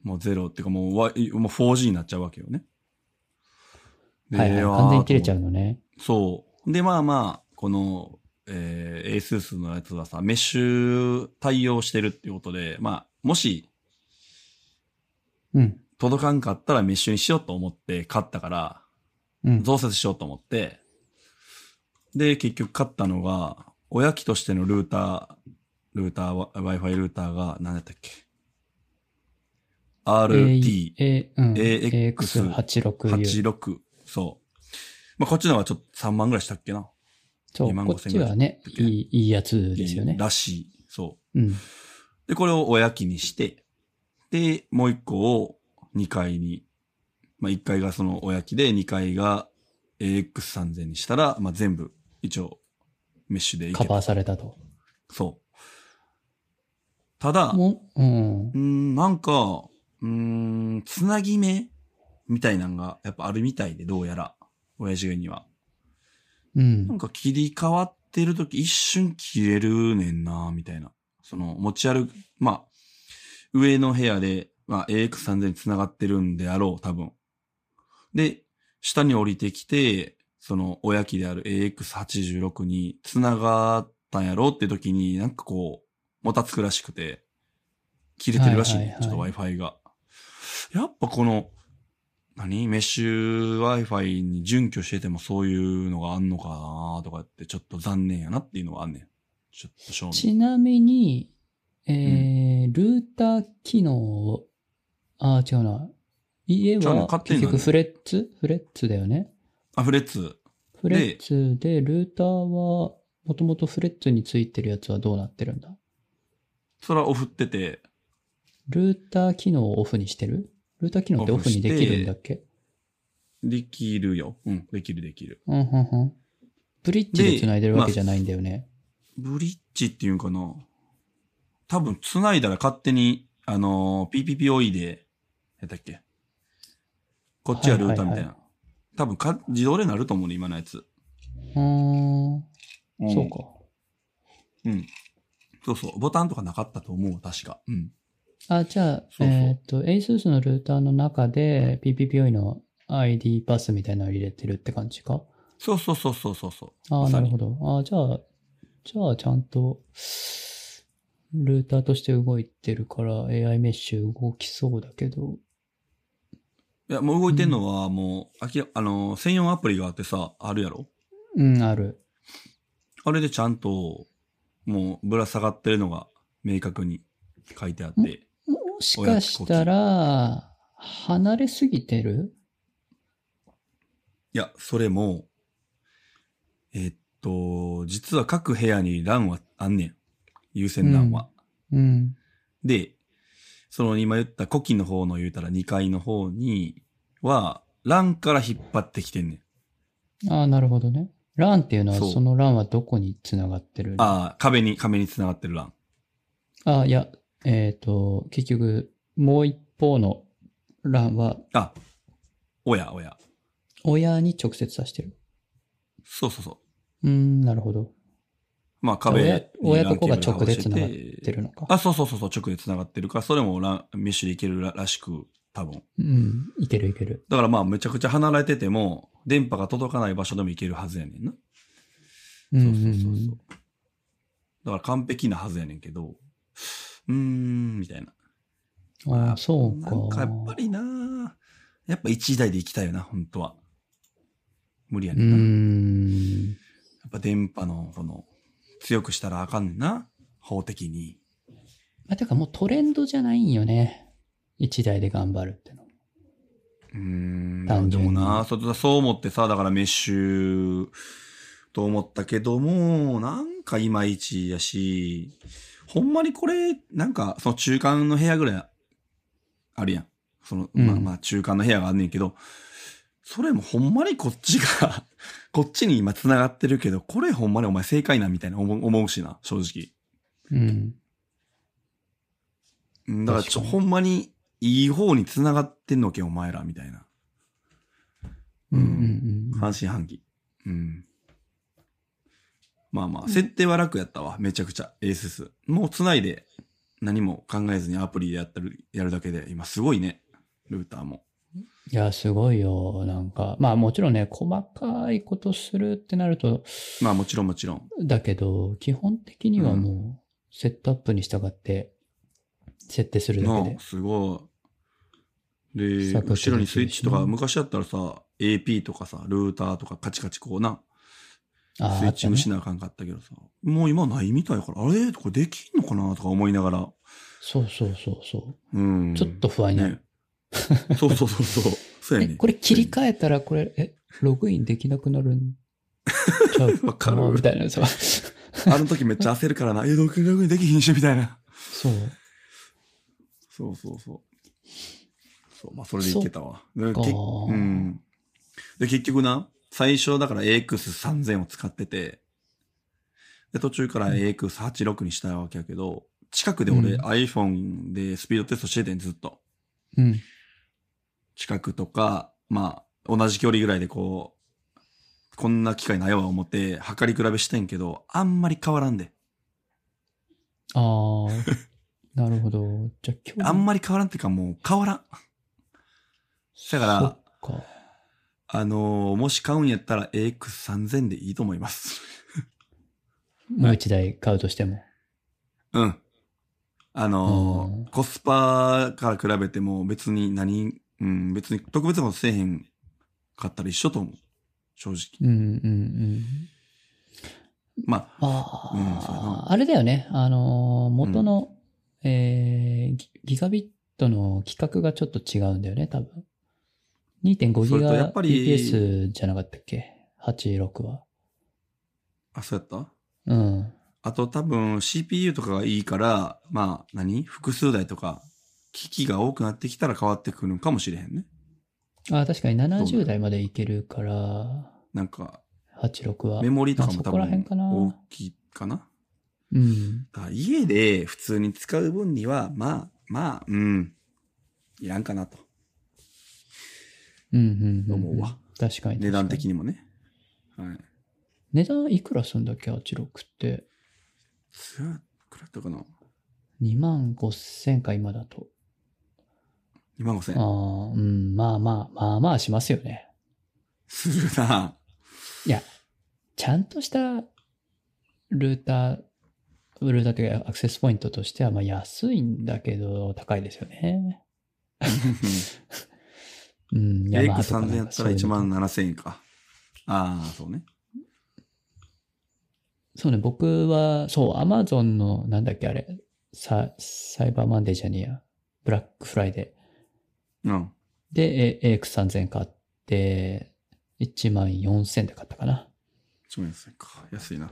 [SPEAKER 1] もうゼロっていうか、もう、わいもう 4G になっちゃうわけよね。で
[SPEAKER 2] はいはい。完全に切れちゃうのね。
[SPEAKER 1] そう。で、まあまあ、この、えー、ASUS のやつはさ、メッシュ対応してるっていうことで、まあ、もし
[SPEAKER 2] うん。
[SPEAKER 1] 届かんかったらメッシュにしようと思って買ったから、
[SPEAKER 2] うん。
[SPEAKER 1] 増設しようと思って、で、結局買ったのが、親機としてのルーター、ルーターは、Wi-Fi ルーターが、何だったっけ ?RT86、
[SPEAKER 2] A、うん。
[SPEAKER 1] AX86
[SPEAKER 2] AX86U。
[SPEAKER 1] そう。まあ、こっちの方がちょっと3万ぐらいしたっけな。
[SPEAKER 2] そう、
[SPEAKER 1] 25000
[SPEAKER 2] こっちはね、
[SPEAKER 1] ぐら
[SPEAKER 2] い
[SPEAKER 1] い
[SPEAKER 2] い、いいやつですよね。
[SPEAKER 1] らしい。そう。
[SPEAKER 2] うん。
[SPEAKER 1] で、これを親機にして、で、もう一個を2階にまあ、1階がそのおやきで、2階が AX3000 にしたら、まあ、全部、一応、メッシュでい
[SPEAKER 2] カ
[SPEAKER 1] け
[SPEAKER 2] バー
[SPEAKER 1] た。
[SPEAKER 2] されたと。
[SPEAKER 1] そう。ただ、う
[SPEAKER 2] もう、うん
[SPEAKER 1] ー。ん、なんか、うーん、つなぎ目みたいなんが、やっぱあるみたいで、どうやら。親父には。
[SPEAKER 2] うん
[SPEAKER 1] なん。か切り替わってるとき一瞬切れるねんなみたいな。その持ち歩く、まあ、上の部屋で、まあ、AX3000 に繋がってるんであろう、多分。で、下に降りてきて、その、親機である AX86 に繋がったんやろうって時に、なんかこう、もたつくらしくて、切れてるらしい,、
[SPEAKER 2] はいはいはい
[SPEAKER 1] ちょっと Wi-Fi が。やっぱこの、何メッシュ Wi-Fi に準拠しててもそういうのがあんのかなとかって、ちょっと残念やなっていうのはあんねん。ちょっと正味。
[SPEAKER 2] ちなみに、えールーター機能を、ああ、違うな。家
[SPEAKER 1] 違うね
[SPEAKER 2] は
[SPEAKER 1] 買ってん
[SPEAKER 2] 結
[SPEAKER 1] のね
[SPEAKER 2] 局フレッツフレッツだよね。
[SPEAKER 1] アフレッツ。
[SPEAKER 2] フレッツで、ルーターは、もともとフレッツについてるやつはどうなってるんだ
[SPEAKER 1] それはオフってて、
[SPEAKER 2] ルーター機能をオフにしてるルーター機能ってオフにできるんだっけ
[SPEAKER 1] できるよ。うん、できるできる。
[SPEAKER 2] うんうんうん。ブリッジで繋いでるわけじゃないんだよね。
[SPEAKER 1] ブリッジっていうんかな。多分、繋いだら勝手に、あのー、PPPOE で、やったっけこっちはルーターみたいな。
[SPEAKER 2] はいはい
[SPEAKER 1] 多分か、自動でなると思うね、今のやつ。
[SPEAKER 2] うーん、そうか。
[SPEAKER 1] うん。そうそう。ボタンとかなかったと思う、確か。うん。
[SPEAKER 2] あ、じゃあ、
[SPEAKER 1] そうそう
[SPEAKER 2] えーっと、ASUS のルーターの中で PPPoE の ID パスみたいなのを入れてるって感じか
[SPEAKER 1] そうそうそうそうそうそう。
[SPEAKER 2] あ
[SPEAKER 1] ま
[SPEAKER 2] あ、
[SPEAKER 1] さ
[SPEAKER 2] な
[SPEAKER 1] に
[SPEAKER 2] るほど。ああ、じゃあ、じゃあ、ちゃんと、ルーターとして動いてるから AI メッシュ動きそうだけど。
[SPEAKER 1] いや、もう動いてんのは、もう、あきら、あのー、専用アプリがあってさ、あるやろ
[SPEAKER 2] うん、ある。
[SPEAKER 1] あれでちゃんと、もう、ぶら下がってるのが、明確に書いてあって。
[SPEAKER 2] もしかしたら、離れすぎてる
[SPEAKER 1] いや、それも、えっと、実は各部屋に LAN はあんねん。優先 LAN は。
[SPEAKER 2] うん。
[SPEAKER 1] で、その今言った古希の方の言うたら2階の方には、LAN から引っ張ってきてんねん。
[SPEAKER 2] ああ、なるほどね。LAN っていうのは、
[SPEAKER 1] そう
[SPEAKER 2] その LAN はどこにつながってる
[SPEAKER 1] ああ、壁に、壁に繋がってる LAN。
[SPEAKER 2] あ、いや、えっ、と、結局、もう一方の欄は、
[SPEAKER 1] あ、おやおや。
[SPEAKER 2] 親に直接さしてる。
[SPEAKER 1] そうそうそう。
[SPEAKER 2] うーん、なるほど。
[SPEAKER 1] まあ壁に
[SPEAKER 2] じゃあ親親と子が
[SPEAKER 1] LAN ケーブル
[SPEAKER 2] 直で繋がって
[SPEAKER 1] て
[SPEAKER 2] 出るのか。
[SPEAKER 1] あ、そうそうそうそう、直で繋がってるから、それもランメッシュでいけるららしく、多分。
[SPEAKER 2] うん、いけるいける。
[SPEAKER 1] だからまあ、めちゃくちゃ離れてても、電波が届かない場所でもいけるはずやねんな。
[SPEAKER 2] うん、
[SPEAKER 1] そう
[SPEAKER 2] う。
[SPEAKER 1] そうそうそうんだから完璧なはずやねんけど、うーん、みたいな。
[SPEAKER 2] うん。ああ、そう
[SPEAKER 1] なんか
[SPEAKER 2] か。
[SPEAKER 1] やっぱりなやっぱ一台で行きたいよな、本当は。無理や
[SPEAKER 2] うー
[SPEAKER 1] ねんな。や
[SPEAKER 2] ん。
[SPEAKER 1] っぱ電波の、この、強くしたらあかんねんな。法的に。
[SPEAKER 2] まあ、てかもうトレンドじゃないんよね。一台で頑張るっての。
[SPEAKER 1] うーん。
[SPEAKER 2] 単
[SPEAKER 1] で
[SPEAKER 2] 純
[SPEAKER 1] も
[SPEAKER 2] に
[SPEAKER 1] なそ、そう思ってさ、だからメッシュ、と思ったけども、なんかいまいちやし、ほんまにこれ、なんか、その中間の部屋ぐらい、あるやん。その、まあ
[SPEAKER 2] うん
[SPEAKER 1] まあ中間の部屋があんねんけど、それもほんまにこっちが、 こっちに今繋がってるけど、これほんまにお前正解なんみたいな思う思うしな、正直。
[SPEAKER 2] うん。
[SPEAKER 1] うんだからちょ、
[SPEAKER 2] 確か
[SPEAKER 1] ほんまに、いい方に繋がってんのけ、お前ら、みたいな。
[SPEAKER 2] うん、うん、うん。
[SPEAKER 1] 半信半疑。うん。まあまあ、設定は楽やったわ。めちゃくちゃ。ASUS。もう繋いで、何も考えずにアプリでやったる、やるだけで、今すごいね。ルーターも。
[SPEAKER 2] いや、すごいよ。なんか、まあもちろんね、細かいことするってなると、
[SPEAKER 1] まあもちろんもちろん。
[SPEAKER 2] だけど、基本的にはもう、セットアップに従って、設定するだけ
[SPEAKER 1] な
[SPEAKER 2] で
[SPEAKER 1] あ、。すごい。で、
[SPEAKER 2] サクッと
[SPEAKER 1] 後ろにスイッチと
[SPEAKER 2] できるし
[SPEAKER 1] か、
[SPEAKER 2] ね
[SPEAKER 1] 昔だったらさ、AP とかさ、ルーターとかカチカチこうな、
[SPEAKER 2] あー
[SPEAKER 1] スイッチングし
[SPEAKER 2] あったね
[SPEAKER 1] なあかんかったけどさ、もう今ないみたいやから、あれこれできんのかなとか思いながら、
[SPEAKER 2] そうそうそうそうう。
[SPEAKER 1] ん。
[SPEAKER 2] ちょっと不安になる。
[SPEAKER 1] ね。そうそうそうそう。そうや
[SPEAKER 2] え
[SPEAKER 1] ね。
[SPEAKER 2] これ切り替えたら、これ、え、ログインできなくなるんちゃう
[SPEAKER 1] わかる
[SPEAKER 2] みたいなさ。
[SPEAKER 1] あの時めっちゃ焦るからな、え、独学にできひんし、みたいな。
[SPEAKER 2] そう。
[SPEAKER 1] そうそうそう。そう、まあ、それでいけたわ。で
[SPEAKER 2] か
[SPEAKER 1] けうん。で、結局な、最初だから AX3000 を使ってて、で、途中から AX86 にしたわけやけど、近くで俺、
[SPEAKER 2] うん
[SPEAKER 1] iPhone でスピードテストしててん、ずっと。
[SPEAKER 2] うん。
[SPEAKER 1] 近くとか、まあ、同じ距離ぐらいでこう、こんな機会ないわ思って、測り比べしてんけど、あんまり変わらんで。
[SPEAKER 2] ああ。なるほど。じゃあ今日。
[SPEAKER 1] あんまり変わらんっていうか、もう変わらん。だから
[SPEAKER 2] そっか。
[SPEAKER 1] あのーもし買うんやったら AX3000 でいいと思います。
[SPEAKER 2] もう一台買うとしても。
[SPEAKER 1] うん。あのー
[SPEAKER 2] うん
[SPEAKER 1] コスパから比べても別に何、うん、別に特別なことせえへんかったら一緒と思う。正直。
[SPEAKER 2] うんうんうん。
[SPEAKER 1] ま
[SPEAKER 2] あ
[SPEAKER 1] うんそうや
[SPEAKER 2] あ、
[SPEAKER 1] な
[SPEAKER 2] あれだよね。あのー、元の、えーギギガビットの規格がちょっと違うんだよね、多分。2.5
[SPEAKER 1] そ
[SPEAKER 2] ギ
[SPEAKER 1] れとや
[SPEAKER 2] ガ
[SPEAKER 1] っぱり
[SPEAKER 2] BPS じゃなかったっけ ?86 は。
[SPEAKER 1] あ、あ、そうやった
[SPEAKER 2] うん。
[SPEAKER 1] あと多分 CPU とかがいいから、まあ何複数台とか、機器が多くなってきたら変わってくるんかもしれへんね。
[SPEAKER 2] ああ、確かに
[SPEAKER 1] そうだ
[SPEAKER 2] 70台までいけるから、
[SPEAKER 1] なんか、
[SPEAKER 2] 86は。
[SPEAKER 1] メモリとかも多
[SPEAKER 2] まあそこら辺
[SPEAKER 1] 分
[SPEAKER 2] かな
[SPEAKER 1] 大きいかな。
[SPEAKER 2] うん。
[SPEAKER 1] だから家で普通に使う分には、まあ、まあ、うん、いらんかなと。
[SPEAKER 2] うんうんうん。
[SPEAKER 1] 思うわ。
[SPEAKER 2] 確かに。
[SPEAKER 1] 値段的
[SPEAKER 2] に。
[SPEAKER 1] にもね。はい。
[SPEAKER 2] 値段いくらすんだっけ ?86 って。
[SPEAKER 1] つや、くらいだったかな
[SPEAKER 2] 2万5千か、今だと。
[SPEAKER 1] ?2 万5千
[SPEAKER 2] ああ、うん、まあまあ、まあまあしますよね。
[SPEAKER 1] する な。
[SPEAKER 2] ちゃんとしたルーター、ルーターというかアクセスポイントとしては、まあ安いんだけど、高いですよね。うん、
[SPEAKER 1] レイク
[SPEAKER 2] マハとかなんか
[SPEAKER 1] 3000やったら
[SPEAKER 2] そういう
[SPEAKER 1] 1
[SPEAKER 2] の
[SPEAKER 1] 万7千円か。ああ、そうね。
[SPEAKER 2] そうね、僕は、そう、アマゾンの、なんだっけ、あれ、ササイバーマンデーじゃねえや、ブラックフライデ
[SPEAKER 1] うん。
[SPEAKER 2] ー。で、A- AX3000 買って、1万4000で買ったかな。
[SPEAKER 1] 1万4千円か。安いな。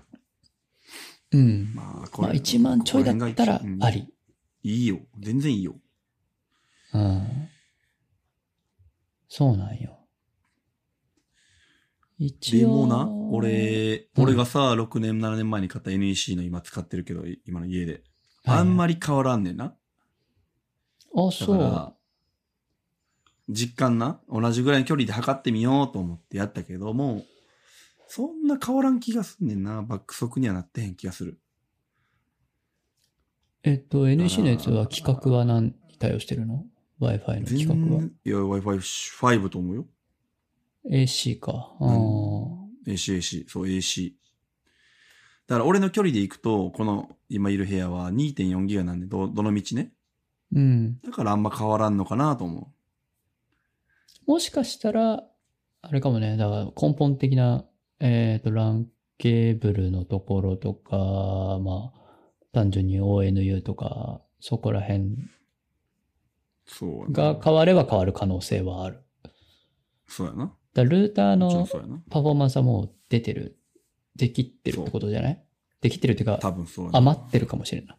[SPEAKER 2] うん。ま
[SPEAKER 1] まあ、これ。
[SPEAKER 2] あ1万ちょいだったら
[SPEAKER 1] ここ辺が一番
[SPEAKER 2] あ。り。
[SPEAKER 1] うんいいよ。全然いいよ。
[SPEAKER 2] うんそうなんよ。一
[SPEAKER 1] で
[SPEAKER 2] 応。
[SPEAKER 1] もな、。俺、
[SPEAKER 2] うん
[SPEAKER 1] 俺がさ、6年、7年前に買った NEC の今使ってるけど、い今の家で。
[SPEAKER 2] はい
[SPEAKER 1] あんまり変わらんねんな。
[SPEAKER 2] あ、
[SPEAKER 1] だか
[SPEAKER 2] そう
[SPEAKER 1] ら。、実感な、同じぐらいの距離で測ってみようと思ってやったけども、そんな変わらん気がすんねんな。爆速にはなってへん気がする。
[SPEAKER 2] えっと、NEC のやつは規格は何に対応してるの ?Wi-Fi の規格
[SPEAKER 1] い
[SPEAKER 2] は。
[SPEAKER 1] や、Wi-Fi5 と思うよ。
[SPEAKER 2] AC か。あー
[SPEAKER 1] AC、AC。そう、AC。だから俺の距離で行くと、この今いる部屋は2.4ギガなんで、ど、どの道ね。
[SPEAKER 2] うん。
[SPEAKER 1] だからあんま変わらんのかなと思
[SPEAKER 2] もしかしたら、あれかもね、だから根本的な、えっと、LAN ケーブルのところとか、まあ、単純に ONU とか、そこら辺
[SPEAKER 1] う。そうやな。
[SPEAKER 2] が変われば変わる可能性はある。
[SPEAKER 1] そうやな。
[SPEAKER 2] だからルーター
[SPEAKER 1] もちろん
[SPEAKER 2] の
[SPEAKER 1] そうやな。
[SPEAKER 2] パフォーマンスはもう出てる。できてるってことじゃないできてるっていう
[SPEAKER 1] 多
[SPEAKER 2] か、
[SPEAKER 1] 分そうやな。
[SPEAKER 2] 余ってるかもしれない。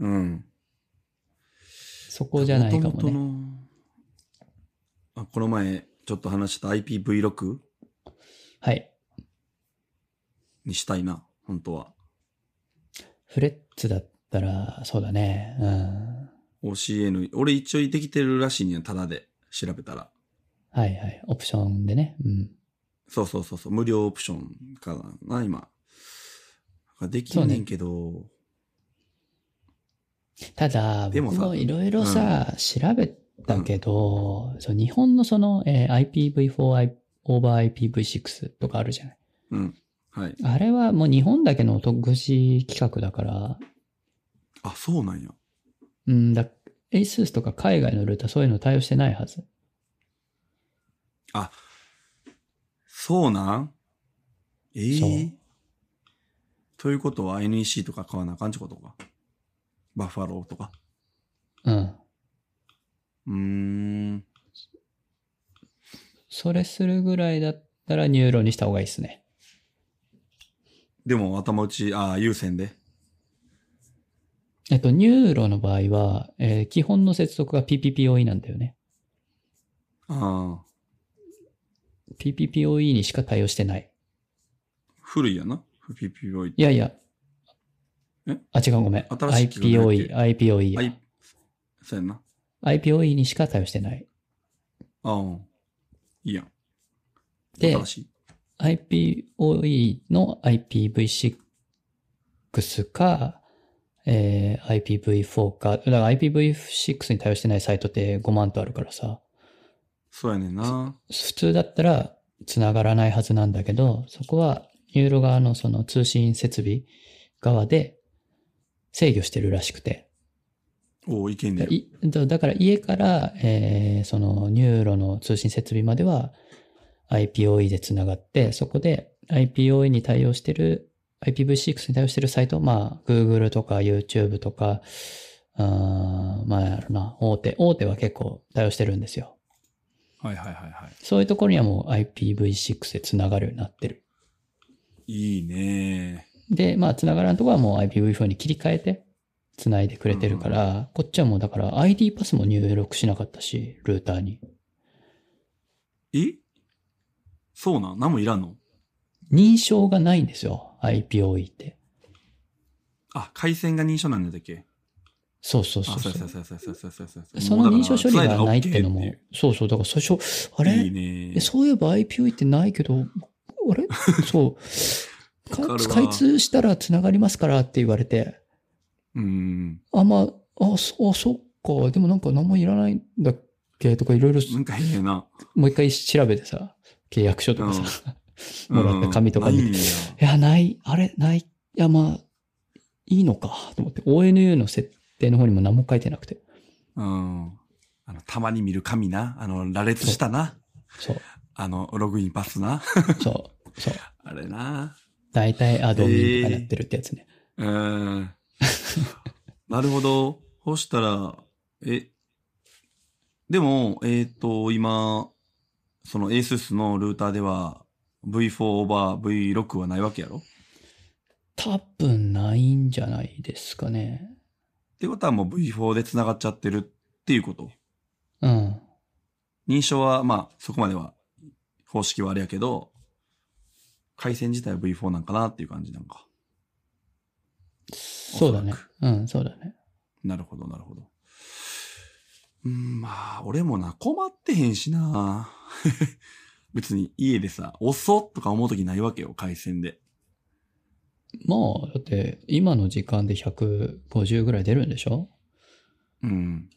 [SPEAKER 1] うん。
[SPEAKER 2] そこじゃないかも
[SPEAKER 1] 元
[SPEAKER 2] ね。
[SPEAKER 1] 々のあこの前、ちょっと話した IPv6
[SPEAKER 2] はい。
[SPEAKER 1] にしたいな、本当は。
[SPEAKER 2] フレッツだったら、そうだね。うん。
[SPEAKER 1] OCN、俺一応できてるらしいんや、ただで、調べたら。
[SPEAKER 2] はいはい。オプションでね。うん。
[SPEAKER 1] そうそうそうそう、無料オプションかな、今。できんねんけど、
[SPEAKER 2] ただ、
[SPEAKER 1] でも
[SPEAKER 2] 僕
[SPEAKER 1] さ
[SPEAKER 2] もいろいろさ、調べたけど、そう日本のその、えー IPv4 オーバー IPv6 とかあるじゃない。
[SPEAKER 1] うん。はい。
[SPEAKER 2] あれはもう日本だけの特殊企画だから、
[SPEAKER 1] あ、そうなんや。
[SPEAKER 2] うんだ、ASUS とか海外のルーターそういうの対応してないはず。
[SPEAKER 1] あ、そうなんええ
[SPEAKER 2] そう
[SPEAKER 1] ということは NEC とか買わなあかんちことか。バッファローとか。
[SPEAKER 2] うん。
[SPEAKER 1] うーん。
[SPEAKER 2] それするぐらいだったらニューロにした方がいいですね。
[SPEAKER 1] でも頭打ち、ああ、優先で。
[SPEAKER 2] えっと、ニューロの場合は、えー基本の接続が PPPoE なんだよね。
[SPEAKER 1] ああ。
[SPEAKER 2] PPPOE にしか対応してない。
[SPEAKER 1] 古いやな。PPOE って。
[SPEAKER 2] いやいや。
[SPEAKER 1] え
[SPEAKER 2] あ、違う、ごめん。
[SPEAKER 1] 新しい企業じ
[SPEAKER 2] IPOE、IPOE
[SPEAKER 1] は
[SPEAKER 2] や
[SPEAKER 1] い。そうやんな。
[SPEAKER 2] IPOE にしか対応してない。
[SPEAKER 1] ああ。いいやん。
[SPEAKER 2] で
[SPEAKER 1] 新、しい。
[SPEAKER 2] IPOE の IPv6 か、えー IPv4 か、だから IPv6 に対応してないサイトって5万とあるからさ、
[SPEAKER 1] そうやねんな。
[SPEAKER 2] 普通だったら繋がらないはずなんだけど、そこはユーロ側のその通信設備側で制御してるらしくて、
[SPEAKER 1] おお、いけんねや。
[SPEAKER 2] いだだから家から、えーそのニューロの通信設備までは IPOE でつながって、そこで IPOE に対応してる、IPv6 に対応してるサイト、まあ Google とか YouTube とか、あーまあやろな、大手、大手は結構対応してるんですよ。
[SPEAKER 1] はいはいはいは
[SPEAKER 2] そういうところにはもう IPv6 でつながるようになってる。
[SPEAKER 1] い。いいね。
[SPEAKER 2] で、まあ、つながらんとこはもう IPv4 に切り替えて、つないでくれてるから、こっちはもうだから ID パスも入力しなかったし、ルーターに。
[SPEAKER 1] えそうなん何もいらんの
[SPEAKER 2] 認証がないんですよ、IPOE って。
[SPEAKER 1] あ、回線が認証なんだっけ
[SPEAKER 2] そうそうそ
[SPEAKER 1] あ、
[SPEAKER 2] う
[SPEAKER 1] そ
[SPEAKER 2] そうう。
[SPEAKER 1] そうそうそうそうそうそうそう。
[SPEAKER 2] その認証処理がないっていうのも、
[SPEAKER 1] もうだ
[SPEAKER 2] そうそう、だから最初、あ
[SPEAKER 1] から
[SPEAKER 2] れ
[SPEAKER 1] 繋いだら OK っていういい
[SPEAKER 2] え
[SPEAKER 1] ね。
[SPEAKER 2] そういえば IPOE ってないけど、あれそう。
[SPEAKER 1] わか
[SPEAKER 2] か
[SPEAKER 1] るわ
[SPEAKER 2] 開通したら繋がりますからって言われて、
[SPEAKER 1] うん。
[SPEAKER 2] あ、まあ、あ、そあそっか、でもなんか何もいらないんだっけとかいろいろ
[SPEAKER 1] なんかいいよな。
[SPEAKER 2] もう一回調べてさ、契約書とかさ、もらった紙とか
[SPEAKER 1] うん
[SPEAKER 2] に、
[SPEAKER 1] ない
[SPEAKER 2] い
[SPEAKER 1] んや
[SPEAKER 2] や、ない、あれ、ない、いや、まあ、いいのか、と思って、ONU の設定の方にも何も書いてなくて、
[SPEAKER 1] うん。あの、たまに見る紙な。あの、羅列したな。
[SPEAKER 2] そう、
[SPEAKER 1] あの、ログインパスな。
[SPEAKER 2] そう、そう、
[SPEAKER 1] あれな。
[SPEAKER 2] 大体アドミンとかなってるってやつね。
[SPEAKER 1] うん。 なるほど。そしたら、え、でも、えっ、と、今、その ASUS のルーターでは V4 オーバー V6 はないわけやろっ
[SPEAKER 2] 多分ないんじゃないですかね。
[SPEAKER 1] てことはもう V4 で繋がっちゃってるっていうこと。
[SPEAKER 2] うん。
[SPEAKER 1] 認証は、まあ、そこまでは、方式はあれやけど、回線自体は V4 なんかなっていう感じなんか。
[SPEAKER 2] そうだね。うん、そうだね。
[SPEAKER 1] なるほど、なるほど。うん、まあ、俺もな、困ってへんしな。 別に家でさ、遅っとか思うときないわけよ、回線で。
[SPEAKER 2] まあ、だって、今の時間で150ぐらい出るんでしょ
[SPEAKER 1] うん。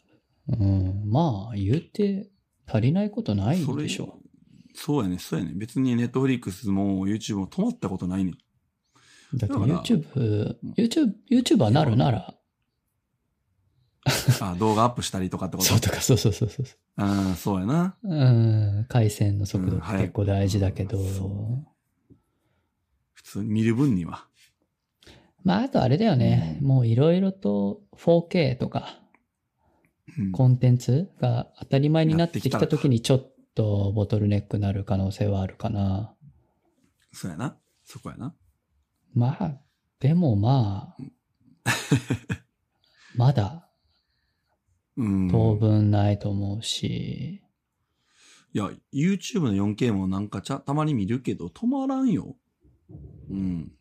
[SPEAKER 2] うん、まあ、言うて、足りないことないでしょ。
[SPEAKER 1] そうやね、そうやね。別にネットフリックスも YouTube も止まったことないねん。
[SPEAKER 2] だ
[SPEAKER 1] だ
[SPEAKER 2] って
[SPEAKER 1] から
[SPEAKER 2] YouTube、YouTube、YouTuber なるなら、
[SPEAKER 1] あ、動画アップしたりとかってこと
[SPEAKER 2] そうとか、そうそうそうそう。
[SPEAKER 1] うん、そうやな。
[SPEAKER 2] うん、回線の速度って結構大事だけど、
[SPEAKER 1] うん早くうんそう普通に見る分には。
[SPEAKER 2] まあ、あとあれだよね、
[SPEAKER 1] うん
[SPEAKER 2] もういろいろと 4K とか、
[SPEAKER 1] うん
[SPEAKER 2] コンテンツが当たり前になってき
[SPEAKER 1] な
[SPEAKER 2] た
[SPEAKER 1] ってきたのか
[SPEAKER 2] 時にちょっとボトルネックになる可能性はあるかな。
[SPEAKER 1] そうやな。そこやな。
[SPEAKER 2] まあ、でもまあ、 まだ
[SPEAKER 1] うん。
[SPEAKER 2] 当分ないと思うし、
[SPEAKER 1] いや、YouTube の 4K もなんかちゃ、たまに見るけど、止まらんよ。うん。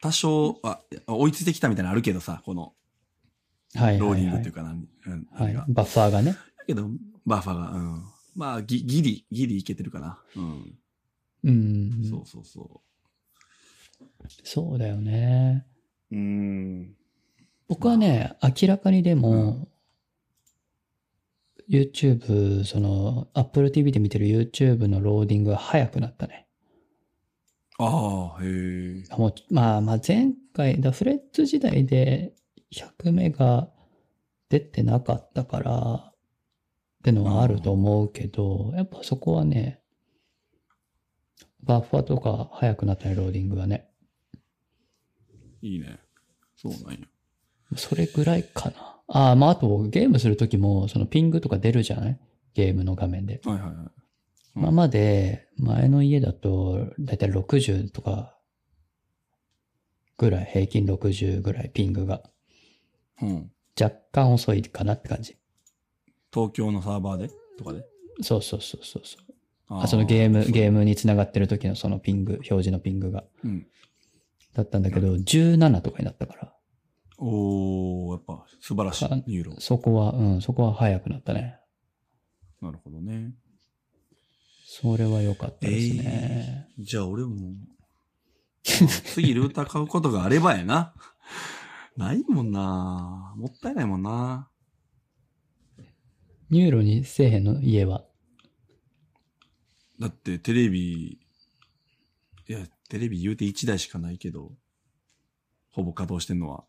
[SPEAKER 1] 多少、あ、追いついてきたみたいなのあるけどさ、この、
[SPEAKER 2] はい
[SPEAKER 1] ロ
[SPEAKER 2] は
[SPEAKER 1] ーリ
[SPEAKER 2] い、
[SPEAKER 1] ング
[SPEAKER 2] は
[SPEAKER 1] ってい。
[SPEAKER 2] いう
[SPEAKER 1] かなん、うん
[SPEAKER 2] はい
[SPEAKER 1] なんか、
[SPEAKER 2] バッファーがね。
[SPEAKER 1] だけど、バッファーが、うん。まあ、ぎギリ、ギリいけてるかな。うん。
[SPEAKER 2] うん。
[SPEAKER 1] そうそうそ
[SPEAKER 2] そうだよね。
[SPEAKER 1] う。うん。
[SPEAKER 2] 僕はね、明らかにでも、YouTube、その、Apple TV で見てる YouTube のローディングが早くなったね。
[SPEAKER 1] ああ、へえ。
[SPEAKER 2] もうまあまあ前回、だフレッツ時代で100メガ出てなかったから、ってのはあると思うけど、やっぱそこはね、バッファーとか早くなったね、ローディングがね。
[SPEAKER 1] いいね。そうなんや。
[SPEAKER 2] それぐらいかな。ああ、まあ、あと僕ゲームするときも、そのピングとか出るじゃないゲームの画面で。
[SPEAKER 1] はいはいはい。うん
[SPEAKER 2] 今まで、前の家だと、だいたい60とか、ぐらい、平均60ぐらい、ピングが。
[SPEAKER 1] うん。
[SPEAKER 2] 若干遅いかなって感じ。
[SPEAKER 1] 東京のサーバーでとかで
[SPEAKER 2] そうそうそうそうそう。
[SPEAKER 1] あ
[SPEAKER 2] あ、そのゲーム、
[SPEAKER 1] ー
[SPEAKER 2] ゲームに繋がってる時のそのピング、表示のピングが。
[SPEAKER 1] ム。うん。
[SPEAKER 2] だったんだけど、17とかになったから。
[SPEAKER 1] おー、やっぱ素晴らしい
[SPEAKER 2] あ。
[SPEAKER 1] ニューロ。
[SPEAKER 2] そこは、うん、そこは早くなったね。
[SPEAKER 1] なるほどね。
[SPEAKER 2] それは良かったですね。
[SPEAKER 1] じゃあ俺も、次ルーター買うことがあればやな。ないもんなもったいないもんな
[SPEAKER 2] ニューロにせえへんの家は。
[SPEAKER 1] だってテレビ、いや、テレビ言うて1台しかないけど、ほぼ稼働してんのは。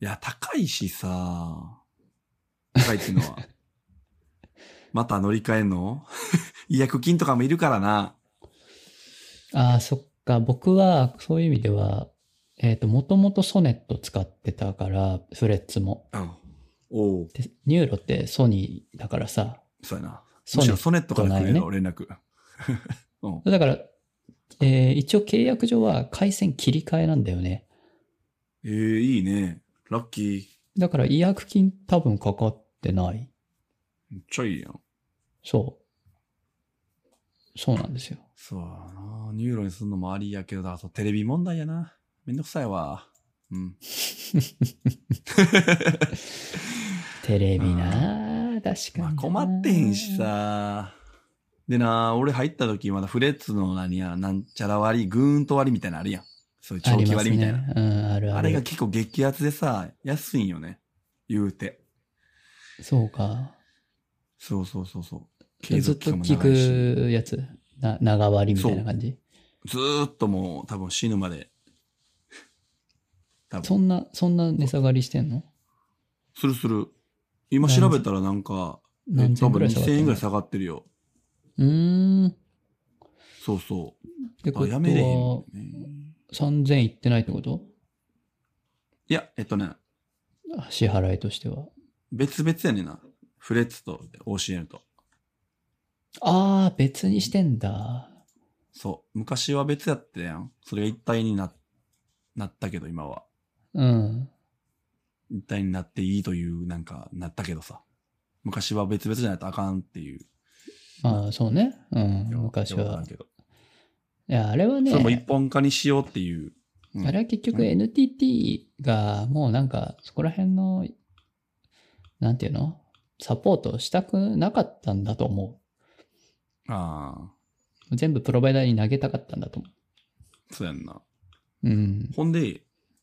[SPEAKER 1] いや、高いしさ、高いっていうのは。 また乗り換えんの 違約金とかもいるからな。
[SPEAKER 2] ああ、そっか。僕は、そういう意味では、えっ、と、もともとソネット使ってたから、フレッツも。
[SPEAKER 1] おお
[SPEAKER 2] で、ニューロってソニーだからさ。
[SPEAKER 1] そうやな。
[SPEAKER 2] ソ
[SPEAKER 1] むし
[SPEAKER 2] ネ
[SPEAKER 1] ろソネットから来る
[SPEAKER 2] ソ
[SPEAKER 1] の、連絡。 うん。
[SPEAKER 2] だから、えー一応契約上は回線切り替えなんだよね。
[SPEAKER 1] ええいいね。ラッキー。
[SPEAKER 2] だから、違約金多分かかってない。
[SPEAKER 1] めっちゃいいやん。
[SPEAKER 2] そう。そうなんですよ。
[SPEAKER 1] そうやな。ニューロにするのもありやけど、あとテレビ問題やな。めんどくさいわ。うん。
[SPEAKER 2] テレビなあ確かにな
[SPEAKER 1] まあ困ってへんし。さ。でな、俺入った時まだフレッツの何や、なんちゃら割り、ぐーんと割りみたいなのあるやん。そういう
[SPEAKER 2] あ
[SPEAKER 1] 長
[SPEAKER 2] り
[SPEAKER 1] 期
[SPEAKER 2] ます
[SPEAKER 1] 割りみたいな。
[SPEAKER 2] ね。うん、あるある。
[SPEAKER 1] あれが結構激アツでさ、安いんよね。言うて。
[SPEAKER 2] そうか。
[SPEAKER 1] そうそうそうそう。継
[SPEAKER 2] ずっ
[SPEAKER 1] 続期間
[SPEAKER 2] と
[SPEAKER 1] も
[SPEAKER 2] 聞
[SPEAKER 1] 長いし。
[SPEAKER 2] くやつ。な長割りみたいな感じ。
[SPEAKER 1] ずーっともう多分死ぬまで。多
[SPEAKER 2] そんな、そんな値下がりしてんの
[SPEAKER 1] するする。今調べたらなんか、え
[SPEAKER 2] 何
[SPEAKER 1] 多
[SPEAKER 2] 千ぐ
[SPEAKER 1] 分
[SPEAKER 2] らい下が
[SPEAKER 1] 2000
[SPEAKER 2] って
[SPEAKER 1] 円
[SPEAKER 2] ん
[SPEAKER 1] ぐ
[SPEAKER 2] の
[SPEAKER 1] らい下がってるよ。
[SPEAKER 2] うーん。っ
[SPEAKER 1] そうそ
[SPEAKER 2] て
[SPEAKER 1] う。
[SPEAKER 2] こ
[SPEAKER 1] あ
[SPEAKER 2] と
[SPEAKER 1] やめれへん
[SPEAKER 2] は
[SPEAKER 1] よ、ね。
[SPEAKER 2] 3000いってないってこと
[SPEAKER 1] いや、えっとね、
[SPEAKER 2] あ支払いとしては。
[SPEAKER 1] 別々やねんな。フレッツと OCN と。
[SPEAKER 2] ああ、別にしてんだ。
[SPEAKER 1] そう。昔は別やったやん。それが一体にな、なったけど、今は。
[SPEAKER 2] うん。
[SPEAKER 1] 一体になっていいという、なんか、なったけどさ。昔は別々じゃないとあかんっていう。
[SPEAKER 2] まあ、そうね。うん。
[SPEAKER 1] よ
[SPEAKER 2] 昔
[SPEAKER 1] よくわか
[SPEAKER 2] は
[SPEAKER 1] ん。けど
[SPEAKER 2] いや、あれはね
[SPEAKER 1] それ、も一本化にしようっていう。うん
[SPEAKER 2] あれは結局 NTT がもうなんかそこら辺の、なんていうのサポートしたくなかったんだと思
[SPEAKER 1] あ
[SPEAKER 2] う。全部プロバイダーに投げたかったんだと思
[SPEAKER 1] あ、そうやんな。
[SPEAKER 2] う。うん。
[SPEAKER 1] ほんで、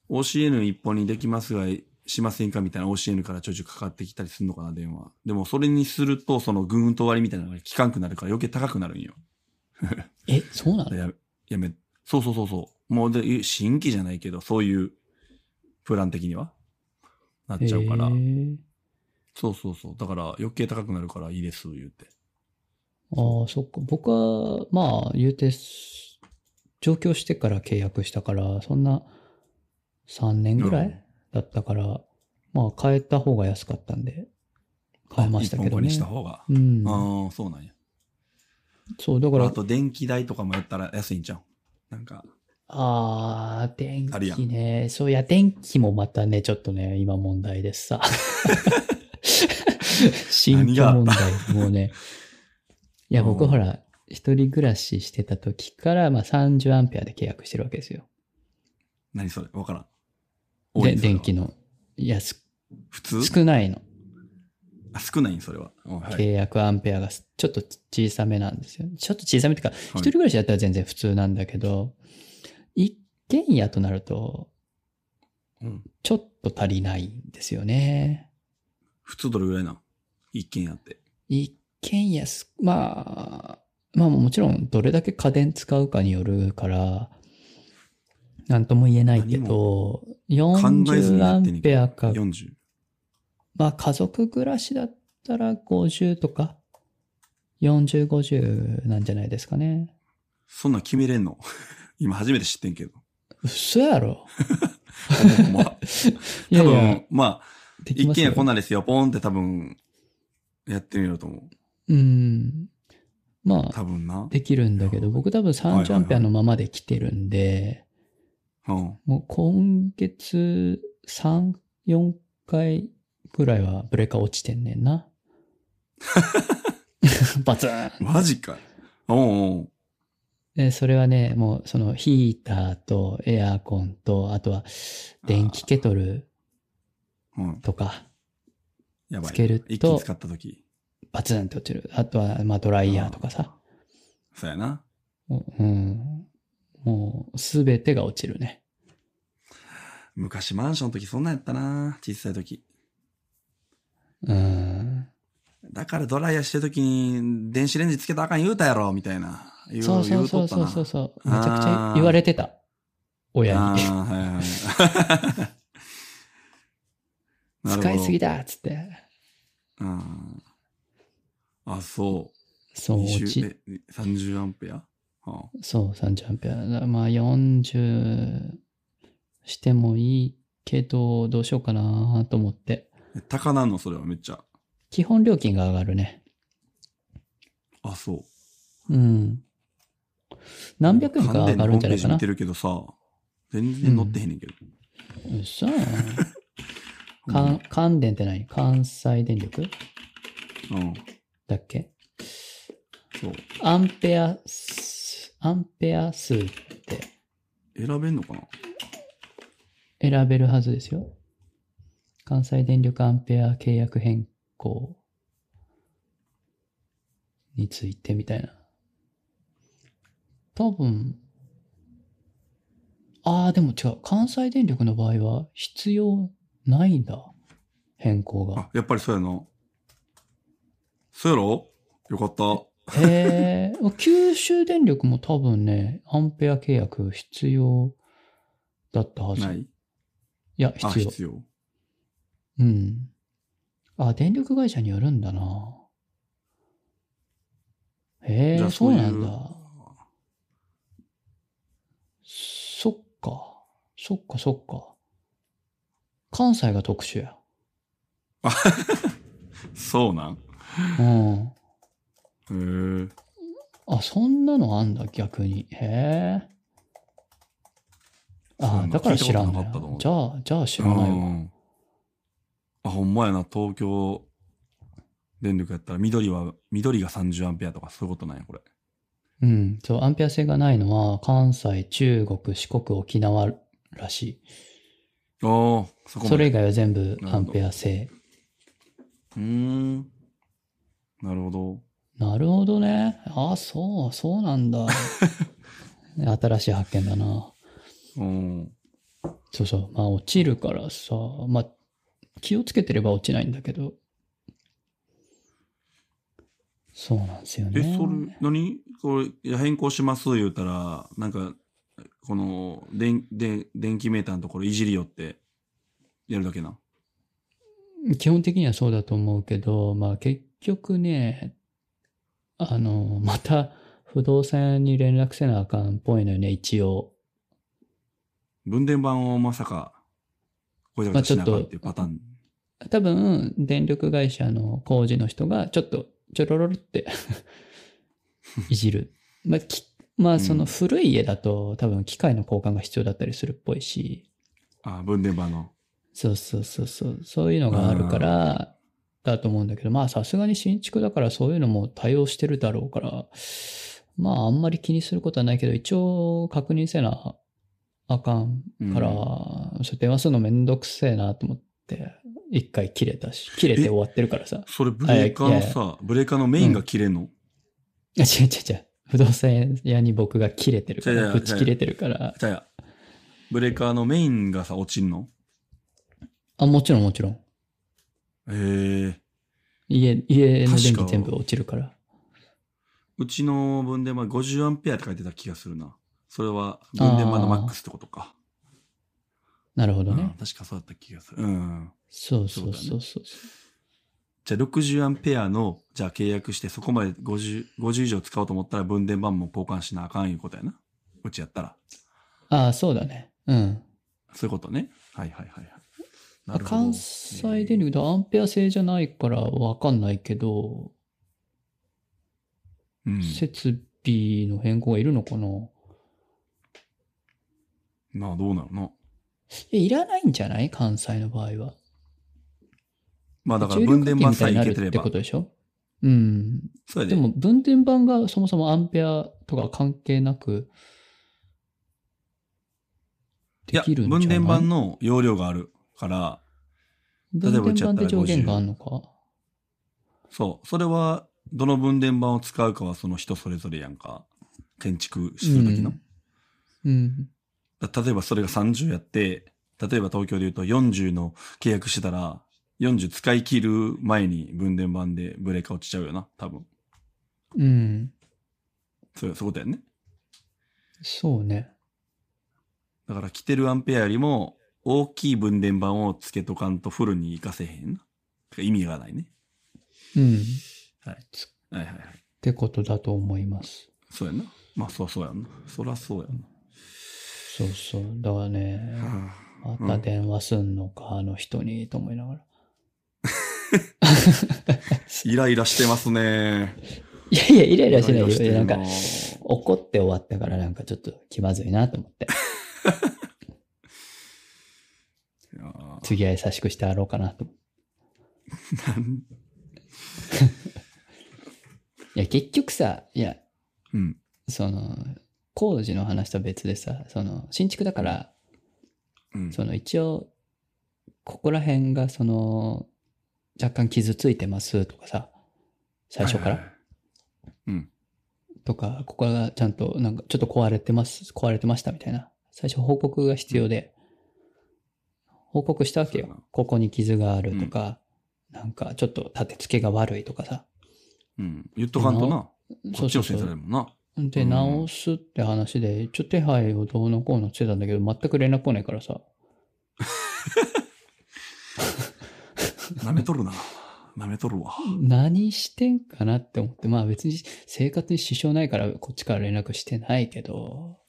[SPEAKER 1] OCN 一本にできますが、しませんかみたいな OCN からちょいちょいかかってきたりするのかな、電話。でも、それにすると、その、ぐーんと終わりみたいなのが効かんくなるから余計高くなるんよ。
[SPEAKER 2] え、そうなの
[SPEAKER 1] ややめ、そうそうそうそう。もうで、新規じゃないけど、そういう、プラン的には、なっちゃうから
[SPEAKER 2] へ。ー
[SPEAKER 1] そうそうそう。だから、余計高くなるからいいです、言うて。
[SPEAKER 2] ああ、そっか。僕は、まあ、言うて、上京してから契約したから、そんな3年ぐら
[SPEAKER 1] うん
[SPEAKER 2] いだったから、まあ、変えた方が安かったんで、変えましたけ
[SPEAKER 1] 一本
[SPEAKER 2] ど
[SPEAKER 1] 化
[SPEAKER 2] ね
[SPEAKER 1] にし。た方が。
[SPEAKER 2] うん。
[SPEAKER 1] ああ、そうなんや。
[SPEAKER 2] そう、だから
[SPEAKER 1] あ、と、電気代とかもやったら安いんじゃん。なんか、
[SPEAKER 2] ああ、電
[SPEAKER 1] あるや
[SPEAKER 2] 気ね。そういや、電気もまたね、ちょっとね、今問題で さ。新居問題、もうね。いや、
[SPEAKER 1] う
[SPEAKER 2] 僕
[SPEAKER 1] ん
[SPEAKER 2] ほら、一人暮らししてた時から、まあ30アンペアで契約してるわけですよ。
[SPEAKER 1] 何それわからん。多い
[SPEAKER 2] で、
[SPEAKER 1] んそれは
[SPEAKER 2] 電気の。いや、す
[SPEAKER 1] 普通
[SPEAKER 2] 少ないの。
[SPEAKER 1] あ少ないんそれは。うんはい
[SPEAKER 2] 契約アンペアがちょっと小さめなんですよ。ちょっと小さめっていうか、
[SPEAKER 1] い
[SPEAKER 2] 一人暮らしだったら全然普通なんだけど、一軒家となると、
[SPEAKER 1] うん
[SPEAKER 2] ちょっと足りないんですよね。
[SPEAKER 1] 普通どれぐらいなん一軒家って。
[SPEAKER 2] 一軒家す、まあ、まあもちろんどれだけ家電使うかによるから、なんとも言えないけど、
[SPEAKER 1] 考えずに
[SPEAKER 2] 40
[SPEAKER 1] や
[SPEAKER 2] ア
[SPEAKER 1] ってんねん
[SPEAKER 2] ン
[SPEAKER 1] け
[SPEAKER 2] ペ
[SPEAKER 1] ど
[SPEAKER 2] アか、
[SPEAKER 1] 40。
[SPEAKER 2] まあ家族暮らしだったら50とか、40、50なんじゃないですかね。
[SPEAKER 1] そんなん決めれんの 今初めて知ってん けど。
[SPEAKER 2] 嘘やろ。
[SPEAKER 1] ほんまほんま多
[SPEAKER 2] いやい
[SPEAKER 1] 分、
[SPEAKER 2] や、
[SPEAKER 1] まあ、
[SPEAKER 2] でき
[SPEAKER 1] 一
[SPEAKER 2] ます
[SPEAKER 1] 軒
[SPEAKER 2] よ
[SPEAKER 1] 家こんなんですよ。ポンって多分、やってみようと思う。
[SPEAKER 2] うん。まあ、
[SPEAKER 1] 多分な。
[SPEAKER 2] できるんだけど、僕多分
[SPEAKER 1] はいはい
[SPEAKER 2] 30アンペアのままで来てるんで、
[SPEAKER 1] うん。
[SPEAKER 2] もう今月3、4回ぐらいはブレーカー落ちてんねんな。バツン
[SPEAKER 1] マジか。おうおう
[SPEAKER 2] で、それはね、もうそのヒーターとエアコンと、あとは電気ケトル
[SPEAKER 1] うん。
[SPEAKER 2] とか、
[SPEAKER 1] やばい。
[SPEAKER 2] つけると
[SPEAKER 1] 一気に使ったとき。
[SPEAKER 2] バツンって落ちる。あとは、まあドライヤーとかさ。
[SPEAKER 1] そうやな。
[SPEAKER 2] もううん。もう、すべてが落ちるね。
[SPEAKER 1] 昔マンションの時そんなんやったな。小さい時。
[SPEAKER 2] うん。
[SPEAKER 1] だからドライヤーしてる時に電子レンジつけたらあかん言うたやろ、みたいな。言う
[SPEAKER 2] そうそうそうそうそうそう。めちゃくちゃ言われてた。
[SPEAKER 1] 言うとったな
[SPEAKER 2] 親
[SPEAKER 1] あ
[SPEAKER 2] に。
[SPEAKER 1] ーはいはい なるほど。
[SPEAKER 2] 使いすぎだっつって。
[SPEAKER 1] うん。あ、そう。
[SPEAKER 2] そう、落ち、
[SPEAKER 1] 20え30アンペア、はあ、
[SPEAKER 2] そう、30アンペア。だまあ、40してもいいけど、どうしようかなと思って。
[SPEAKER 1] え高なんのそれはめっちゃ。
[SPEAKER 2] 基本料金が上がるね。
[SPEAKER 1] あ、そう。
[SPEAKER 2] うん。何百円か上がるんじゃな
[SPEAKER 1] 関連のホームペー
[SPEAKER 2] いか
[SPEAKER 1] ジ見
[SPEAKER 2] な
[SPEAKER 1] て。るけどさ、全然載ってへんねんけど。
[SPEAKER 2] うっ そーか関電って何関西電力
[SPEAKER 1] うん、うん
[SPEAKER 2] だっけ
[SPEAKER 1] そう。
[SPEAKER 2] アンペア数、アンペア数って
[SPEAKER 1] 選べんのかな
[SPEAKER 2] 選べるはずですよ。関西電力アンペア契約変更についてみたいな。多分、ああ、でも違う。関西電力の場合は必要ないんだ。変更が。
[SPEAKER 1] あ、やっぱりそうやな。そうやろよかった。
[SPEAKER 2] えー、 九州電力も多分ね、アンペア契約必要だったはず。
[SPEAKER 1] ないい
[SPEAKER 2] や、
[SPEAKER 1] あ、
[SPEAKER 2] 必要。
[SPEAKER 1] 必要。
[SPEAKER 2] うん。あ、電力会社によるんだな。へえ
[SPEAKER 1] じゃあ
[SPEAKER 2] そ
[SPEAKER 1] そうういう
[SPEAKER 2] なんだ。そっか。そっか、そっか。関西が特殊や。
[SPEAKER 1] そうなん
[SPEAKER 2] うん。
[SPEAKER 1] へー
[SPEAKER 2] あ、そんなのあんだ、逆に。へえ。
[SPEAKER 1] そう
[SPEAKER 2] あ
[SPEAKER 1] なんだ
[SPEAKER 2] だから知ら
[SPEAKER 1] 聞
[SPEAKER 2] ん
[SPEAKER 1] いたことなか
[SPEAKER 2] のよ。
[SPEAKER 1] った
[SPEAKER 2] じゃあ、じゃあ知らないうわ。
[SPEAKER 1] んあ、ほんまやな。東京電力やったら緑は、緑が30アンペアとかそういうことなんや、これ。
[SPEAKER 2] うん。そう、アンペア性がないのは、関西、中国、四国、沖縄らしい。
[SPEAKER 1] ああ、そこまで。
[SPEAKER 2] それ以外は全部
[SPEAKER 1] なるほど
[SPEAKER 2] アンペア制。
[SPEAKER 1] うーん。なるほど。
[SPEAKER 2] なるほどね。ああ、そう、そうな んだ。新しい発見だな。
[SPEAKER 1] うん。
[SPEAKER 2] そうそう。まあ、落ちるからさ、まあ、気をつけてれば落ちないんだけど。そうなんですよ
[SPEAKER 1] え、
[SPEAKER 2] ね。
[SPEAKER 1] それ、何これ、いや変更します言うたら、なんか、この、電、電、電気メーターのところいじりよって、やるだけな。
[SPEAKER 2] 基本的にはそうだと思うけど、まあ結局ね、あの、また不動産屋に連絡せなあかんっぽいのよね、一応。
[SPEAKER 1] 分電盤をまさか、ごちゃごちゃしなかったっていうパターン。
[SPEAKER 2] 多分、電力会社の工事の人が、ちょっと、ちょろろろって、いじる。まあ、きまあ、その古い家だと、多分機械の交換が必要だったりするっぽいし、
[SPEAKER 1] あ、分電盤の。
[SPEAKER 2] そうそうそうそう、そういうのがあるから、だと思うんだけど、まあさすがに新築だからそういうのも対応してるだろうから、まああんまり気にすることはないけど、一応確認せなあかんから、
[SPEAKER 1] うん
[SPEAKER 2] それ電話するのめんどくせえなと思って、一回切れたし、切れて終わってるからさ。
[SPEAKER 1] それ、ブレーカーのさ、ブレーカーのメインが切れんの、
[SPEAKER 2] あ違う違う違う。不動産屋に僕が切れてるか
[SPEAKER 1] 違う違
[SPEAKER 2] ら、
[SPEAKER 1] う
[SPEAKER 2] ぶち切れてるから。
[SPEAKER 1] じゃあや。ブレーカーのメインがさ、落ちんの
[SPEAKER 2] あ、もちろんもちろん。
[SPEAKER 1] ええー。
[SPEAKER 2] 家、家の電
[SPEAKER 1] 確
[SPEAKER 2] 気
[SPEAKER 1] か
[SPEAKER 2] 全部落ちるから。
[SPEAKER 1] うちの分電盤50アンペアって書いてた気がするな。それは分電盤のマックスってことか。
[SPEAKER 2] なるほどね。
[SPEAKER 1] うん確かそうだった気がする。うん。
[SPEAKER 2] そうそうそうそう。
[SPEAKER 1] じゃあ60アンペアの、じゃあ契約してそこまで50、50以上使おうと思ったら分電盤も交換しなあかんいうことやな。うちやったら。
[SPEAKER 2] ああ、そうだね。うん。
[SPEAKER 1] そういうことね。はいはいはいはい。なるほど
[SPEAKER 2] 関西電力でアンペア制じゃないからわかんないけど、
[SPEAKER 1] うん。
[SPEAKER 2] 設備の変更がいるのかな
[SPEAKER 1] まあどうなるの
[SPEAKER 2] え、いらないんじゃない関西の場合は。
[SPEAKER 1] まあだから
[SPEAKER 2] 重量
[SPEAKER 1] 分電盤さえい
[SPEAKER 2] 課金
[SPEAKER 1] け
[SPEAKER 2] み
[SPEAKER 1] て
[SPEAKER 2] た
[SPEAKER 1] れ
[SPEAKER 2] になるって
[SPEAKER 1] ば
[SPEAKER 2] こ。とでしょうん。
[SPEAKER 1] そうや
[SPEAKER 2] で
[SPEAKER 1] で。
[SPEAKER 2] も、分電盤がそもそもアンペアとか関係なく、
[SPEAKER 1] い
[SPEAKER 2] で
[SPEAKER 1] や、
[SPEAKER 2] きるんじゃない
[SPEAKER 1] 分電盤の容量があるから、例えば
[SPEAKER 2] 分
[SPEAKER 1] うち
[SPEAKER 2] 電
[SPEAKER 1] やっ
[SPEAKER 2] 盤った
[SPEAKER 1] ら
[SPEAKER 2] て
[SPEAKER 1] 50
[SPEAKER 2] 上限があるのか
[SPEAKER 1] そう。それは、どの分電盤を使うかはその人それぞれやんか。建築するときの。
[SPEAKER 2] うん。
[SPEAKER 1] だ例えばそれが30やって、例えば東京で言うと40の契約してたら、40使い切る前に分電盤でブレーカー落ちちゃうよな、多分。
[SPEAKER 2] うん。
[SPEAKER 1] そう、そういうことやんね。
[SPEAKER 2] そうね。
[SPEAKER 1] だから来てるアンペアよりも大きい分電盤をつけとかんとフルに活かせへんな。てか意味がないね。
[SPEAKER 2] うん。っ
[SPEAKER 1] はいはいはい。
[SPEAKER 2] てことだと思います。
[SPEAKER 1] そうやんな。まあそうそうやんな。そらそうやん
[SPEAKER 2] そうそう。だからね、
[SPEAKER 1] な。は
[SPEAKER 2] また電話すんのか、あの人に、と思いながら。
[SPEAKER 1] あイライラしてますね。
[SPEAKER 2] いやいや、イラ
[SPEAKER 1] イ
[SPEAKER 2] イラしない
[SPEAKER 1] て
[SPEAKER 2] で、な
[SPEAKER 1] る
[SPEAKER 2] んか、怒って終わったからなんかちょっと気まずいなと思って、
[SPEAKER 1] いやー
[SPEAKER 2] 次は優しくしてやろうかなと思って。
[SPEAKER 1] なん
[SPEAKER 2] いや、結局さ、いや、
[SPEAKER 1] うん。
[SPEAKER 2] その、工事の話とは別でさ、その、新築だから、
[SPEAKER 1] うん。
[SPEAKER 2] その一応、ここら辺がその、若干傷ついてますとかさ、最初か
[SPEAKER 1] はい
[SPEAKER 2] ら
[SPEAKER 1] はいうん。
[SPEAKER 2] とか、ここがちゃんとなんかちょっと壊れてます、壊れてましたみたいな。最初報告が必要で、報告したわけ
[SPEAKER 1] そうだ
[SPEAKER 2] よ。ここに傷があるとか、なんかちょっと立て付けが悪いとかさ。
[SPEAKER 1] うん。言っとかんとな。こ
[SPEAKER 2] そ
[SPEAKER 1] っ
[SPEAKER 2] う
[SPEAKER 1] ち
[SPEAKER 2] そ
[SPEAKER 1] を
[SPEAKER 2] うそ
[SPEAKER 1] せんされ
[SPEAKER 2] う。
[SPEAKER 1] るもんな。
[SPEAKER 2] で、
[SPEAKER 1] うん
[SPEAKER 2] 直すって話で、一応手配をどうのこうのしてたんだけど、全く連絡来ないからさ。
[SPEAKER 1] 舐めとるな。 舐めとるわ。
[SPEAKER 2] 何してんかなって思って、まあ別に生活に支障ないからこっちから連絡してないけど、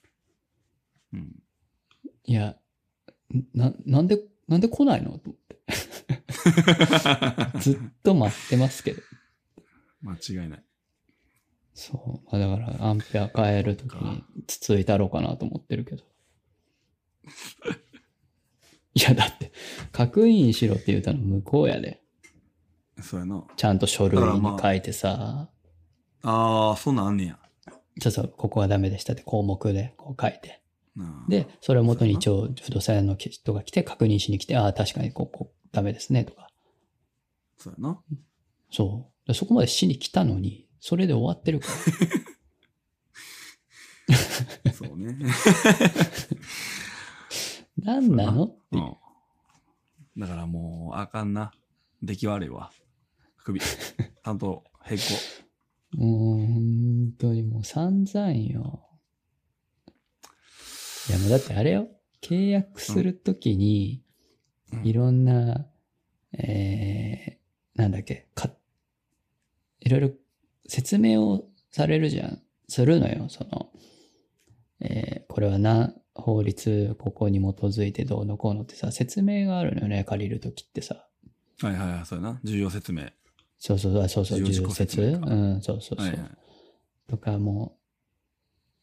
[SPEAKER 1] うん。
[SPEAKER 2] いや、な、なんで、なんで来ないのと思ってずっと待ってますけど。
[SPEAKER 1] 間違いない。
[SPEAKER 2] そう。まあだからアンペア変えるときにつついたろうかなと思ってるけど。いやだって、確認しろって言うたの向こうやで。
[SPEAKER 1] そうやな。
[SPEAKER 2] ちゃんと書類に書いてさ、
[SPEAKER 1] ああ、そんなんあんねや。
[SPEAKER 2] ちょっとここはダメでしたって項目でこう書いて。
[SPEAKER 1] なあ
[SPEAKER 2] で、それを元に一応不動産屋の人が来て確認しに来て、ああ、確かにここダメですねとか。
[SPEAKER 1] そうやな。
[SPEAKER 2] そう。でそこまでしに来たのに、それで終わってるから。
[SPEAKER 1] そう ね。
[SPEAKER 2] 何なのって
[SPEAKER 1] う。
[SPEAKER 2] いうん
[SPEAKER 1] だからもう、あかんな。出来悪いわ。 首。担当、平行。
[SPEAKER 2] もう、本当にもう散々よ。いや、もうだってあれよ。契約するときに、
[SPEAKER 1] うん
[SPEAKER 2] いろんな、えー、なんだっけ、か、いろいろ説明をされるじゃん。するのよ、その、えー、これはな、法律、ここに基づいてどうのこうのってさ、説明があるのよね、借りるときってさ。
[SPEAKER 1] はいはいはい、そうやな。重要説明。
[SPEAKER 2] そうそう、あそうそう、
[SPEAKER 1] 重要事
[SPEAKER 2] 重
[SPEAKER 1] 項説
[SPEAKER 2] 説
[SPEAKER 1] 明か
[SPEAKER 2] うん、そうそうそう。
[SPEAKER 1] はいはい。
[SPEAKER 2] とかも、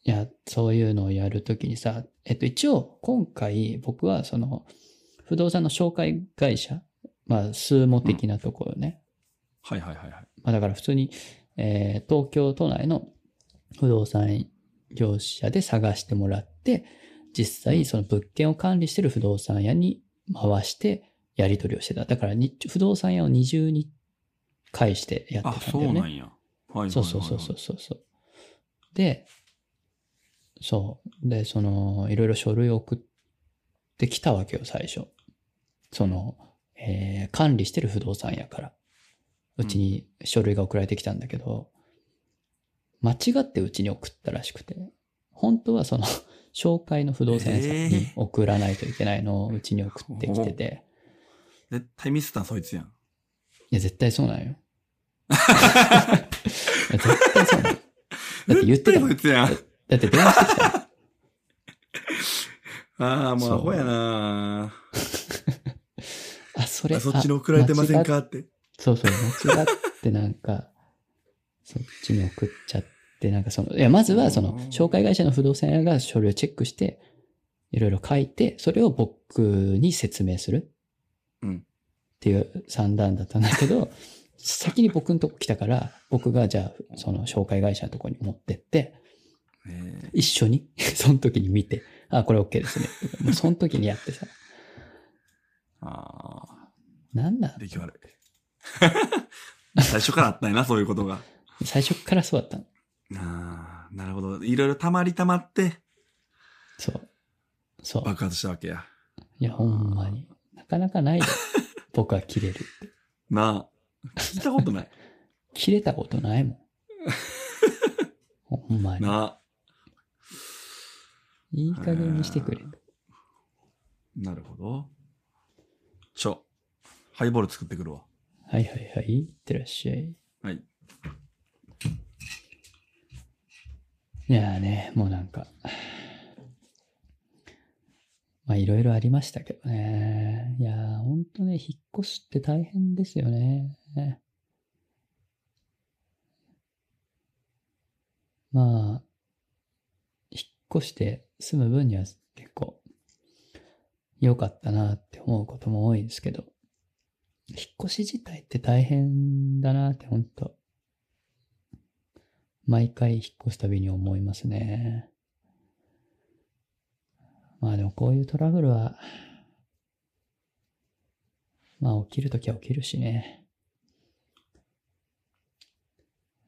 [SPEAKER 2] いや、そういうのをやるときにさ、えっと、一応、今回、僕は、その、不動産の紹介会社、まあ、数模的なところね。
[SPEAKER 1] はいはいはいはい。
[SPEAKER 2] まあ、だから普通に、えー東京都内の不動産業者で探してもらって、実際、その物件を管理してる不動産屋に回して、やり取りをしてた。だからに、不動産屋を二重に返してやっ
[SPEAKER 1] あ、
[SPEAKER 2] てたん
[SPEAKER 1] そ
[SPEAKER 2] だよ
[SPEAKER 1] う
[SPEAKER 2] ね
[SPEAKER 1] な。んや。はいはいはいはい
[SPEAKER 2] そうそうそうそう。そうそう。で、そう。で、その、いろいろ書類を送ってきたわけよ、最初。その、えー管理してる不動産屋から。うちに書類が送られてきたんだけど、間違ってうちに送ったらしくて、本当はその、 紹介の不動産屋さん
[SPEAKER 1] え
[SPEAKER 2] に
[SPEAKER 1] ー
[SPEAKER 2] 送らないといけないのをうちに送ってきてて、
[SPEAKER 1] 絶対ミスったんそいつやん。
[SPEAKER 2] いや、絶対そうなんよ。い や絶対そうなんよ。だって言ってた
[SPEAKER 1] 絶
[SPEAKER 2] も
[SPEAKER 1] 対そい
[SPEAKER 2] ん
[SPEAKER 1] つやん。
[SPEAKER 2] だって電話してきたよ。
[SPEAKER 1] ああ、もう
[SPEAKER 2] そう
[SPEAKER 1] アホやな
[SPEAKER 2] あ、それ。
[SPEAKER 1] あそっちに送られてません
[SPEAKER 2] あ間違っ
[SPEAKER 1] かって。
[SPEAKER 2] そうそう、間違ってなんか、そっちに送っちゃって、なんかその、いや、まずはその
[SPEAKER 1] うん、
[SPEAKER 2] 紹介会社の不動産屋が書類をチェックして、いろいろ書いて、それを僕に説明する。
[SPEAKER 1] うん
[SPEAKER 2] っていう算段だったんだけど、先に僕のとこ来たから、僕がじゃあ、その紹介会社のとこに持ってって、
[SPEAKER 1] え
[SPEAKER 2] 一緒に、 その時に見て、あ、これ OK ですね。もうその時にやってさ、
[SPEAKER 1] ー、ああ、
[SPEAKER 2] なんなん
[SPEAKER 1] 出来悪 い。最初からあったんやな、そういうことが。
[SPEAKER 2] 最初っからそうだったの。
[SPEAKER 1] ああ、なるほど。いろいろ溜まり溜まって
[SPEAKER 2] そう。そう。
[SPEAKER 1] 爆発したわけや。
[SPEAKER 2] いや、ほんまに。なかなかないよ。僕は切れる。
[SPEAKER 1] なあ、聞いたこと ない。
[SPEAKER 2] 切れたことないもん。ほんまに。
[SPEAKER 1] なあ、
[SPEAKER 2] いい加減にしてくれ。
[SPEAKER 1] なるほど。ちょ、ハイボール作ってくるわ。
[SPEAKER 2] はいはいはい。いってらっしゃい。
[SPEAKER 1] はい。
[SPEAKER 2] いやーね、もうなんか。まあいろいろありましたけどね。いやーほんとね、引っ越しって大変ですよね。まあ、引っ越して住む分には結構良かったなって思うことも多いですけど、引っ越し自体って大変だなってほんと毎回引っ越すたびに思いますね。まあでもこういうトラブルは、まあ起きるときは起きるしね。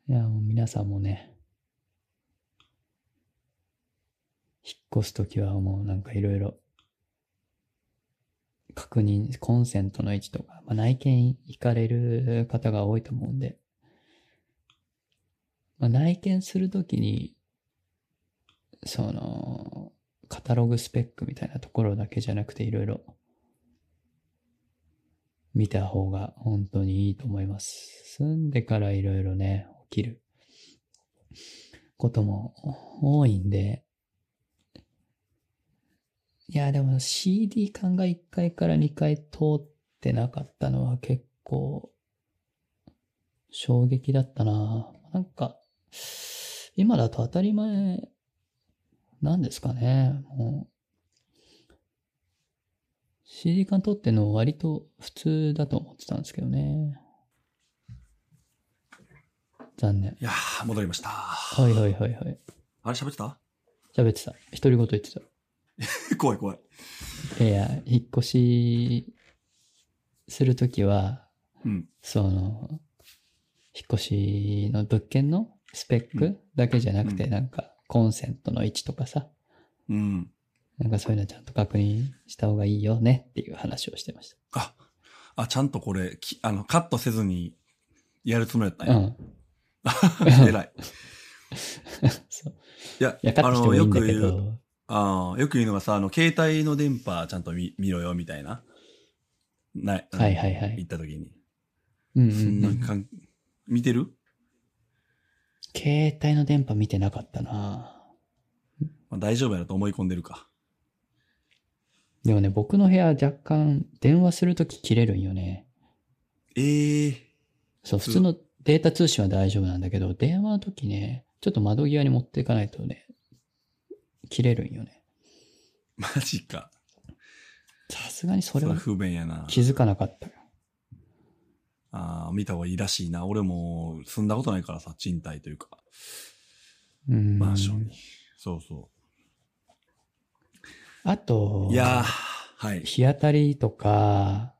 [SPEAKER 2] いやもう皆さんもね、引っ越すときはもうなんかいろいろ確認、コンセントの位置とか、まあ、内見行かれる方が多いと思うんで、まあ、内見するときに、その、カタログスペックみたいなところだけじゃなくていろいろ見た方が本当にいいと思います。住んでからいろいろね、起きることも多いんで、いや、でも CD 缶が1階から2階通ってなかったのは結構衝撃だったななんか、今だと当たり前なんですかね。もう、CD 缶取ってんの割と普通だと思ってたんですけどね。残念。
[SPEAKER 1] いやー、戻りました。は
[SPEAKER 2] はいはいはいはい。
[SPEAKER 1] あれ喋ってた
[SPEAKER 2] 喋ってた。独り言言ってた。
[SPEAKER 1] 怖い怖い。
[SPEAKER 2] いや、引っ越しするときは、
[SPEAKER 1] うん。
[SPEAKER 2] その、引っ越しの物件のスペッ
[SPEAKER 1] う
[SPEAKER 2] クだけじゃなくて、
[SPEAKER 1] うん
[SPEAKER 2] なんか、コンセントの位置とかさ、
[SPEAKER 1] うん。
[SPEAKER 2] なんかそういうのちゃんと確認した方がいいよねっていう話をしてまし
[SPEAKER 1] あ、あ、ちゃんとこれ、きあの、カットせずにやるつもりだったん
[SPEAKER 2] た。う
[SPEAKER 1] や。
[SPEAKER 2] ん。
[SPEAKER 1] 偉い。
[SPEAKER 2] そう。
[SPEAKER 1] いや、
[SPEAKER 2] いや、カットしてもいいんだけ
[SPEAKER 1] あのよく言う、
[SPEAKER 2] ど、
[SPEAKER 1] あーよく言うのがさ、あの、携帯の電波ちゃんと見見ろよ、みたいな。ない。あの
[SPEAKER 2] はいはいはい
[SPEAKER 1] 行った時に。
[SPEAKER 2] うん
[SPEAKER 1] そん
[SPEAKER 2] うんう。
[SPEAKER 1] なんかん、見てる、
[SPEAKER 2] 携帯の電波見てなかったな
[SPEAKER 1] まあ、大丈夫やなと思い込んでるか。
[SPEAKER 2] でもね、僕の部屋若干電話するとき切れるんよね。
[SPEAKER 1] ええー。
[SPEAKER 2] そう、
[SPEAKER 1] 普通
[SPEAKER 2] 普通のデータ通信は大丈夫なんだけど、電話の時ね、ちょっと窓際に持っていかないとね、切れるんよね。
[SPEAKER 1] マジか。
[SPEAKER 2] さすがにそ
[SPEAKER 1] それ
[SPEAKER 2] れ
[SPEAKER 1] は
[SPEAKER 2] は
[SPEAKER 1] 不便やな。
[SPEAKER 2] 気づかなかったよ。
[SPEAKER 1] ああ、見た方がいいらしいな。俺も住んだことないからさ、賃貸というか、
[SPEAKER 2] うん。
[SPEAKER 1] マンションに。そうそ
[SPEAKER 2] あと、
[SPEAKER 1] う。いやー、はい。
[SPEAKER 2] 日当たりとか、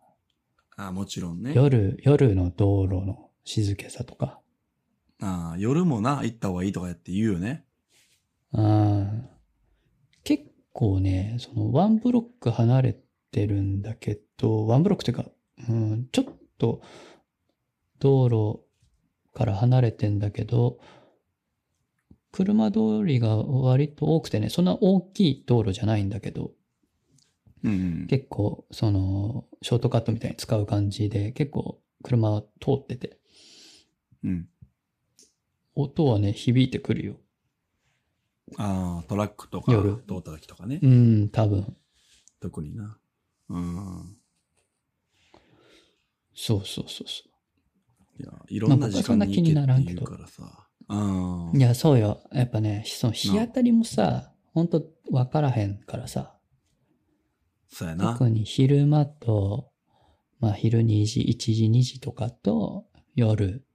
[SPEAKER 1] あーもちろんね。
[SPEAKER 2] 夜、夜の道路の静けさとか。
[SPEAKER 1] あー夜もな、行った方がいいとかやって言うよね。
[SPEAKER 2] うん。結構ね、そのワンブロック離れてるんだけど、ワンブロックというか、うん、ちょっと道路から離れてんだけど、車通りが割と多くてね、そんな大きい道路じゃないんだけど、
[SPEAKER 1] うん、うん。
[SPEAKER 2] 結構、その、ショートカットみたいに使う感じで、結構車は通ってて、
[SPEAKER 1] うん。
[SPEAKER 2] 音はね、響いてくるよ。
[SPEAKER 1] ああ、トラックとか、
[SPEAKER 2] 夜
[SPEAKER 1] 通った時とかね。
[SPEAKER 2] うん、多分。
[SPEAKER 1] 特にな。うん。
[SPEAKER 2] そうそうそうそう。
[SPEAKER 1] いや、いろんな時間
[SPEAKER 2] まあ僕はそんな
[SPEAKER 1] に
[SPEAKER 2] 気
[SPEAKER 1] 行
[SPEAKER 2] に
[SPEAKER 1] けっ
[SPEAKER 2] ならん
[SPEAKER 1] て
[SPEAKER 2] け
[SPEAKER 1] 言
[SPEAKER 2] ど
[SPEAKER 1] うからさ。うん。
[SPEAKER 2] いや、そうよ。やっぱね、その日当たりもさ、ほんと分からへんからさ、
[SPEAKER 1] そうやな。
[SPEAKER 2] 特に昼間と、まあ昼2時、1時、2時とかと、夜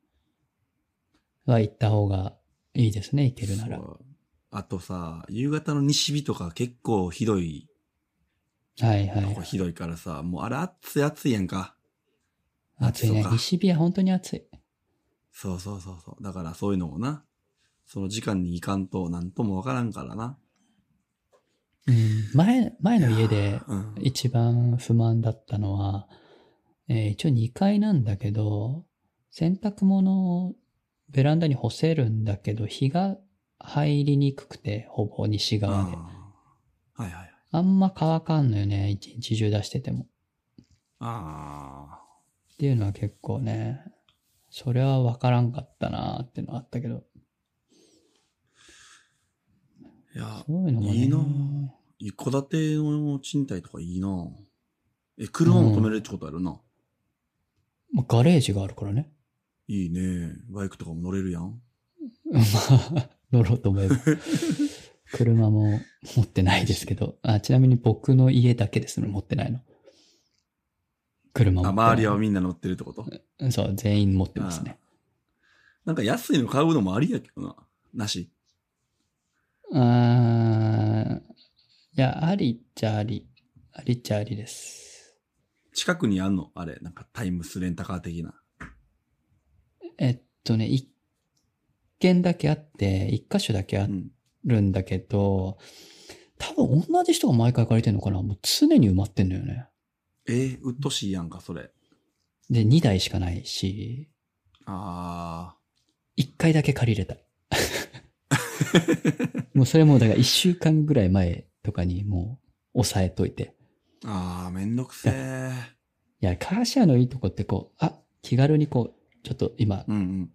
[SPEAKER 2] は行った方がいいですね、行けるなら。
[SPEAKER 1] そうあとさ、夕方の西日とか結構ひどい、
[SPEAKER 2] はいは
[SPEAKER 1] ここ
[SPEAKER 2] い。
[SPEAKER 1] ひどいからさ、もうあれ暑い暑いやんか。
[SPEAKER 2] 暑いね
[SPEAKER 1] そう。か
[SPEAKER 2] 西日は本当に暑い。
[SPEAKER 1] そうそうそうそう。だからそういうのもな、その時間に行かんとなんともわからんからな。
[SPEAKER 2] うん、前、前の家で
[SPEAKER 1] うん。
[SPEAKER 2] 一番不満だったのは、えー一応2階なんだけど、洗濯物をベランダに干せるんだけど、日が入りにくくて、ほぼ西
[SPEAKER 1] あ
[SPEAKER 2] 側
[SPEAKER 1] ー
[SPEAKER 2] で。
[SPEAKER 1] はいはいはい。
[SPEAKER 2] あんま乾かんのよね、一日中出してても。
[SPEAKER 1] あ
[SPEAKER 2] っていうのは結構ね、それはわからんかったなーってのはあったけど、
[SPEAKER 1] あ。いや、
[SPEAKER 2] そういうのもね。
[SPEAKER 1] いいなぁ一戸建ての賃貸とかいいなえ、車も止めれるってことあるな。
[SPEAKER 2] まあガレージがあるからね。
[SPEAKER 1] いいねバイクとかも乗れるやん。
[SPEAKER 2] まあ、 乗ろうと思 えば。車も持ってないですけど。あ、ちなみに僕の家だけですの、持ってないの。車
[SPEAKER 1] あ、
[SPEAKER 2] も。
[SPEAKER 1] 周りはみんな乗ってるってこと
[SPEAKER 2] そう、全員持ってますね。
[SPEAKER 1] なんか安いの買うのもありやけどな。なし。
[SPEAKER 2] あーいや、ありっちゃあり。ありっちゃありです。
[SPEAKER 1] 近くにあんのあれ、なんかタイムスレンタカー的な。
[SPEAKER 2] えっとね、一軒だけあって、一箇所だけあ
[SPEAKER 1] うん。
[SPEAKER 2] るんだけど、多分同じ人が毎回借りてんのかなもう常に埋まってんのよね。
[SPEAKER 1] えー、うっとしいやんか、それ。
[SPEAKER 2] で、2台しかないし、
[SPEAKER 1] あ
[SPEAKER 2] 一回だけ借りれた。 もうそれもだから一週間ぐらい前とかにもう抑えといて。
[SPEAKER 1] ー。あー、めんどくせえ。
[SPEAKER 2] いや、カーシェアのいいとこってこう、あ、気軽にこう、ちょっと今
[SPEAKER 1] うんうん。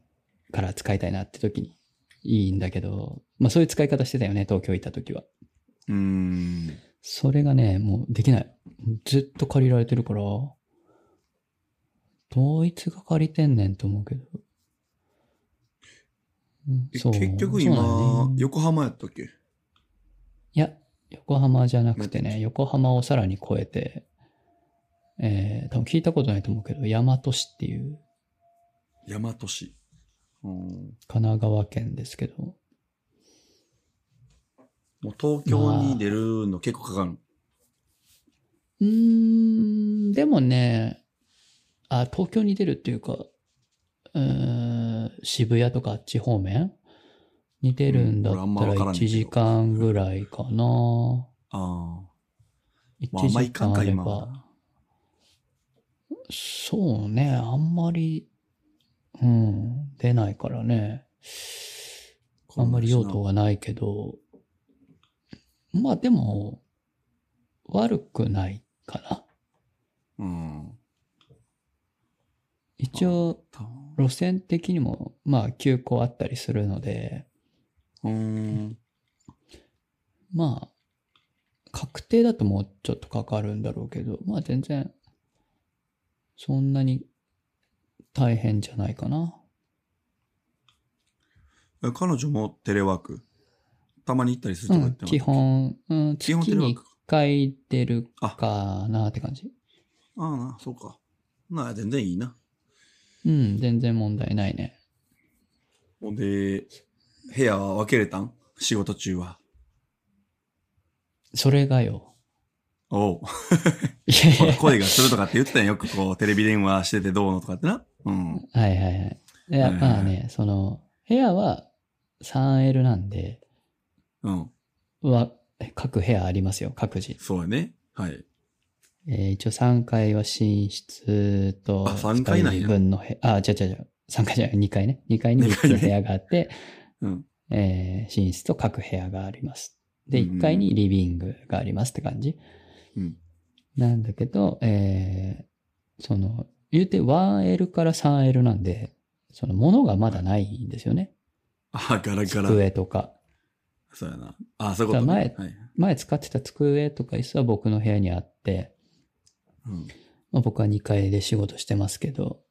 [SPEAKER 2] から使いたいなって時にいいんだけど、まあそういう使い方してたよね、東京行った時は。
[SPEAKER 1] うーん。
[SPEAKER 2] それがね、もうできない。ずっと借りられてるから、同一が借りてんねんと思うけど。うん
[SPEAKER 1] え
[SPEAKER 2] そう
[SPEAKER 1] 結局
[SPEAKER 2] そうなんよ
[SPEAKER 1] 今、
[SPEAKER 2] ね
[SPEAKER 1] 横浜やったっけ
[SPEAKER 2] いや、横浜じゃなくてね、横浜をさらに超えて、えー、多分聞いたことないと思うけど、大和市っていう
[SPEAKER 1] 大和市。うん。
[SPEAKER 2] 神奈川県ですけど、
[SPEAKER 1] もう東京に出るの結構かかる。
[SPEAKER 2] うーん、でもね、あ、東京に出るっていうか、うーん、渋谷とかあっち方面に出るんだっ
[SPEAKER 1] うん俺
[SPEAKER 2] た
[SPEAKER 1] あんま
[SPEAKER 2] ら
[SPEAKER 1] わからんねんけ
[SPEAKER 2] 1
[SPEAKER 1] ど
[SPEAKER 2] 時間ぐらいかな。
[SPEAKER 1] ああ。まあ、あ
[SPEAKER 2] 1
[SPEAKER 1] んま
[SPEAKER 2] 時
[SPEAKER 1] いかん
[SPEAKER 2] 間あ
[SPEAKER 1] か、
[SPEAKER 2] れ
[SPEAKER 1] 今
[SPEAKER 2] ば
[SPEAKER 1] は。
[SPEAKER 2] そうね、あんまり、うん、出ないからね。あんまり用途がないけど、まあでも、悪くないかな。
[SPEAKER 1] うん。
[SPEAKER 2] 一応、
[SPEAKER 1] た
[SPEAKER 2] 路線的にも、まあ、休校あったりするので、
[SPEAKER 1] うーん。
[SPEAKER 2] まあ、確定だともうちょっとかかるんだろうけど、まあ全然、そんなに大変じゃないかな。
[SPEAKER 1] え彼女もテレワークたまに行ったりする
[SPEAKER 2] う
[SPEAKER 1] とか言っ、てなか
[SPEAKER 2] ん
[SPEAKER 1] ったっけ
[SPEAKER 2] 基。本、うん、
[SPEAKER 1] 基
[SPEAKER 2] 月
[SPEAKER 1] 本テレワー
[SPEAKER 2] に1
[SPEAKER 1] ク
[SPEAKER 2] 回出るかなって感じ。
[SPEAKER 1] ああな、そうか。なあ、全然いいな。
[SPEAKER 2] うん、全然問題ないね。
[SPEAKER 1] ほんで、部屋は分けれたん仕事中は。
[SPEAKER 2] それがよ。
[SPEAKER 1] おう。
[SPEAKER 2] いやいや
[SPEAKER 1] ほら声がするとかって言ってたんよよくこう、テレビ電話しててどうのとかってな。うん。
[SPEAKER 2] はいはいはい。い
[SPEAKER 1] は
[SPEAKER 2] や、
[SPEAKER 1] いはい
[SPEAKER 2] まあね、その、部屋は 3L なんで、
[SPEAKER 1] うん。
[SPEAKER 2] は、各部屋ありますよ、各自。
[SPEAKER 1] そうやね。はい。
[SPEAKER 2] えー一応3階は寝室と、
[SPEAKER 1] あ三階なんや
[SPEAKER 2] 二人分の部屋、あ、違う違う違う、3階じゃない、2階ね。2階に3つの
[SPEAKER 1] 二階ね
[SPEAKER 2] 部屋があって、
[SPEAKER 1] うん。
[SPEAKER 2] えー寝室と各部屋があります。で、
[SPEAKER 1] うんうん
[SPEAKER 2] 1階にリビングがありますって感じ。
[SPEAKER 1] うん。
[SPEAKER 2] なんだけど、えーその、言うて 1L から 3L なんで、その、物がまだないんですよね。
[SPEAKER 1] あ、ガラガラ。
[SPEAKER 2] 机とか。
[SPEAKER 1] そうやな。あ、そういうこと、ね。はい。
[SPEAKER 2] 前使ってた机とか椅子は僕の部屋にあって、
[SPEAKER 1] うん。
[SPEAKER 2] まあ、僕は2階で仕事してますけど、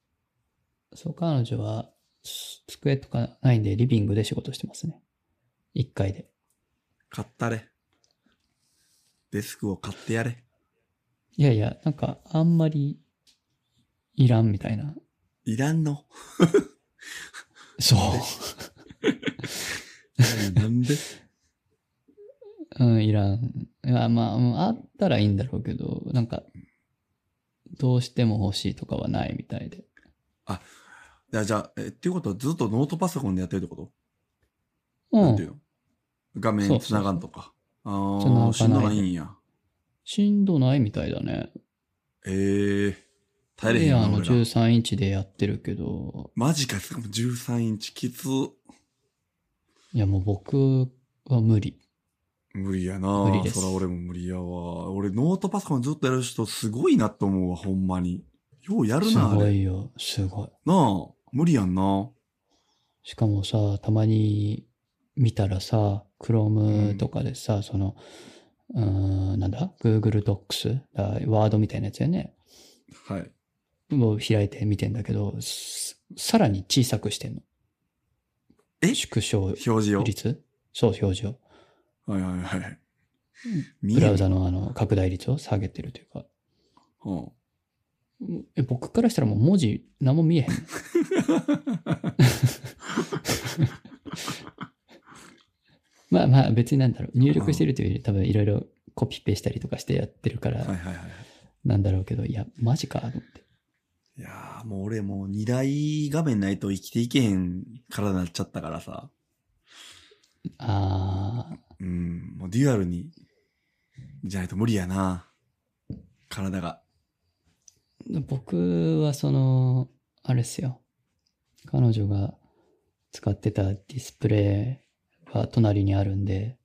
[SPEAKER 2] そう、彼女はす机とかないんでリビングで仕事してますね。1階で。
[SPEAKER 1] 買ったれ。デスクを買ってやれ。
[SPEAKER 2] いやいや、なんかあんまりいらんみたいな
[SPEAKER 1] いらん の。
[SPEAKER 2] そう。
[SPEAKER 1] なんで
[SPEAKER 2] うん、いらん。いや、まあうん、あったらいいんだろうけど、なんか、どうしても欲しいとかはないみたいで。
[SPEAKER 1] いやじゃあ、え、っていうことはずっとノートパソコンでやってるってこと、
[SPEAKER 2] う。
[SPEAKER 1] なんていうんの画面つながんとか。
[SPEAKER 2] そうそう
[SPEAKER 1] ああ、しんどないんや。
[SPEAKER 2] しんどないみたいだね。
[SPEAKER 1] ええー。耐えれへ
[SPEAKER 2] エ
[SPEAKER 1] ん
[SPEAKER 2] ア
[SPEAKER 1] な
[SPEAKER 2] ーの
[SPEAKER 1] 俺ら
[SPEAKER 2] 13インチでやってるけど、
[SPEAKER 1] マジか、しかも13インチきつ。
[SPEAKER 2] いやもう僕は無理。
[SPEAKER 1] 無理やな
[SPEAKER 2] 無理です
[SPEAKER 1] そら俺も無理やわ。俺ノートパソコンずっとやる人すごいなと思うわ、ほんまに。ようやる
[SPEAKER 2] す
[SPEAKER 1] な、あ
[SPEAKER 2] ご
[SPEAKER 1] れ。
[SPEAKER 2] いよ、すごい。
[SPEAKER 1] なあ、無理やんな。
[SPEAKER 2] しかもさ、たまに見たらさ、
[SPEAKER 1] う
[SPEAKER 2] Chrome
[SPEAKER 1] ん
[SPEAKER 2] とかでさ、その、うーん、なんだ ?Google Docs? だワードみたいなやつやね。
[SPEAKER 1] はい。
[SPEAKER 2] を開いて見てんだけど、すさらに小さくしてんの。
[SPEAKER 1] え
[SPEAKER 2] 縮小
[SPEAKER 1] 表示を。
[SPEAKER 2] 率そう、表示を。
[SPEAKER 1] はいはいはい。見
[SPEAKER 2] ブラウ
[SPEAKER 1] ザ。
[SPEAKER 2] ザのあの、拡大率を下げてるというか。
[SPEAKER 1] うん。
[SPEAKER 2] え僕からしたらもう文字何も見えへん。 まあまあ別になんだろう。入力してるというより多分いろいろコピペしたりとかしてやってるか
[SPEAKER 1] はいはい
[SPEAKER 2] ら
[SPEAKER 1] はい。
[SPEAKER 2] なんだろうけど、いや、マジかと思って。
[SPEAKER 1] いやーもう俺もう二台画面ないと生きていけへんからなっちゃったからさ。
[SPEAKER 2] あ
[SPEAKER 1] うん。もうデュアルに、じゃないと無理やな体が。
[SPEAKER 2] ー僕はその、あれっすよ。彼女が使ってたディスプレイが隣にあるんで、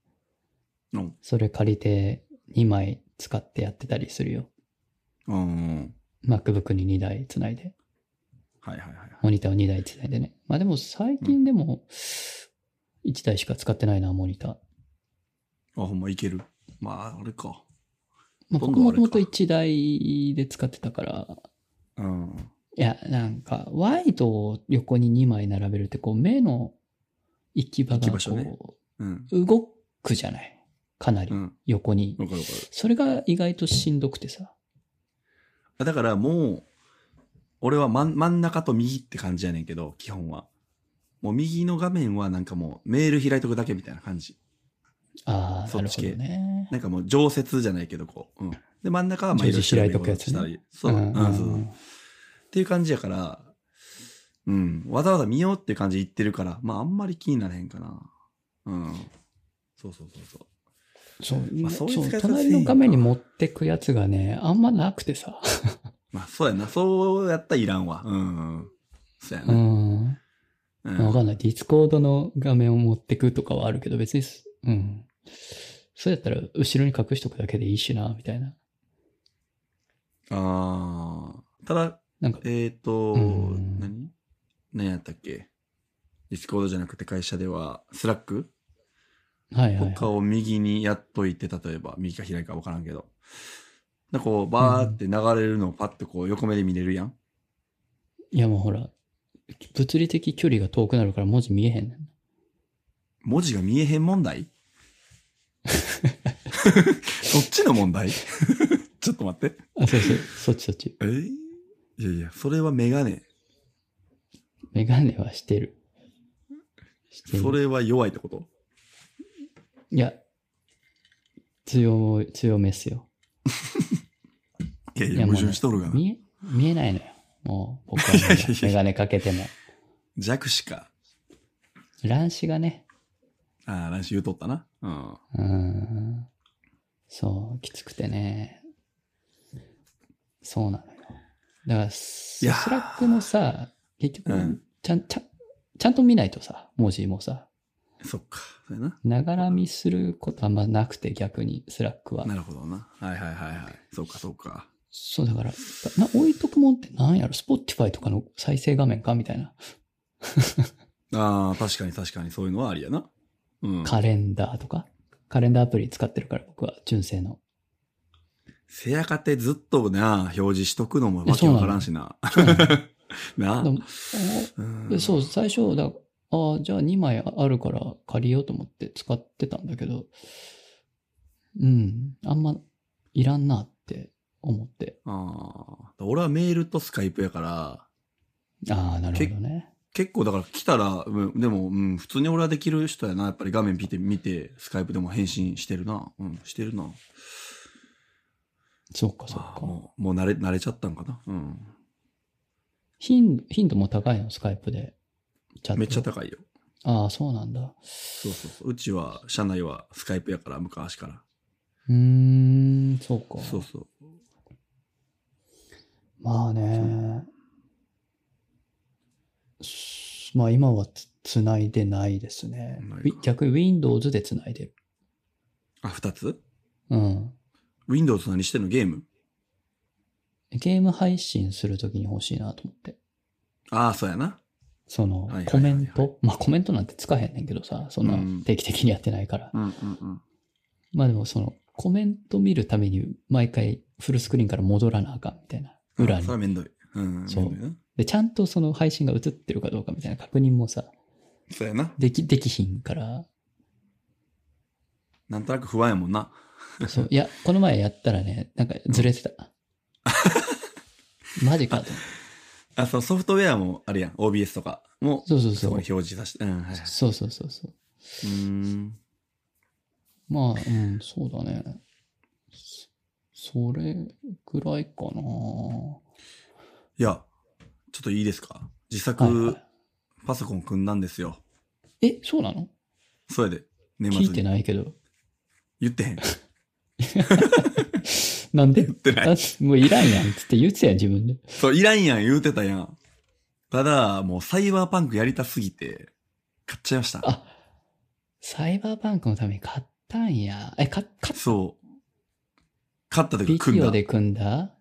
[SPEAKER 1] うん。
[SPEAKER 2] それ借りて2枚使ってやってたりするよ。
[SPEAKER 1] うん。
[SPEAKER 2] MacBook に2台つないで。
[SPEAKER 1] はいはいはい。
[SPEAKER 2] モニターを2台つないでね。まあでも最近でも、1台しか使ってないな、モニター。
[SPEAKER 1] あ、ほんまいける。まあ、あれか。今
[SPEAKER 2] まあ、僕
[SPEAKER 1] 度はあ
[SPEAKER 2] も
[SPEAKER 1] れ
[SPEAKER 2] と
[SPEAKER 1] か
[SPEAKER 2] もと1台で使ってたから、
[SPEAKER 1] うん。
[SPEAKER 2] いや、なんか、ワイドを横に2枚並べるって、こう、目の行き場
[SPEAKER 1] 行き
[SPEAKER 2] が
[SPEAKER 1] 場所ね
[SPEAKER 2] こ
[SPEAKER 1] うん。
[SPEAKER 2] う、動くじゃない。かなり
[SPEAKER 1] う、ん。
[SPEAKER 2] 横に。
[SPEAKER 1] わかるわかる。
[SPEAKER 2] それが意外としんどくてさ。
[SPEAKER 1] あだからもう、俺は真ん真ん中と右って感じやねんけど、基本は。もう右の画面はなんかもうメール開いとくだけみたいな感じ。
[SPEAKER 2] ああ、
[SPEAKER 1] そ
[SPEAKER 2] な
[SPEAKER 1] っ
[SPEAKER 2] る
[SPEAKER 1] ち
[SPEAKER 2] ほ
[SPEAKER 1] 系
[SPEAKER 2] どね。
[SPEAKER 1] なんかもう常設じゃないけど、こう。うん。で、真ん中はまあ
[SPEAKER 2] 常時開いとくやつね
[SPEAKER 1] いろいろ調べ
[SPEAKER 2] う
[SPEAKER 1] 物
[SPEAKER 2] ん
[SPEAKER 1] したりそう。うん、そう。っていう感じやから、うん。わざわざ見ようっていう感じで言ってるから、まああんまり気になれへんかな。うん。そうそうそうそう。
[SPEAKER 2] そう、
[SPEAKER 1] まあそういう使い方
[SPEAKER 2] そ
[SPEAKER 1] せ
[SPEAKER 2] う隣
[SPEAKER 1] えへん
[SPEAKER 2] の
[SPEAKER 1] よな
[SPEAKER 2] 画面に持ってくやつがね、あんまなくて さ。
[SPEAKER 1] まあそうやな。そうやったらいらんわ。うん、うん。そうや
[SPEAKER 2] う
[SPEAKER 1] な。
[SPEAKER 2] ん。
[SPEAKER 1] う
[SPEAKER 2] まあわか
[SPEAKER 1] ん。
[SPEAKER 2] んない。ディスコードの画面を持ってくとかはあるけど、別にす、うん。そうやったら、後ろに隠しとくだけでいいしな、みたいな。
[SPEAKER 1] あーただ、
[SPEAKER 2] なんか、
[SPEAKER 1] えっ、ー、と、
[SPEAKER 2] うん
[SPEAKER 1] 何何やったっけディスコードじゃなくて会社では、スラック
[SPEAKER 2] はいはい、
[SPEAKER 1] と
[SPEAKER 2] はい。
[SPEAKER 1] かを右にやっといて、例えば、右か左か分からんけど。なんかこう、バーって流れるのをパッとこう、横目で見れるやん。
[SPEAKER 2] いやもうほら、物理的距離が遠くなるから文字見えへんねん。
[SPEAKER 1] 文字が見えへん問 題そっちの問題ちょっと待って。
[SPEAKER 2] あ、そ うそう。そっちそっち。
[SPEAKER 1] えーいやいや、それはメガネ。
[SPEAKER 2] メガネはしてる。してる。
[SPEAKER 1] それは弱いってこと
[SPEAKER 2] いや、強い、強めっすよ。
[SPEAKER 1] いやい
[SPEAKER 2] い
[SPEAKER 1] や、
[SPEAKER 2] やもう
[SPEAKER 1] 矛
[SPEAKER 2] ね
[SPEAKER 1] 盾しとるがな。
[SPEAKER 2] 見え、見えないのよ。もう、僕はもう
[SPEAKER 1] いやいやいや
[SPEAKER 2] メガネかけても。
[SPEAKER 1] 弱視か。
[SPEAKER 2] 乱視がね、
[SPEAKER 1] ああ、来週言うとったな。うん。
[SPEAKER 2] うーんそう、きつくてね。そうなのよ。だから、ス
[SPEAKER 1] いやー
[SPEAKER 2] スラックもさ、結局、
[SPEAKER 1] うん
[SPEAKER 2] ちゃん、ちゃん、ちゃんと見ないとさ、文字もさ、
[SPEAKER 1] そっか。そうやな。
[SPEAKER 2] ながら見することあんまなくて、逆に、スラックは
[SPEAKER 1] な。るほどな。はいはいはいはい。そうかそうか。
[SPEAKER 2] そう、だから、な置いとくもんってなんやろ、スポッティファイとかの再生画面かみたいな。
[SPEAKER 1] ああ、確かに確かにそういうのはありやな。うん。
[SPEAKER 2] カレンダーとか。カレンダーアプリ使ってるから、僕は、純正の。
[SPEAKER 1] せやかてずっとな、表示しとくのもわけわからんしな。
[SPEAKER 2] そうなの
[SPEAKER 1] な
[SPEAKER 2] でも
[SPEAKER 1] うん
[SPEAKER 2] でそう、最初、だああ、じゃあ2枚あるから借りようと思って使ってたんだけど、うん、あんまいらんなって思って。
[SPEAKER 1] ああ。俺はメールとスカイプやから、
[SPEAKER 2] ああ、なるほどね。
[SPEAKER 1] 結構だから来たら、うんでも、うん、普通に俺はできる人やな。やっぱり画面見て、見て、スカイプでも返信してるな。うん、してるな。
[SPEAKER 2] そっかそっ
[SPEAKER 1] あー
[SPEAKER 2] か。
[SPEAKER 1] もう、もう慣れ、慣れちゃったんかな。うん。
[SPEAKER 2] 頻度、頻度も高いの、スカイプで。チャット
[SPEAKER 1] めっちゃ高いよ。
[SPEAKER 2] ああ、そうなんだ。
[SPEAKER 1] そうそうそう。うちは、社内はスカイプやから、昔から。
[SPEAKER 2] うーん、そうか。
[SPEAKER 1] そうそう。
[SPEAKER 2] まあね。すまあ今はつつないでないですね
[SPEAKER 1] ない。か
[SPEAKER 2] Wi- 逆に Windows でつないでる。
[SPEAKER 1] あ、二つ
[SPEAKER 2] うん。
[SPEAKER 1] ?Windows 何してんのゲーム
[SPEAKER 2] ゲーム配信するときに欲しいなと思って。
[SPEAKER 1] ああ、そうやな。
[SPEAKER 2] その
[SPEAKER 1] はいはいはいは、い
[SPEAKER 2] コメントまあコメントなんてつかへんねんけどさ、そんな
[SPEAKER 1] うん
[SPEAKER 2] 定期的にやってないから。
[SPEAKER 1] うんうんうん。
[SPEAKER 2] まあでもその、コメント見るために毎回フルスクリーンから戻らなあかんみたいな。裏
[SPEAKER 1] あ
[SPEAKER 2] に
[SPEAKER 1] それ。はめんどい。うん。
[SPEAKER 2] そう
[SPEAKER 1] めんどいな
[SPEAKER 2] で、ちゃんとその配信が映ってるかどうかみたいな確認もさ、
[SPEAKER 1] そうやな。
[SPEAKER 2] でき、できひんから、
[SPEAKER 1] なんとなく不安やもんな。
[SPEAKER 2] そう。いや、この前やったらね、なんかずれて た。マジかと思って。
[SPEAKER 1] あ、そう、ソフトウェアもあるやん。OBS とかも、
[SPEAKER 2] そうそう
[SPEAKER 1] そ
[SPEAKER 2] そ
[SPEAKER 1] こ
[SPEAKER 2] う
[SPEAKER 1] に。表示させて。うん、はいはい。
[SPEAKER 2] そうそうそうそう。
[SPEAKER 1] うーん。
[SPEAKER 2] まあ、うん、そうだね。そそれぐらいかな。
[SPEAKER 1] いや、ちょっといいですか自作、
[SPEAKER 2] はいは
[SPEAKER 1] パソコン組んだんですよ。
[SPEAKER 2] い。え、そうなの
[SPEAKER 1] それで、年末
[SPEAKER 2] 聞
[SPEAKER 1] に。
[SPEAKER 2] いてないけど。
[SPEAKER 1] 言ってへん。
[SPEAKER 2] なんで
[SPEAKER 1] 言ってな
[SPEAKER 2] あ
[SPEAKER 1] い。
[SPEAKER 2] もういらんやんっつって言ってたやん、自分で。
[SPEAKER 1] そう、いらんやん言うてたやん。ただ、もうサイバーパンクやりたすぎて、買っちゃいました。
[SPEAKER 2] あ、サイバーパンクのために買ったんや。え、か、か、
[SPEAKER 1] そう。買った時
[SPEAKER 2] ビ
[SPEAKER 1] 組
[SPEAKER 2] デオ
[SPEAKER 1] ん
[SPEAKER 2] で
[SPEAKER 1] だ。
[SPEAKER 2] 組んだ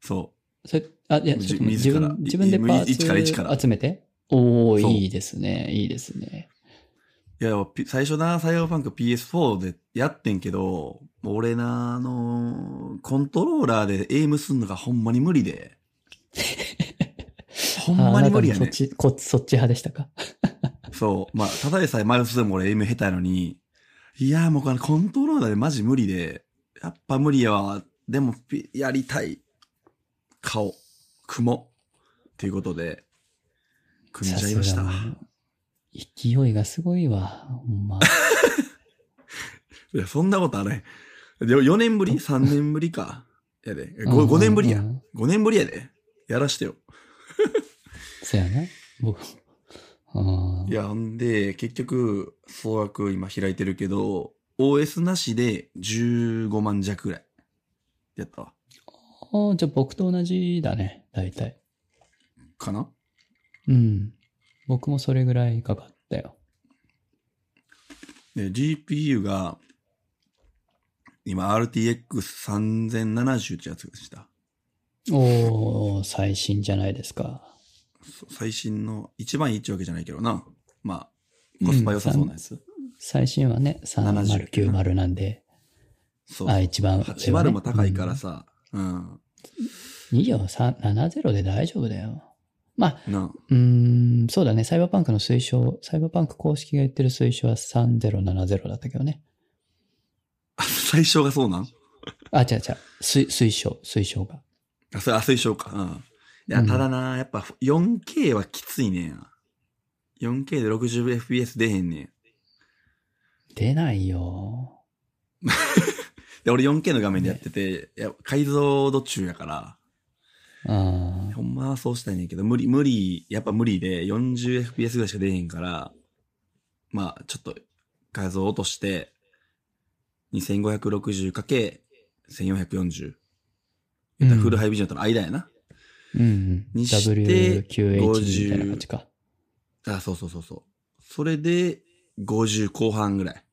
[SPEAKER 1] そ
[SPEAKER 2] それ、あ、いや、
[SPEAKER 1] じ
[SPEAKER 2] ちょっと待って
[SPEAKER 1] 自
[SPEAKER 2] 自
[SPEAKER 1] ら
[SPEAKER 2] 分、自分でパ
[SPEAKER 1] いい一から一
[SPEAKER 2] ー
[SPEAKER 1] から
[SPEAKER 2] ツ集めておお
[SPEAKER 1] そう
[SPEAKER 2] いいですね。いいですね。
[SPEAKER 1] う。いや、ピ最初な、サイバーパンク PS4 でやってんけど、もう俺な、あのーコントローラーでエイムすんのがほんまに無理 で。ほんまに無理や
[SPEAKER 2] ああなたもそ
[SPEAKER 1] ね
[SPEAKER 2] っ。ち、こそっち派でしたか。
[SPEAKER 1] そう。まあ、ただでさえマウスでも俺 M 下手やのに、いや、もうこのコントローラーでマジ無理で、やっぱ無理やわ。でも、ピやりたい。顔、雲、ということで、組んじゃいました
[SPEAKER 2] さ。すがもう勢いがすごいわ。ほんま。
[SPEAKER 1] いや、そんなことあれへん。よ4年ぶ り ?3 年ぶりか。やで。5,
[SPEAKER 2] うん
[SPEAKER 1] 年ぶりや
[SPEAKER 2] うんう。ん
[SPEAKER 1] 5年ぶりやで。やらしてよ。
[SPEAKER 2] そうやな。僕。あ
[SPEAKER 1] い
[SPEAKER 2] あ。
[SPEAKER 1] や、ほんで、結局、総額今開いてるけど、OS なしで15万弱ぐらい。やったわ。
[SPEAKER 2] ああじゃあ僕と同じだね。大体。
[SPEAKER 1] かな
[SPEAKER 2] うん。僕もそれぐらいかかったよ。
[SPEAKER 1] で、GPU が、今 RTX3070 ってやつでした。
[SPEAKER 2] おお最新じゃないですか。
[SPEAKER 1] そう最新の、一番いいってわけじゃないけどな。まあ、コスパ良さそうなやつ。
[SPEAKER 2] 最新はね、3090なんで、
[SPEAKER 1] そう
[SPEAKER 2] あ、一番上はね、
[SPEAKER 1] 80も高いからさ、うん。
[SPEAKER 2] いいよ、さ70で大丈夫だよ。まあ、
[SPEAKER 1] な
[SPEAKER 2] うーん、そうだね、サイバーパンクの推奨、サイバーパンク公式が言ってる推奨は3070だったけどね。
[SPEAKER 1] あ、最初がそうなん
[SPEAKER 2] あ、違う違う、推推奨、推奨が。
[SPEAKER 1] あ、それ、あ、最初か。うん。いや、
[SPEAKER 2] うん
[SPEAKER 1] ただな、やっぱ 4K はきついねんや。4K で 60fps 出へんねん。
[SPEAKER 2] 出ないよ。
[SPEAKER 1] で、俺 4K の画面でやってて、いや、解像度中やから、
[SPEAKER 2] うん。
[SPEAKER 1] ほんまはそうしたいねんけど、無理、無理、やっぱ無理で、40fps ぐらいしか出へんから、まあ、ちょっと、画像落として、2560×1440。言ったらフルハイビジョンとの間やな。
[SPEAKER 2] うんうん。
[SPEAKER 1] にして
[SPEAKER 2] WQH みたいな感じか。
[SPEAKER 1] あ、そうそうそうそう。それで、50後半ぐらい。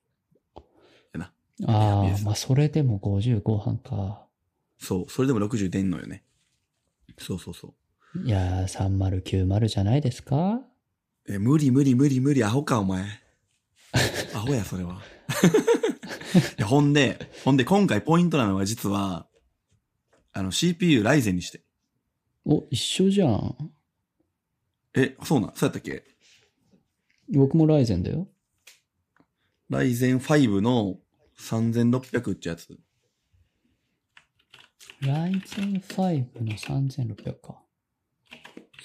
[SPEAKER 1] やな。
[SPEAKER 2] ああ、
[SPEAKER 1] FPS
[SPEAKER 2] まあそれでも50後半か。
[SPEAKER 1] そう。それでも60出んのよね。そうそうそう。
[SPEAKER 2] いやー、3090じゃないですか
[SPEAKER 1] え、無理無理無理無理、アホか、お前。 アホや、それは。 いやほんで、ほんで、今回ポイントなのは実は、あの、CPU ライゼンにして。
[SPEAKER 2] お、一緒じゃん。
[SPEAKER 1] え、そうなんそうやったっけ
[SPEAKER 2] 僕もライゼンだよ。
[SPEAKER 1] ライゼン5の3600ってやつ。
[SPEAKER 2] ライゼン5の3600か。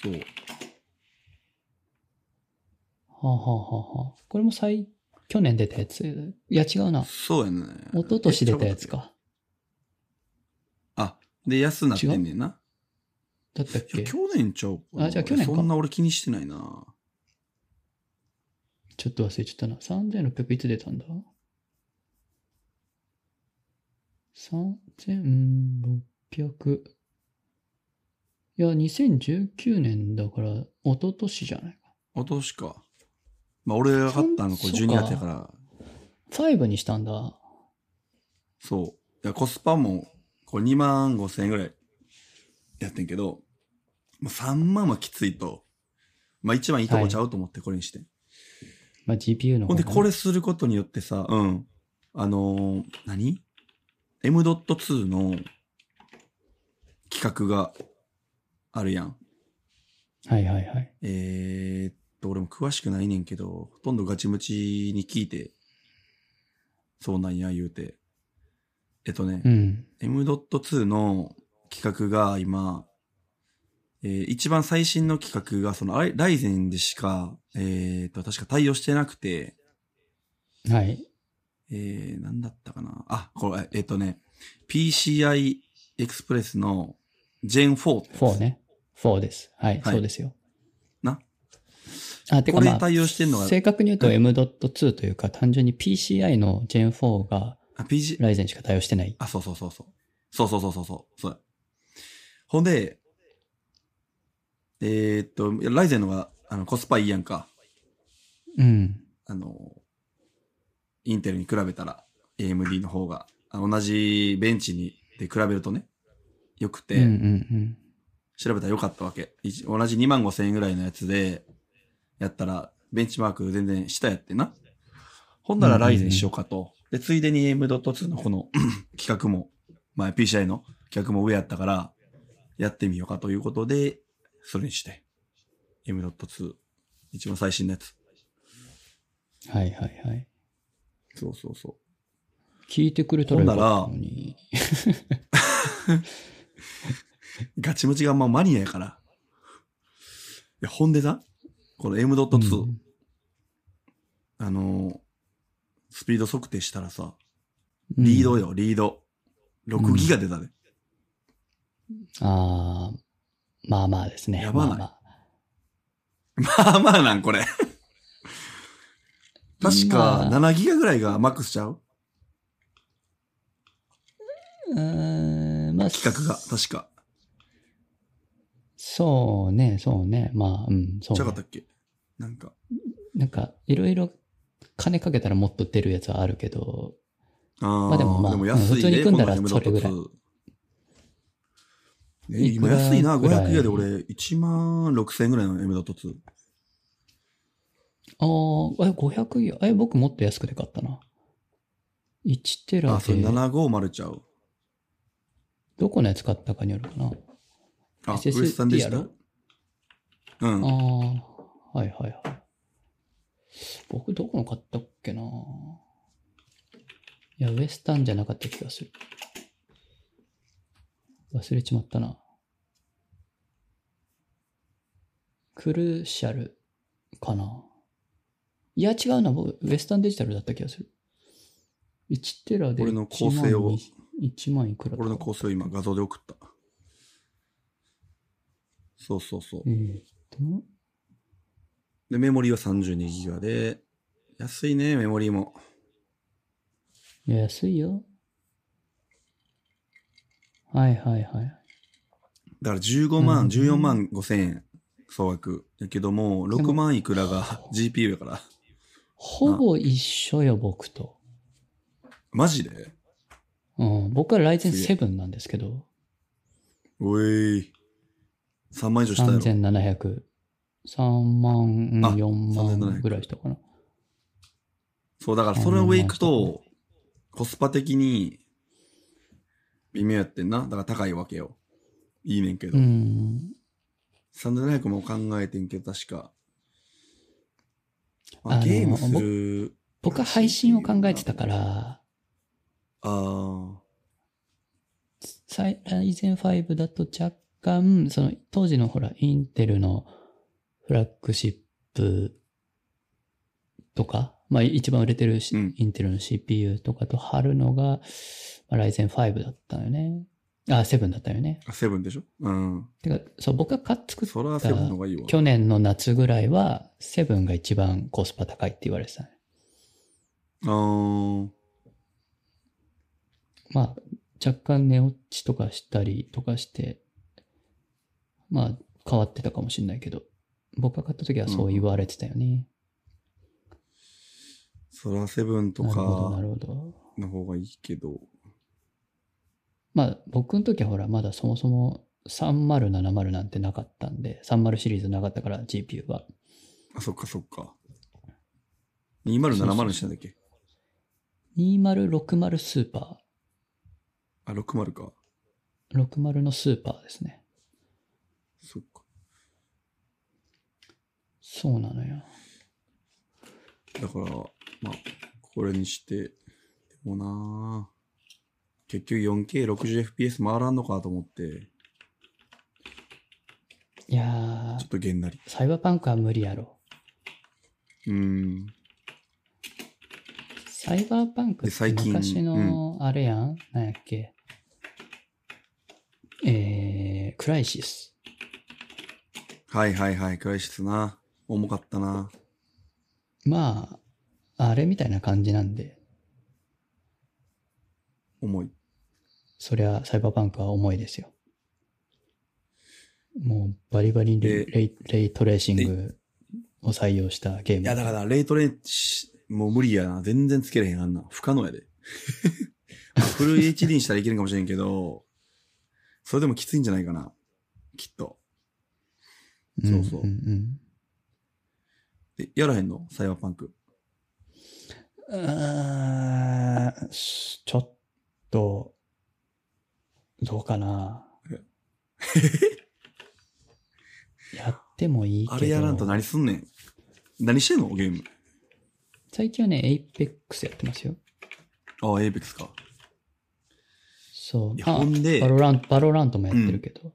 [SPEAKER 1] そう。
[SPEAKER 2] はあ、はあはあはあ、これも最、去年出たやつ。いや、違うな。
[SPEAKER 1] そうやね。
[SPEAKER 2] 一昨年出たやつか。
[SPEAKER 1] あ、で、安なってんねんな。
[SPEAKER 2] だったっ
[SPEAKER 1] い
[SPEAKER 2] け
[SPEAKER 1] や、
[SPEAKER 2] ち
[SPEAKER 1] 去年ちゃうかな
[SPEAKER 2] あじゃあ去年か
[SPEAKER 1] そんな俺気にしてないな。
[SPEAKER 2] ょっと忘れちゃったな。3600いつ出たんだ ?3600。いや、2019年だから、一昨年じゃないか。
[SPEAKER 1] おとしか。まあ、俺が買ったのこれ
[SPEAKER 2] そん
[SPEAKER 1] 12月やから、
[SPEAKER 2] 5にしたんだ。
[SPEAKER 1] そう。いや、コスパも、これ2万5千円ぐらいやってんけど、まあ、3万はきついと。まあ、一番いいとこちゃうと思ってこれにして。
[SPEAKER 2] まあ、GPU の
[SPEAKER 1] ほ
[SPEAKER 2] 方
[SPEAKER 1] ん
[SPEAKER 2] が
[SPEAKER 1] で、
[SPEAKER 2] ね
[SPEAKER 1] これすることによってさ、うん。あのー、何 ?M.2 の企画があるやん。
[SPEAKER 2] はいはいはい。
[SPEAKER 1] えーっと、俺も詳しくないねんけど、ほとんどガチムチに聞いて、そうなんや言うて。えっとね
[SPEAKER 2] う、ん。
[SPEAKER 1] M.2 の企画が今、えー一番最新の企画が、その、あれライゼンでしか、えーっと、確か対応してなくて、
[SPEAKER 2] はい。
[SPEAKER 1] えー、なんだったかな。あ、これ、えっとね、PCI エクスプレスの Gen4 ってやつ
[SPEAKER 2] 4ね。4です。はい、
[SPEAKER 1] はい
[SPEAKER 2] そうですよ。
[SPEAKER 1] な
[SPEAKER 2] あ、てか
[SPEAKER 1] これ
[SPEAKER 2] まあ、
[SPEAKER 1] 対応してんのが
[SPEAKER 2] 正確に言うと
[SPEAKER 1] うん
[SPEAKER 2] M.2 というか、単純に PCI の Gen4 が
[SPEAKER 1] あ、PG、
[SPEAKER 2] Ryzen しか対応してない。
[SPEAKER 1] あ、そうそうそうそう。そうそうそうそうそう。そうほんで、えーっと、ライゼンのがあのコスパいいやんか。
[SPEAKER 2] うん。
[SPEAKER 1] あの、インテルに比べたら、AMD の方が。あ同じベンチにで比べるとね、良くて、
[SPEAKER 2] うんうん
[SPEAKER 1] 調べたら良かったわけ。一同じ2万5千円ぐらいのやつで、やったら、ベンチマーク全然下やってな。ほんならライゼンしようかと。で、ついでに AM.2 のこの 企画も、まあ PCI の企画も上やったから、やってみようかということで、それにして。M.2、一番最新のやつ。
[SPEAKER 2] うん。はいはいはい。
[SPEAKER 1] そうそうそ
[SPEAKER 2] 聞いてくれたらよかったのに。
[SPEAKER 1] う。ガチムチがあんまマニアやから。いや、ほんでな、この M.2、
[SPEAKER 2] うん
[SPEAKER 1] あの、スピード測定したらさ、リード
[SPEAKER 2] うん
[SPEAKER 1] よ、リード。6ギガ出たで。
[SPEAKER 2] ああ、まあまあですね。
[SPEAKER 1] やばない
[SPEAKER 2] まあま
[SPEAKER 1] まあ ま
[SPEAKER 2] あ
[SPEAKER 1] あなん、こ れ。確か
[SPEAKER 2] まあ
[SPEAKER 1] 7ギガぐらいがマックスちゃう
[SPEAKER 2] うーん、まあ、
[SPEAKER 1] 企画が、確か。
[SPEAKER 2] そうね、そうね。まあ、うん、そう、
[SPEAKER 1] ちゃ
[SPEAKER 2] ね
[SPEAKER 1] かった。っけなんか。
[SPEAKER 2] なんか、いろいろ金かけたらもっと出るやつはあるけど、
[SPEAKER 1] あ
[SPEAKER 2] ま
[SPEAKER 1] ー
[SPEAKER 2] あでもまあ
[SPEAKER 1] 安い
[SPEAKER 2] 普通に
[SPEAKER 1] ね。
[SPEAKER 2] 組んだら
[SPEAKER 1] この M.2
[SPEAKER 2] それぐらい
[SPEAKER 1] ね、
[SPEAKER 2] いく
[SPEAKER 1] 今
[SPEAKER 2] ら
[SPEAKER 1] 安いな、
[SPEAKER 2] ぐらい
[SPEAKER 1] 500ギガで俺1万6000円ぐらいの M.2。
[SPEAKER 2] ああ、え、500ギガ、え、僕もっと安くて買ったな。1テラ
[SPEAKER 1] あ、それ
[SPEAKER 2] で、
[SPEAKER 1] 750ちゃう。
[SPEAKER 2] どこのやつ買ったかによるかな。
[SPEAKER 1] あ、ウエ
[SPEAKER 2] SSD
[SPEAKER 1] スタンでし
[SPEAKER 2] や
[SPEAKER 1] た
[SPEAKER 2] ろ。
[SPEAKER 1] うん
[SPEAKER 2] あ。あ、はいはいはい。僕どこの買ったっけな。いや、ウエスタンじゃなかった気がする。忘れちまったな。クルーシャルかな。いや、違うな。僕、ウエスタンデジタルだった気がする。1テラで
[SPEAKER 1] 俺の構成を
[SPEAKER 2] 1万いくらとか
[SPEAKER 1] 俺の構成を今画像で送った。そうそうそう
[SPEAKER 2] え。ーっと、
[SPEAKER 1] で、メモリーは32ギガで、安いね、メモリーも。
[SPEAKER 2] いや安いよ。はいはいはい。
[SPEAKER 1] だから15万、
[SPEAKER 2] うん
[SPEAKER 1] 14万5千円総額。やけども、6万いくらが GPU やから。
[SPEAKER 2] ほぼ一緒よ、僕と。
[SPEAKER 1] マジで
[SPEAKER 2] うん、僕はライゼン
[SPEAKER 1] すげ
[SPEAKER 2] 7なんですけど、
[SPEAKER 1] おい。3万以上したやろ。
[SPEAKER 2] 3700、3万、うん
[SPEAKER 1] あ
[SPEAKER 2] 4万
[SPEAKER 1] 3700
[SPEAKER 2] ぐらいしたかな。
[SPEAKER 1] そう、だからそれの上行くと、コスパ的に、微妙やってんな。だから高いわけよ。いいねんけど。
[SPEAKER 2] うん。
[SPEAKER 1] 3700も考えてんけど、確か。
[SPEAKER 2] あ
[SPEAKER 1] まあ、
[SPEAKER 2] の
[SPEAKER 1] ゲームする。
[SPEAKER 2] 僕は配信を考えてたから、
[SPEAKER 1] ああ。
[SPEAKER 2] さいライゼン5だと若干、その当時のほら、インテルのフラッグシップとか、まあ一番売れてるし、
[SPEAKER 1] うん
[SPEAKER 2] インテルの CPU とかと貼るのが、まあ、Ryzen 5だったのよね。あ、7だったよね。
[SPEAKER 1] セブンでしょうん。
[SPEAKER 2] てか、そう、僕が買っ作っ
[SPEAKER 1] そらセブンの方がいいわ。
[SPEAKER 2] 去年の夏ぐらいは、セブンが一番コスパ高いって言われてたね。
[SPEAKER 1] あー
[SPEAKER 2] まあ、若干値落ちとかしたりとかして、まあ、変わってたかもしれないけど、僕が買った時はそう言われてたよね。
[SPEAKER 1] そらセブンと
[SPEAKER 2] なるほど、
[SPEAKER 1] か
[SPEAKER 2] なるほど。
[SPEAKER 1] の方がいいけど。
[SPEAKER 2] まあ、僕の時はほら、まだそもそも3070なんてなかったんで、30シリーズなかったから、GPU は。
[SPEAKER 1] あ、そっかそっか。2070にしたんだっけ
[SPEAKER 2] 2060スーパ
[SPEAKER 1] あ、60か。
[SPEAKER 2] ー。60のスーパーですね。
[SPEAKER 1] そっか。
[SPEAKER 2] そうなのよ。
[SPEAKER 1] だから、まあ、これにして、でもなあ結局 4K60fps 回らんのかと思って、
[SPEAKER 2] いや
[SPEAKER 1] ちょ
[SPEAKER 2] ー
[SPEAKER 1] っ、とげんなり。
[SPEAKER 2] サイバーパンクは無理やろ。
[SPEAKER 1] うん。
[SPEAKER 2] サイバーパンク
[SPEAKER 1] で
[SPEAKER 2] って
[SPEAKER 1] 最近
[SPEAKER 2] 昔のあれやん、なんやっけ。えー、クライシス。
[SPEAKER 1] はいはいはい、クライシスな。重かったな。
[SPEAKER 2] まあ、あれみたいな感じなんで、
[SPEAKER 1] 重い。
[SPEAKER 2] そりゃサイバーパンクは重いですよ。もうバリバリにレ
[SPEAKER 1] で
[SPEAKER 2] レイレイトレーシングを採用したゲーム。
[SPEAKER 1] いや、だから、レイトレンチ、もう無理やな。全然つけれへん、あんな。不可能 やで。まあフル HD にしたらいけるかもしれんけど、それでもきついんじゃないかな。きっと。
[SPEAKER 2] ん
[SPEAKER 1] そうそうん
[SPEAKER 2] ん
[SPEAKER 1] え、やらへんのサイバーパンク。
[SPEAKER 2] うーんちょっと、どうかな
[SPEAKER 1] え。
[SPEAKER 2] やってもいいけど。
[SPEAKER 1] あれやらんと何すんねん。何してんのゲーム。
[SPEAKER 2] 最近はね、エイペックスやってますよ。
[SPEAKER 1] ああ、エイペックスか。
[SPEAKER 2] そう
[SPEAKER 1] い。や、
[SPEAKER 2] あ
[SPEAKER 1] ほんで
[SPEAKER 2] バ、ロラント、バロラントもやってるけど。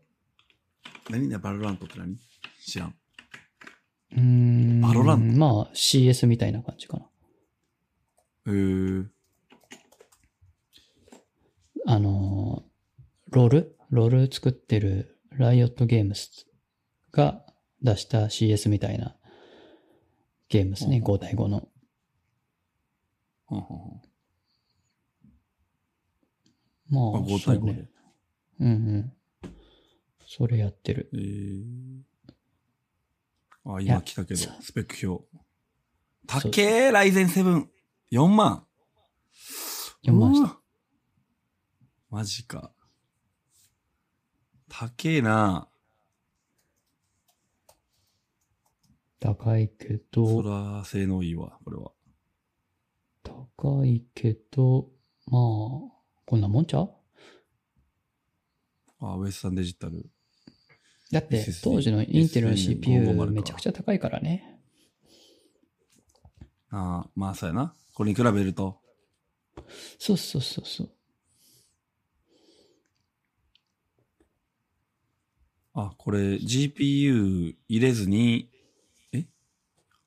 [SPEAKER 1] 何だ、バロラントって何知らん。
[SPEAKER 2] うーん。
[SPEAKER 1] バロラント
[SPEAKER 2] まあ、CS みたいな感じかな。
[SPEAKER 1] えー、
[SPEAKER 2] あのーロールロール作ってるライオットゲームスが出した CS みたいなゲームですね。
[SPEAKER 1] うん
[SPEAKER 2] 5対5の。
[SPEAKER 1] ほんほんほん
[SPEAKER 2] まあ
[SPEAKER 1] あ、5対5
[SPEAKER 2] そう
[SPEAKER 1] で、
[SPEAKER 2] ね。うんうん。それやってる。
[SPEAKER 1] えー。あ、
[SPEAKER 2] いや
[SPEAKER 1] 今来たけど
[SPEAKER 2] そう、
[SPEAKER 1] スペック表。
[SPEAKER 2] そう
[SPEAKER 1] たっけー、ライゼン7。4万。
[SPEAKER 2] 4万した
[SPEAKER 1] うわマジか。たけえな。
[SPEAKER 2] 高いけ
[SPEAKER 1] そ
[SPEAKER 2] ど、
[SPEAKER 1] ら、性能いいわ、これは。
[SPEAKER 2] 高いけど、まあ、こんなもんちゃう
[SPEAKER 1] あ、ウエスタンデジタル。
[SPEAKER 2] だって
[SPEAKER 1] SSD、
[SPEAKER 2] 当時のインテルの
[SPEAKER 1] SSD
[SPEAKER 2] CPU
[SPEAKER 1] 550か
[SPEAKER 2] めちゃくちゃ高いからね。
[SPEAKER 1] ああ、まあ、そうやな。これに比べると。
[SPEAKER 2] そうそうそうそう。
[SPEAKER 1] あ、これ、GPU 入れずに、え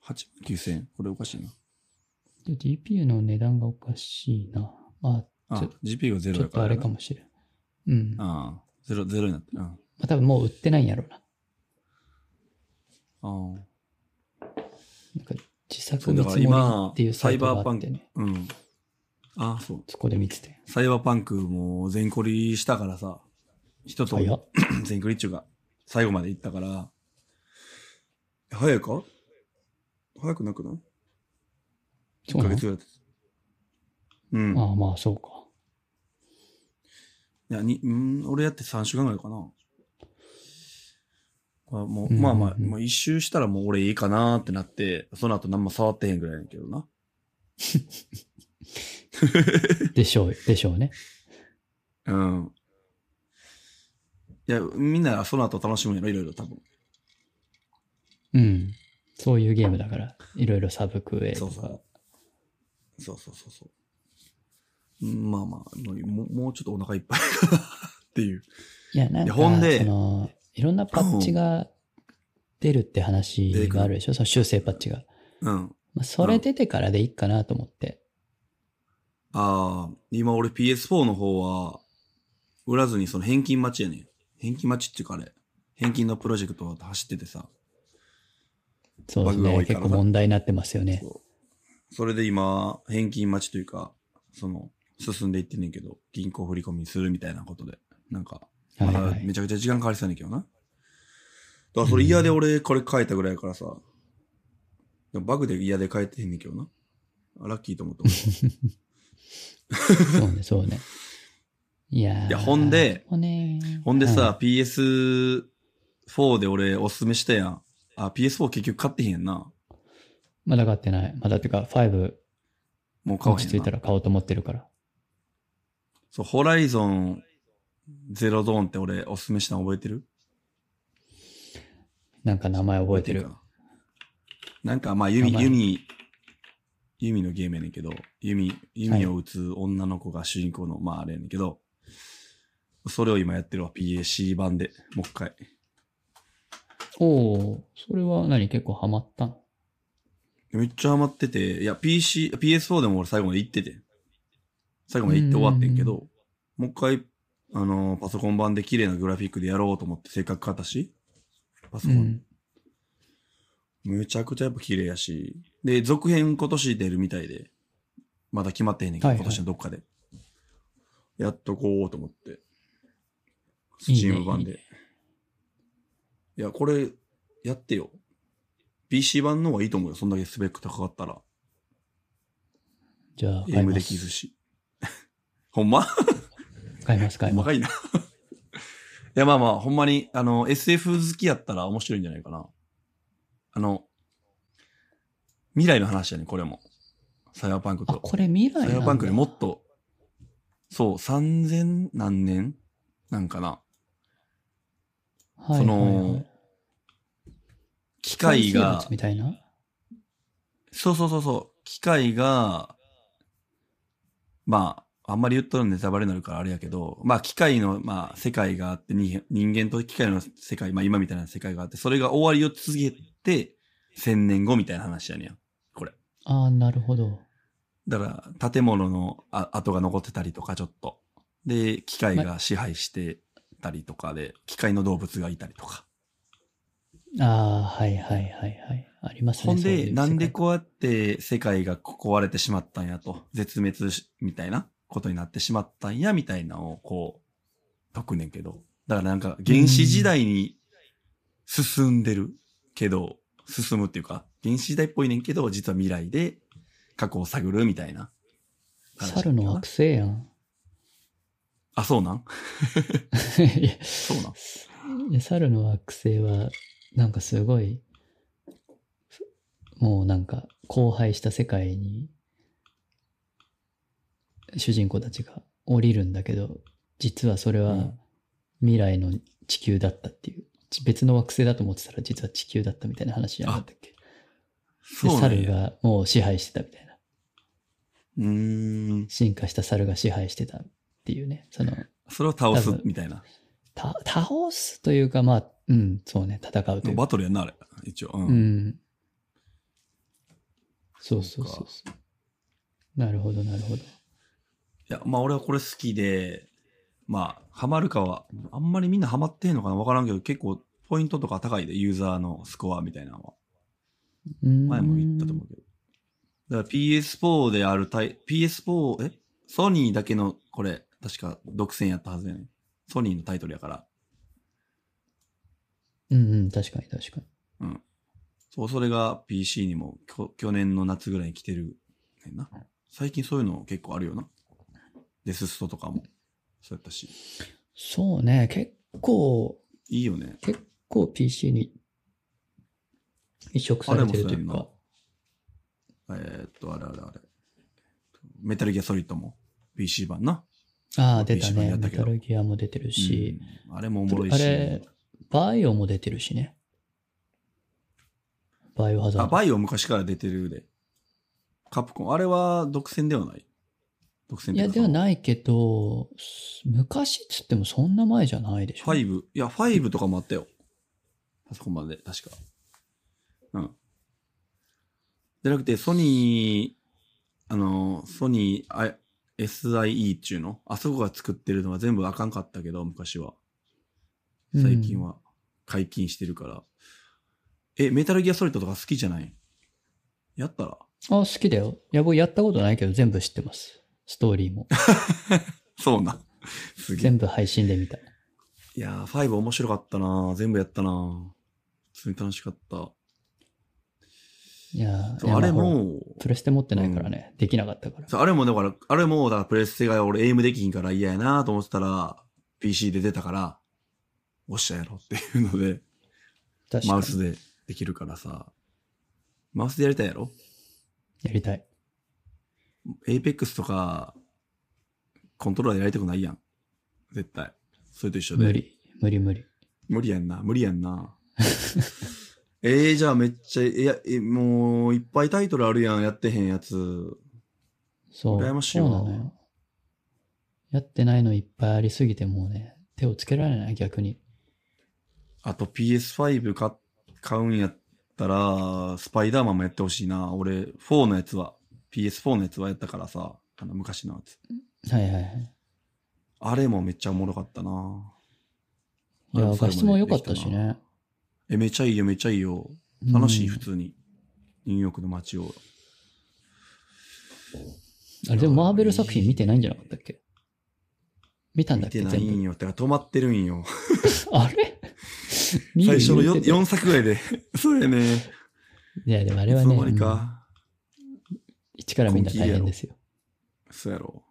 [SPEAKER 1] ?8 万9000円。これおかしいな。
[SPEAKER 2] で GPU の値段がおかしいな。まあ、ち
[SPEAKER 1] あ
[SPEAKER 2] ょ、
[SPEAKER 1] GPU がゼロ
[SPEAKER 2] ちょ
[SPEAKER 1] や
[SPEAKER 2] っ
[SPEAKER 1] か
[SPEAKER 2] と
[SPEAKER 1] ら
[SPEAKER 2] あ
[SPEAKER 1] やな。
[SPEAKER 2] れかもしれん。うん。
[SPEAKER 1] あ
[SPEAKER 2] ま
[SPEAKER 1] あ、ゼロ、ゼロになってる。うん。
[SPEAKER 2] あ、多分もう売ってないんやろうな。
[SPEAKER 1] ああ。
[SPEAKER 2] なんか自
[SPEAKER 1] そ
[SPEAKER 2] 作
[SPEAKER 1] う
[SPEAKER 2] 見
[SPEAKER 1] だから
[SPEAKER 2] 積もりっていう
[SPEAKER 1] 今
[SPEAKER 2] サイトがあっ
[SPEAKER 1] サ
[SPEAKER 2] て
[SPEAKER 1] イバ
[SPEAKER 2] ね。
[SPEAKER 1] うん。ああ、そう。
[SPEAKER 2] そこで見てて。
[SPEAKER 1] サイバーパンクも全コリしたからさ、一通
[SPEAKER 2] 早
[SPEAKER 1] り
[SPEAKER 2] っ。
[SPEAKER 1] 全クリッチュが最後まで行ったから、早いか早くなくない
[SPEAKER 2] そう
[SPEAKER 1] ?1 ヶ
[SPEAKER 2] なの
[SPEAKER 1] 月ぐらい経つうん。
[SPEAKER 2] ああ、まあ、そうか。
[SPEAKER 1] いや、に、うん、俺やって3週間ぐらいかな。あもう、
[SPEAKER 2] うん
[SPEAKER 1] まあまあ、
[SPEAKER 2] うん
[SPEAKER 1] もう一周したらもう俺いいかなーってなって、その後何も触ってへんぐらいやけどな。
[SPEAKER 2] でしょう、でしょうね。
[SPEAKER 1] うん。いや、みんなその後楽しむやろ、いろいろ多分。
[SPEAKER 2] うん。そういうゲームだから、いろいろサブクエと
[SPEAKER 1] そ
[SPEAKER 2] か。
[SPEAKER 1] うそう。そうそうそうそう。うんまあまあ、もうもうもうちょっとお腹いっぱいっていう。
[SPEAKER 2] いや、なん
[SPEAKER 1] い
[SPEAKER 2] か、
[SPEAKER 1] やほんで
[SPEAKER 2] その、いろんなパッチが出るって話があるでしょ、その修正パッチが。
[SPEAKER 1] うん。
[SPEAKER 2] まあ、それ出てからでいいかなと思って。
[SPEAKER 1] ああ、今俺 PS4 の方は、売らずにその返金待ちやねん。返金待ちっていうかあれ、返金のプロジェクトが走っててさ、
[SPEAKER 2] そうで
[SPEAKER 1] バ
[SPEAKER 2] す
[SPEAKER 1] グが多
[SPEAKER 2] ね。
[SPEAKER 1] いからな
[SPEAKER 2] 結構問題になってますよね。
[SPEAKER 1] そうそれで今、返金待ちというか、その、進んでいってんねんけど、銀行振り込みするみたいなことで、なんか、
[SPEAKER 2] は
[SPEAKER 1] ま
[SPEAKER 2] い
[SPEAKER 1] だ
[SPEAKER 2] はい。
[SPEAKER 1] めちゃくちゃ時間かかりそうやねんけどな。だからそれ嫌で俺これ変えたぐらいやからさ、でもバグで嫌で変えてへんねんけどな。あラッキーと思った 俺は
[SPEAKER 2] そうね、そうね。いやー
[SPEAKER 1] いやほんで、
[SPEAKER 2] ここね
[SPEAKER 1] ほんでさ、、PS4 で俺おすすめしたやん。あ、PS4 結局買ってへんやんな。
[SPEAKER 2] まだ買ってない。まだってか、5
[SPEAKER 1] もう買わへ
[SPEAKER 2] 落
[SPEAKER 1] ん
[SPEAKER 2] ち着い
[SPEAKER 1] や
[SPEAKER 2] た
[SPEAKER 1] んな。
[SPEAKER 2] ら買おうと思ってるから。
[SPEAKER 1] そう、ホライゾンゼロドーンって俺おすすめしたの覚えてる
[SPEAKER 2] なんか名前覚えてる。
[SPEAKER 1] かななんかまあ弓
[SPEAKER 2] 名、前
[SPEAKER 1] 弓、弓のゲームやねんけど、弓、弓を打つ女の子が主人公の、まああれやねんけど、それを今やってるわ、PAC 版で、もう一回。
[SPEAKER 2] おおーそれは何結構ハマったの
[SPEAKER 1] めっちゃハマってて、いや、PC、PS4 でも俺最後まで行ってて。最後まで行って終わってんけど、もう一回、あのーパソコン版で綺麗なグラフィックでやろうと思って、せっかく買ったし、パソコン、
[SPEAKER 2] うん
[SPEAKER 1] めちゃくちゃやっぱ綺麗やし、で、続編今年出るみたいで、まだ決まってへんねんけど、
[SPEAKER 2] はいはい
[SPEAKER 1] 今年のどっかで。やっとこうと思って。ス
[SPEAKER 2] いいね
[SPEAKER 1] チーム版で。
[SPEAKER 2] い
[SPEAKER 1] い
[SPEAKER 2] い
[SPEAKER 1] や、これ、やってよ。PC 版の方がいいと思うよ。そんだけスペック高かったら。
[SPEAKER 2] じゃあ、
[SPEAKER 1] ゲ
[SPEAKER 2] 買
[SPEAKER 1] ー
[SPEAKER 2] い
[SPEAKER 1] ム
[SPEAKER 2] ま
[SPEAKER 1] できず
[SPEAKER 2] す。
[SPEAKER 1] し。 ほんま
[SPEAKER 2] 買います、買
[SPEAKER 1] 細
[SPEAKER 2] います。
[SPEAKER 1] かいな。い や、まあまあ、ほんまに、あの、SF 好きやったら面白いんじゃないかな。あの、未来の話やね、これも。サイバーパンク
[SPEAKER 2] あ、
[SPEAKER 1] と。
[SPEAKER 2] これ未来
[SPEAKER 1] サイバ
[SPEAKER 2] なん
[SPEAKER 1] ー
[SPEAKER 2] だ
[SPEAKER 1] パンクでもっと、そう、3000何年なんかな。
[SPEAKER 2] はいはいはい
[SPEAKER 1] その機械
[SPEAKER 2] 海生
[SPEAKER 1] が
[SPEAKER 2] 物、みたいな
[SPEAKER 1] そうそうそうそう、機械が、まあ、あんまり言っとるのネタバレになるからあれやけど、まあ機械の、まあ世界があって、に人間と機械の世界、まあ今みたいな世界があって、それが終わりを告げて、千年後みたいな話やねん。
[SPEAKER 2] ああ、なるほど。
[SPEAKER 1] だから、建物のあ跡が残ってたりとか、ちょっと。で、機械が支配してたりとかで、機械の動物がいたりとか。
[SPEAKER 2] ああ、はいはいはいはい。ありますね。
[SPEAKER 1] ほん
[SPEAKER 2] そういう
[SPEAKER 1] で、
[SPEAKER 2] 世界
[SPEAKER 1] なんでこうやって世界が壊れてしまったんやと、絶滅しみたいなことになってしまったんや、みたいなのをこう、解くねんけど。だからなんか、原始時代に進んでるけど、進むっていうか、原始時代っぽいねんけど、実は未来で過去を探るみたいな話やけど
[SPEAKER 2] 猿
[SPEAKER 1] な。
[SPEAKER 2] の惑星やん。
[SPEAKER 1] あ、そうなん
[SPEAKER 2] いや
[SPEAKER 1] そうなん
[SPEAKER 2] いや猿の惑星は、なんかすごい、もうなんか、荒廃した世界に、主人公たちが降りるんだけど、実はそれ
[SPEAKER 1] う
[SPEAKER 2] は
[SPEAKER 1] ん
[SPEAKER 2] 未来の地球だったっていう、ち別の惑星だと思ってたら実は地球だったみたいな話じゃなかったっけで、
[SPEAKER 1] そうなん
[SPEAKER 2] 猿
[SPEAKER 1] や。
[SPEAKER 2] がもう支配してたみたいな。
[SPEAKER 1] うーん。
[SPEAKER 2] 進化した猿が支配してたっていうね、その、
[SPEAKER 1] それを倒す
[SPEAKER 2] 多分
[SPEAKER 1] みたいな。
[SPEAKER 2] た倒すというか、まあ、うん、そうね、戦うというか
[SPEAKER 1] バトルやんな、あれ。一応。うん。
[SPEAKER 2] うん。そうそう
[SPEAKER 1] そ
[SPEAKER 2] そうう
[SPEAKER 1] か
[SPEAKER 2] そう。なるほど、なるほど。
[SPEAKER 1] いや、まあ俺はこれ好きで、まあ、ハマるかは、あんまりみんなハマってんのかなわからんけど、結構ポイントとか高いで、ユーザーのスコアみたいなのは。前
[SPEAKER 2] 前
[SPEAKER 1] も言ったと思うけど。だから PS4 であるタイ、PS4、えソニーだけの、これ、確か独占やったはずやねソニーのタイトルやから。
[SPEAKER 2] う。うんうん、確かに確かに。
[SPEAKER 1] そう、それが PC にもきょ去年の夏ぐらいに来てるねんな。最近そういうの結構あるよな。デスストとかも。そうやったし。
[SPEAKER 2] そうね、結構、
[SPEAKER 1] いいよね。
[SPEAKER 2] 結構 PC に移植されてるという
[SPEAKER 1] あれも
[SPEAKER 2] か。
[SPEAKER 1] えーっと、あれあれあれ。メタルギアソリッドも PC 版な。
[SPEAKER 2] ああ、出た
[SPEAKER 1] PC 版
[SPEAKER 2] ね。
[SPEAKER 1] やった
[SPEAKER 2] メ
[SPEAKER 1] けど
[SPEAKER 2] タルギアも出てるし、
[SPEAKER 1] うんあれもおもろいし。
[SPEAKER 2] あれバイオも出てるしね。バイオハザ
[SPEAKER 1] あ
[SPEAKER 2] ード。
[SPEAKER 1] バイオ昔から出てるで。カプコン。あれは独占ではない独占。
[SPEAKER 2] いや、ではいないけど、昔っつってもそんな前じゃないでしょ。
[SPEAKER 1] ファイブ。いや、ファイブとかもあったよ。パソコンまで、確か。うん。じゃなくて、ソニー、あの、ソニー、あ SIE っちゅうのあそこが作ってるのは全部あかんかったけど、昔は。最近は解禁してるから。え、メタルギアソリッドとか好きじゃないやったら
[SPEAKER 2] あ、好きだよ。いや、僕やったことないけど全部知ってます。ストーリ ーも。
[SPEAKER 1] そうな。すげえ。
[SPEAKER 2] 全部配信で見た。
[SPEAKER 1] いやー、5面白かったな全部やったな普通に楽しかった。
[SPEAKER 2] いやー
[SPEAKER 1] そう
[SPEAKER 2] いや
[SPEAKER 1] あれ
[SPEAKER 2] まほら
[SPEAKER 1] も、
[SPEAKER 2] プレステ持ってないからね。できなかったから。
[SPEAKER 1] そうあれもだから、あれも、だからプレステが俺エイムできひんから嫌やなと思ってたら、PC で出たから、おっしゃやろっていうので、
[SPEAKER 2] 確か
[SPEAKER 1] マウ
[SPEAKER 2] に。
[SPEAKER 1] スでできるからさ。マウスでやりたいやろ
[SPEAKER 2] やりたい。
[SPEAKER 1] エイペックスとか、コントローラーでやりたくないやん。絶対。それと一緒で。
[SPEAKER 2] 無。理。無理無理。
[SPEAKER 1] 無理やんな。無理やんな。 えー、じゃあめっちゃ、いや、えもう、いっぱいタイトルあるやん。やってへんやつ。
[SPEAKER 2] そう。
[SPEAKER 1] 羨ましいわ
[SPEAKER 2] そうなのよ。やってないのいっぱいありすぎてもうね、手をつけられない逆に。
[SPEAKER 1] あと PS5 買買うんやったら、スパイダーマンもやってほしいな。俺、4のやつは、PS4 のやつはやったからさ、あの昔のやつ。
[SPEAKER 2] はいはいはい。
[SPEAKER 1] あれもめっちゃおもろかったな。
[SPEAKER 2] い
[SPEAKER 1] あ
[SPEAKER 2] や、
[SPEAKER 1] れ
[SPEAKER 2] 画質も良かったし。
[SPEAKER 1] それもでき
[SPEAKER 2] ね。
[SPEAKER 1] え、めちゃいいよ、めちゃいいよ。楽しい、
[SPEAKER 2] うん
[SPEAKER 1] 普通に。ニューヨークの街を。
[SPEAKER 2] あれでもマーベル作品見てないんじゃなかったっけ見たんだ
[SPEAKER 1] 見
[SPEAKER 2] っけ
[SPEAKER 1] てないん
[SPEAKER 2] 全部。
[SPEAKER 1] よ。てか止まってるんよ。
[SPEAKER 2] あ れ見
[SPEAKER 1] 最
[SPEAKER 2] る
[SPEAKER 1] 初の
[SPEAKER 2] 言う
[SPEAKER 1] 4,
[SPEAKER 2] てた
[SPEAKER 1] 4作ぐらいで。 そうやね。い
[SPEAKER 2] いや、でもあれは
[SPEAKER 1] つ
[SPEAKER 2] ね
[SPEAKER 1] の、間に
[SPEAKER 2] うん
[SPEAKER 1] か。
[SPEAKER 2] 一からみんな大変ですよ。
[SPEAKER 1] そうやろ。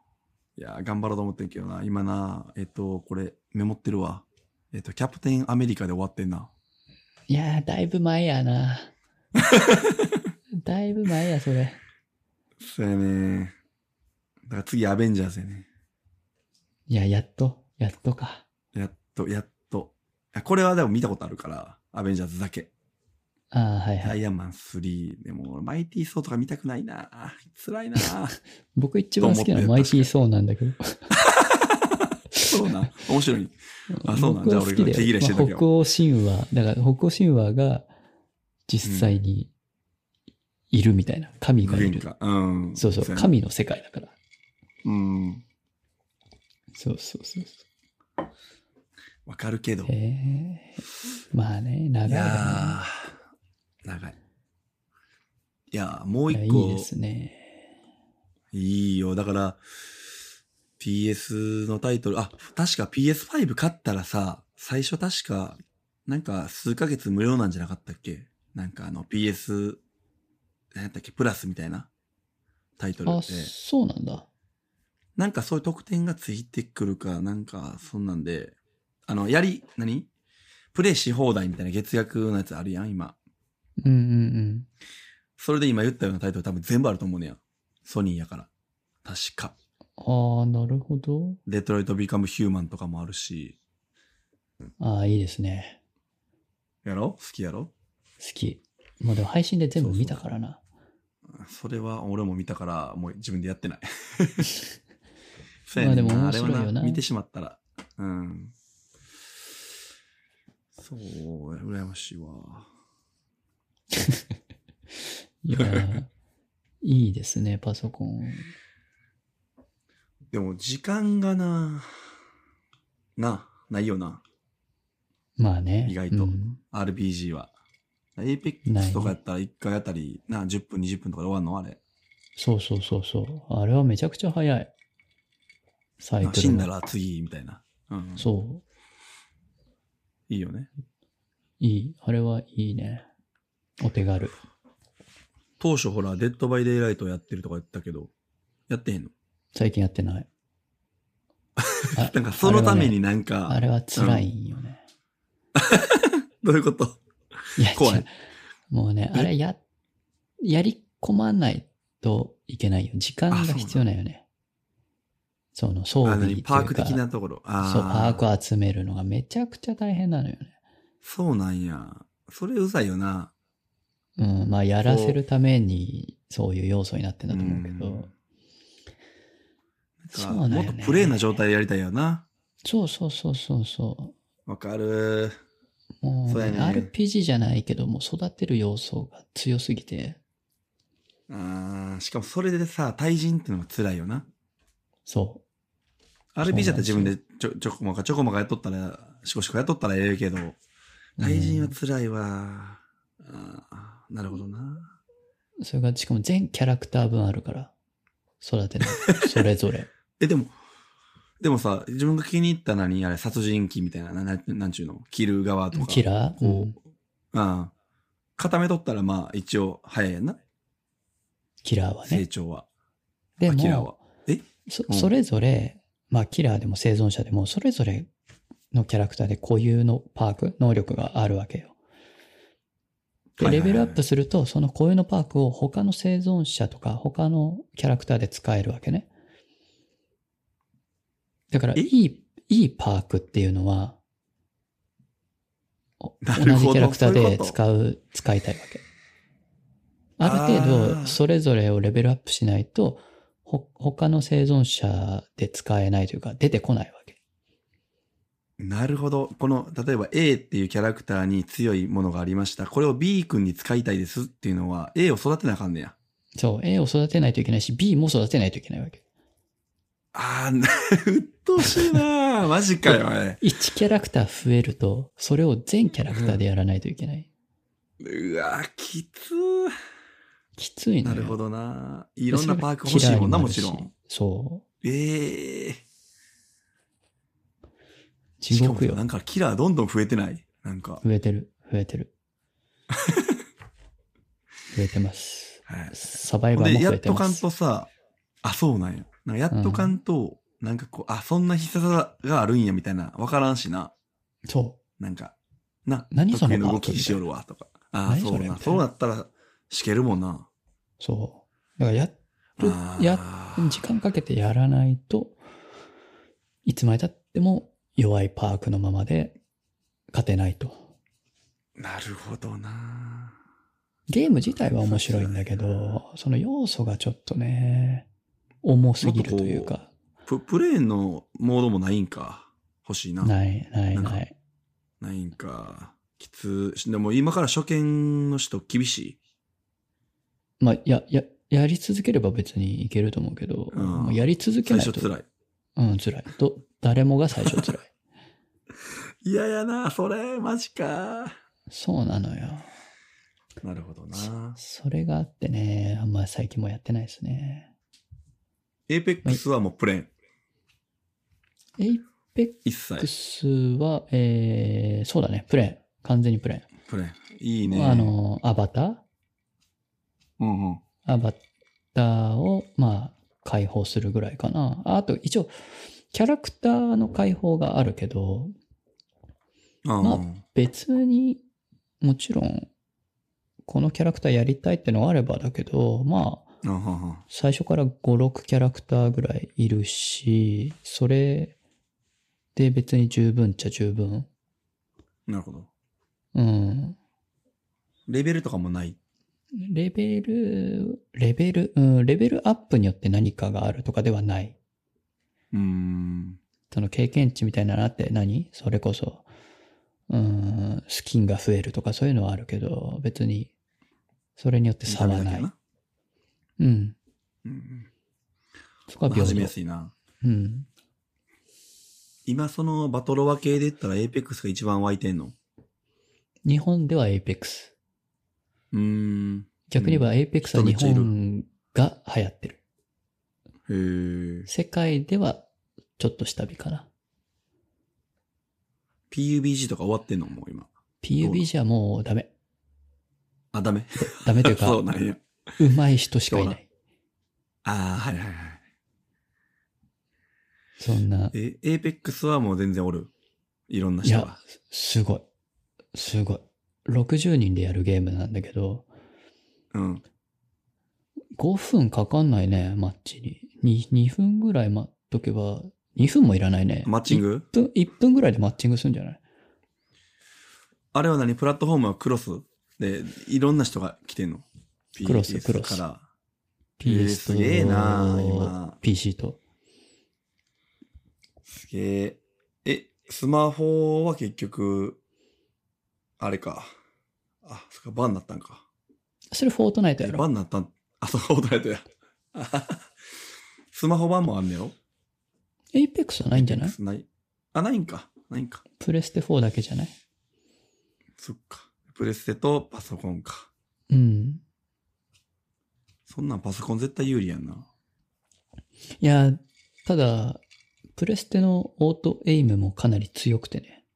[SPEAKER 1] いや、頑張ろうと思ってんけどな。今な、えっと、これ、メモってるわ。えっと、キャプテンアメリカで終わってんな。
[SPEAKER 2] いやー、だいぶ前 やな。だいぶ前や、それ。
[SPEAKER 1] そうやね。だから次、アベンジャーズやね。
[SPEAKER 2] いや、やっと、やっとか。
[SPEAKER 1] やっと、やっと。いやこれはでも見たことあるから、アベンジャーズだけ。
[SPEAKER 2] ああ、はいは
[SPEAKER 1] ア
[SPEAKER 2] い。
[SPEAKER 1] イアンマン3。でも、マイティー・ソーとか見たくないな。辛いな。
[SPEAKER 2] 僕一番好きなのはマイティー・ソーなんだけど。
[SPEAKER 1] そう な。面白い。あそうなん
[SPEAKER 2] 僕は
[SPEAKER 1] じゃあ
[SPEAKER 2] 好
[SPEAKER 1] 俺
[SPEAKER 2] き
[SPEAKER 1] が
[SPEAKER 2] で
[SPEAKER 1] 手切れしてたけど
[SPEAKER 2] まあ北欧神話、だから北欧神話が実際にいるみたいな。神
[SPEAKER 1] グ
[SPEAKER 2] が
[SPEAKER 1] リー
[SPEAKER 2] い
[SPEAKER 1] ン
[SPEAKER 2] る。
[SPEAKER 1] か。うん。
[SPEAKER 2] そうそう、
[SPEAKER 1] やね。
[SPEAKER 2] 神の世界だから。
[SPEAKER 1] うん。
[SPEAKER 2] そうそうそうそ
[SPEAKER 1] わかるけど。
[SPEAKER 2] う。へえ。まあね、長い
[SPEAKER 1] い
[SPEAKER 2] よね
[SPEAKER 1] やー、長い。いやー、もう
[SPEAKER 2] いや
[SPEAKER 1] 一
[SPEAKER 2] い
[SPEAKER 1] 個。
[SPEAKER 2] いですね。
[SPEAKER 1] いいよ。だから、PS のタイトル、あ、確か PS5 買ったらさ、最初確か、なんか数ヶ月無料なんじゃなかったっけなんかあの PS、何やったっけプラスみたいなタイトル
[SPEAKER 2] あ、
[SPEAKER 1] で。
[SPEAKER 2] そうなんだ。
[SPEAKER 1] なんかそういう特典がついてくるか、なんかそんなんで、あの、やり、何プレイし放題みたいな月額のやつあるやん、今。
[SPEAKER 2] うんうん
[SPEAKER 1] それで今言ったようなタイトル多分全部あると思うねや。ソニーやから。確か。
[SPEAKER 2] うん。ああ、なるほど。
[SPEAKER 1] デトロイト・ビカム・ヒューマンとかもあるし。
[SPEAKER 2] ああ、いいですね。
[SPEAKER 1] やろ好きやろ
[SPEAKER 2] 好き。もうでも配信で全部見たからな。
[SPEAKER 1] それは俺も見たから、もう自分でやって ない。そ
[SPEAKER 2] まあでも
[SPEAKER 1] な
[SPEAKER 2] 面白いよな
[SPEAKER 1] あれは見てしまったら。うん。そう、羨ましいわ。
[SPEAKER 2] いやー、いいですね、パソコン。
[SPEAKER 1] でも時間がな、な、ないよな。
[SPEAKER 2] まあね。
[SPEAKER 1] 意外と
[SPEAKER 2] うん、
[SPEAKER 1] RPG は。エイペック
[SPEAKER 2] ないね
[SPEAKER 1] スとかやったら1回あたり、な、10分、20分とかで終わんのあれ。
[SPEAKER 2] そうそうそうそう。あれはめちゃくちゃ早い。サイク
[SPEAKER 1] あ
[SPEAKER 2] ル。
[SPEAKER 1] 死んだ。ら次、みたいな。うん。
[SPEAKER 2] そう。
[SPEAKER 1] いいよね。
[SPEAKER 2] いい。あれはいいね。お手軽。
[SPEAKER 1] 当初ほら、デッドバイデイライトやってるとか言ったけど、やってへんの
[SPEAKER 2] 最近やっ てない。あ
[SPEAKER 1] なんかそのために
[SPEAKER 2] あ
[SPEAKER 1] なんか、
[SPEAKER 2] れはねあれは辛いんよね。
[SPEAKER 1] どういうこと
[SPEAKER 2] いや、
[SPEAKER 1] 怖い
[SPEAKER 2] 違うもうね、
[SPEAKER 1] え
[SPEAKER 2] あれや、やり込まないといけないよ。時間が
[SPEAKER 1] あそうなん
[SPEAKER 2] 必要なんよね。その装
[SPEAKER 1] あ
[SPEAKER 2] 備って
[SPEAKER 1] 何
[SPEAKER 2] いうか。
[SPEAKER 1] パーク的なところ。あ
[SPEAKER 2] そう、パー
[SPEAKER 1] は。
[SPEAKER 2] ク集めるのがめちゃくちゃ大変なのよね。
[SPEAKER 1] そうなんや。それうざいよな。
[SPEAKER 2] うん、まあ、やらせるために、そういう要素になってんだと思うけ
[SPEAKER 1] う
[SPEAKER 2] ど
[SPEAKER 1] ん。
[SPEAKER 2] そう
[SPEAKER 1] なんか
[SPEAKER 2] な
[SPEAKER 1] も
[SPEAKER 2] ん
[SPEAKER 1] っ
[SPEAKER 2] よ
[SPEAKER 1] と
[SPEAKER 2] ね。
[SPEAKER 1] プレイな状態でやりたいよな。
[SPEAKER 2] そうそうそうそうそ
[SPEAKER 1] わかる。
[SPEAKER 2] う。もう
[SPEAKER 1] そう
[SPEAKER 2] ね、
[SPEAKER 1] やね
[SPEAKER 2] RPG じゃないけど、もう育てる要素が強すぎて、
[SPEAKER 1] あーしかもそれでさ、対人ってのが辛いよな。
[SPEAKER 2] そ
[SPEAKER 1] RP じゃったら自
[SPEAKER 2] そう
[SPEAKER 1] 分
[SPEAKER 2] な
[SPEAKER 1] でちょ、ちょこまか、ちょこまかやっとったら、しこしこやっとったらええけど、
[SPEAKER 2] う。
[SPEAKER 1] 対人は
[SPEAKER 2] うん
[SPEAKER 1] 辛いわ。あーなるほどな。
[SPEAKER 2] それが、しかも全キャラクター分あるから。育てない。そ れぞれ。
[SPEAKER 1] え、でも、でもさ、自分が気に入った何あれ、殺人鬼みたいな、な、ななんちゅうの切る側とか。
[SPEAKER 2] キラー、う
[SPEAKER 1] こ
[SPEAKER 2] ん
[SPEAKER 1] う、うん。固めとったら、まあ、一応、早いやんな、
[SPEAKER 2] キラーは
[SPEAKER 1] 成
[SPEAKER 2] ね。
[SPEAKER 1] 長は。
[SPEAKER 2] で
[SPEAKER 1] あキラー
[SPEAKER 2] も
[SPEAKER 1] は、。え
[SPEAKER 2] そ
[SPEAKER 1] うん
[SPEAKER 2] それぞれ、まあ、キラーでも生存者でも、それぞれのキャラクターで固有のパーク、能力があるわけよ。で、
[SPEAKER 1] はい
[SPEAKER 2] レ
[SPEAKER 1] はいはい
[SPEAKER 2] ベルアップすると、その固有のパークを他の生存者とか、他のキャラクターで使えるわけね。だから、
[SPEAKER 1] え
[SPEAKER 2] いい、いいパークっていうのは、お
[SPEAKER 1] な
[SPEAKER 2] 同
[SPEAKER 1] る
[SPEAKER 2] じ
[SPEAKER 1] ほど
[SPEAKER 2] キャラクター
[SPEAKER 1] そうい
[SPEAKER 2] で
[SPEAKER 1] うこと
[SPEAKER 2] 使う、使いたいわけ。ある程
[SPEAKER 1] あー
[SPEAKER 2] 度、それぞれをレベルアップしないと、ほ、他の生存者で使えないというか、出てこないわけ。
[SPEAKER 1] なるほど。この、例えば A っていうキャラクターに強いものがありました。これを B 君に使いたいですっていうのは、A を育てなあかんねや。
[SPEAKER 2] そう、A を育てないといけないし、B も育てないといけないわけ。
[SPEAKER 1] あー、な うっとうしい なーマジかよ、ね。
[SPEAKER 2] 1キャラクター増えると、それを全キャラクターでやらないといけない。
[SPEAKER 1] うわー、きつー。
[SPEAKER 2] きついの
[SPEAKER 1] な
[SPEAKER 2] よ。
[SPEAKER 1] るほどなー。
[SPEAKER 2] で。
[SPEAKER 1] い
[SPEAKER 2] い
[SPEAKER 1] ろんなパーク欲しいもんな、もちろん。。
[SPEAKER 2] そ
[SPEAKER 1] ええー。
[SPEAKER 2] う。地獄
[SPEAKER 1] しかもさな
[SPEAKER 2] よ。
[SPEAKER 1] んかキラーどんどん増えてない。なんか。
[SPEAKER 2] 増えてる。増えてる。増えてます。
[SPEAKER 1] はい。
[SPEAKER 2] サバイ
[SPEAKER 1] ほん
[SPEAKER 2] バー
[SPEAKER 1] で、
[SPEAKER 2] も
[SPEAKER 1] や
[SPEAKER 2] 増
[SPEAKER 1] っ
[SPEAKER 2] えて
[SPEAKER 1] と
[SPEAKER 2] ま
[SPEAKER 1] かん
[SPEAKER 2] す
[SPEAKER 1] と。さ、あ、そうなんや。なんかやっとかんと、なんかこう、あ、そんな必殺技があるんや、みたいな。わからんしな。
[SPEAKER 2] そ
[SPEAKER 1] なんか、な、
[SPEAKER 2] 何そ
[SPEAKER 1] 得
[SPEAKER 2] の
[SPEAKER 1] 意の動
[SPEAKER 2] パークみたい
[SPEAKER 1] き
[SPEAKER 2] な
[SPEAKER 1] しよるわ、とか。ああ、
[SPEAKER 2] 何
[SPEAKER 1] そ
[SPEAKER 2] そうれ
[SPEAKER 1] な。
[SPEAKER 2] みたい
[SPEAKER 1] そう
[SPEAKER 2] な
[SPEAKER 1] なったら、しけるもんな。
[SPEAKER 2] う。そう。だからやっと
[SPEAKER 1] あ、ー
[SPEAKER 2] や、時間かけてやらないと、いつまでたっても弱いパークのままで勝てないと。
[SPEAKER 1] なるほどな。
[SPEAKER 2] ゲーム自体は面白いんだけど、その要素がちょっとね、重すぎるというか、
[SPEAKER 1] プ、プレイのモードもないんか。欲しいな。ない
[SPEAKER 2] ない、ない、
[SPEAKER 1] なんか
[SPEAKER 2] ない。
[SPEAKER 1] んか。きつ。でも今から初見の人厳しい。
[SPEAKER 2] まあ、や、や、やり続ければ別にいけると思うけど、
[SPEAKER 1] うん
[SPEAKER 2] もうやり続け
[SPEAKER 1] 最
[SPEAKER 2] ない
[SPEAKER 1] 初
[SPEAKER 2] と。
[SPEAKER 1] 辛い。
[SPEAKER 2] うん、辛い。ど、誰もが最初辛い。
[SPEAKER 1] いややな、それ、マジか。
[SPEAKER 2] そうなのよ。
[SPEAKER 1] なるほどな。
[SPEAKER 2] それがあってね、あんま最近もやってないですね。
[SPEAKER 1] エーペックスはもうプレーン。
[SPEAKER 2] エイペッ
[SPEAKER 1] 一切。
[SPEAKER 2] クスは、えー、そうだね、プレーン。完全にプレーン。
[SPEAKER 1] プレーン。いいね。
[SPEAKER 2] あ、の、アバター
[SPEAKER 1] うんうん。
[SPEAKER 2] アバターを、まあ、解放するぐらいかな。ああと、一応、キャラクターの解放があるけど、
[SPEAKER 1] あ
[SPEAKER 2] まあ
[SPEAKER 1] ー
[SPEAKER 2] 別にもちろん、このキャラクターやりたいってのがあればだけど、まあ、
[SPEAKER 1] うんうんうん
[SPEAKER 2] 最初から5、6キャラクターぐらいいるし、それで別に十分っちゃ十分。
[SPEAKER 1] なるほど。
[SPEAKER 2] うん。
[SPEAKER 1] レベルとかもない。
[SPEAKER 2] レベル、レベル、うん、レベルアップによって何かがあるとかではない。
[SPEAKER 1] うーん。
[SPEAKER 2] その経験値みたいなのあって何それこそ、うーん、スキンが増えるとかそういうのはあるけど、別に、それによって差は
[SPEAKER 1] 見た目だ
[SPEAKER 2] な
[SPEAKER 1] け
[SPEAKER 2] い。
[SPEAKER 1] な。
[SPEAKER 2] うん。
[SPEAKER 1] うんうん。
[SPEAKER 2] そこは
[SPEAKER 1] まあ
[SPEAKER 2] 平
[SPEAKER 1] 始め
[SPEAKER 2] 等
[SPEAKER 1] や。すいな。
[SPEAKER 2] うん。
[SPEAKER 1] 今そのバトロワ系で言ったらエイペックスが一番湧いてんの
[SPEAKER 2] 日本ではエイペックス。
[SPEAKER 1] うーん。
[SPEAKER 2] 逆に言えばエイペックスは日本が流行ってる。
[SPEAKER 1] へー
[SPEAKER 2] 世界ではちょっと下火かな。
[SPEAKER 1] PUBG とか終わってんのもう今。
[SPEAKER 2] PUB じゃもうダメ。
[SPEAKER 1] あ、ダメ。
[SPEAKER 2] ダメという か、
[SPEAKER 1] そうなんや。
[SPEAKER 2] うまい人しかいない。
[SPEAKER 1] ああ、はいはいはい。
[SPEAKER 2] そんな、
[SPEAKER 1] え、エイペックスはもう全然おる。いろんない人
[SPEAKER 2] や
[SPEAKER 1] が。、
[SPEAKER 2] すごい。すごい。60人でやるゲームなんだけど、
[SPEAKER 1] うん。
[SPEAKER 2] 5分かかんないね、マッチに。2, 2分ぐらい待っとけば、2分もいらないね。
[SPEAKER 1] マッチング
[SPEAKER 2] ?1 分、1分ぐらいでマッチングするんじゃない
[SPEAKER 1] あれは何プラットフォームはクロスで、いろんな人が来てんの。
[SPEAKER 2] クロス
[SPEAKER 1] PS
[SPEAKER 2] クロス
[SPEAKER 1] から。えー
[SPEAKER 2] ?PS
[SPEAKER 1] すげえなあ今
[SPEAKER 2] PC と。
[SPEAKER 1] すげえ。え、スマホは結局、あれか。あ、そっか、バンになったんか。
[SPEAKER 2] それフォートナイト
[SPEAKER 1] え
[SPEAKER 2] や
[SPEAKER 1] バ
[SPEAKER 2] ろ
[SPEAKER 1] ンになったん、 あ、そう、オートナイトや。あはは スマホ版もあんねやろ
[SPEAKER 2] エイペックスはないんじゃない
[SPEAKER 1] ない。あ、ないんか。ないんか。
[SPEAKER 2] プレステ4だけじゃない
[SPEAKER 1] そっか。プレステとパソコンか。
[SPEAKER 2] うん。
[SPEAKER 1] そんなんパソコン絶対有利やんな。
[SPEAKER 2] いや、ただ、プレステのオートエイムもかなり強くてね。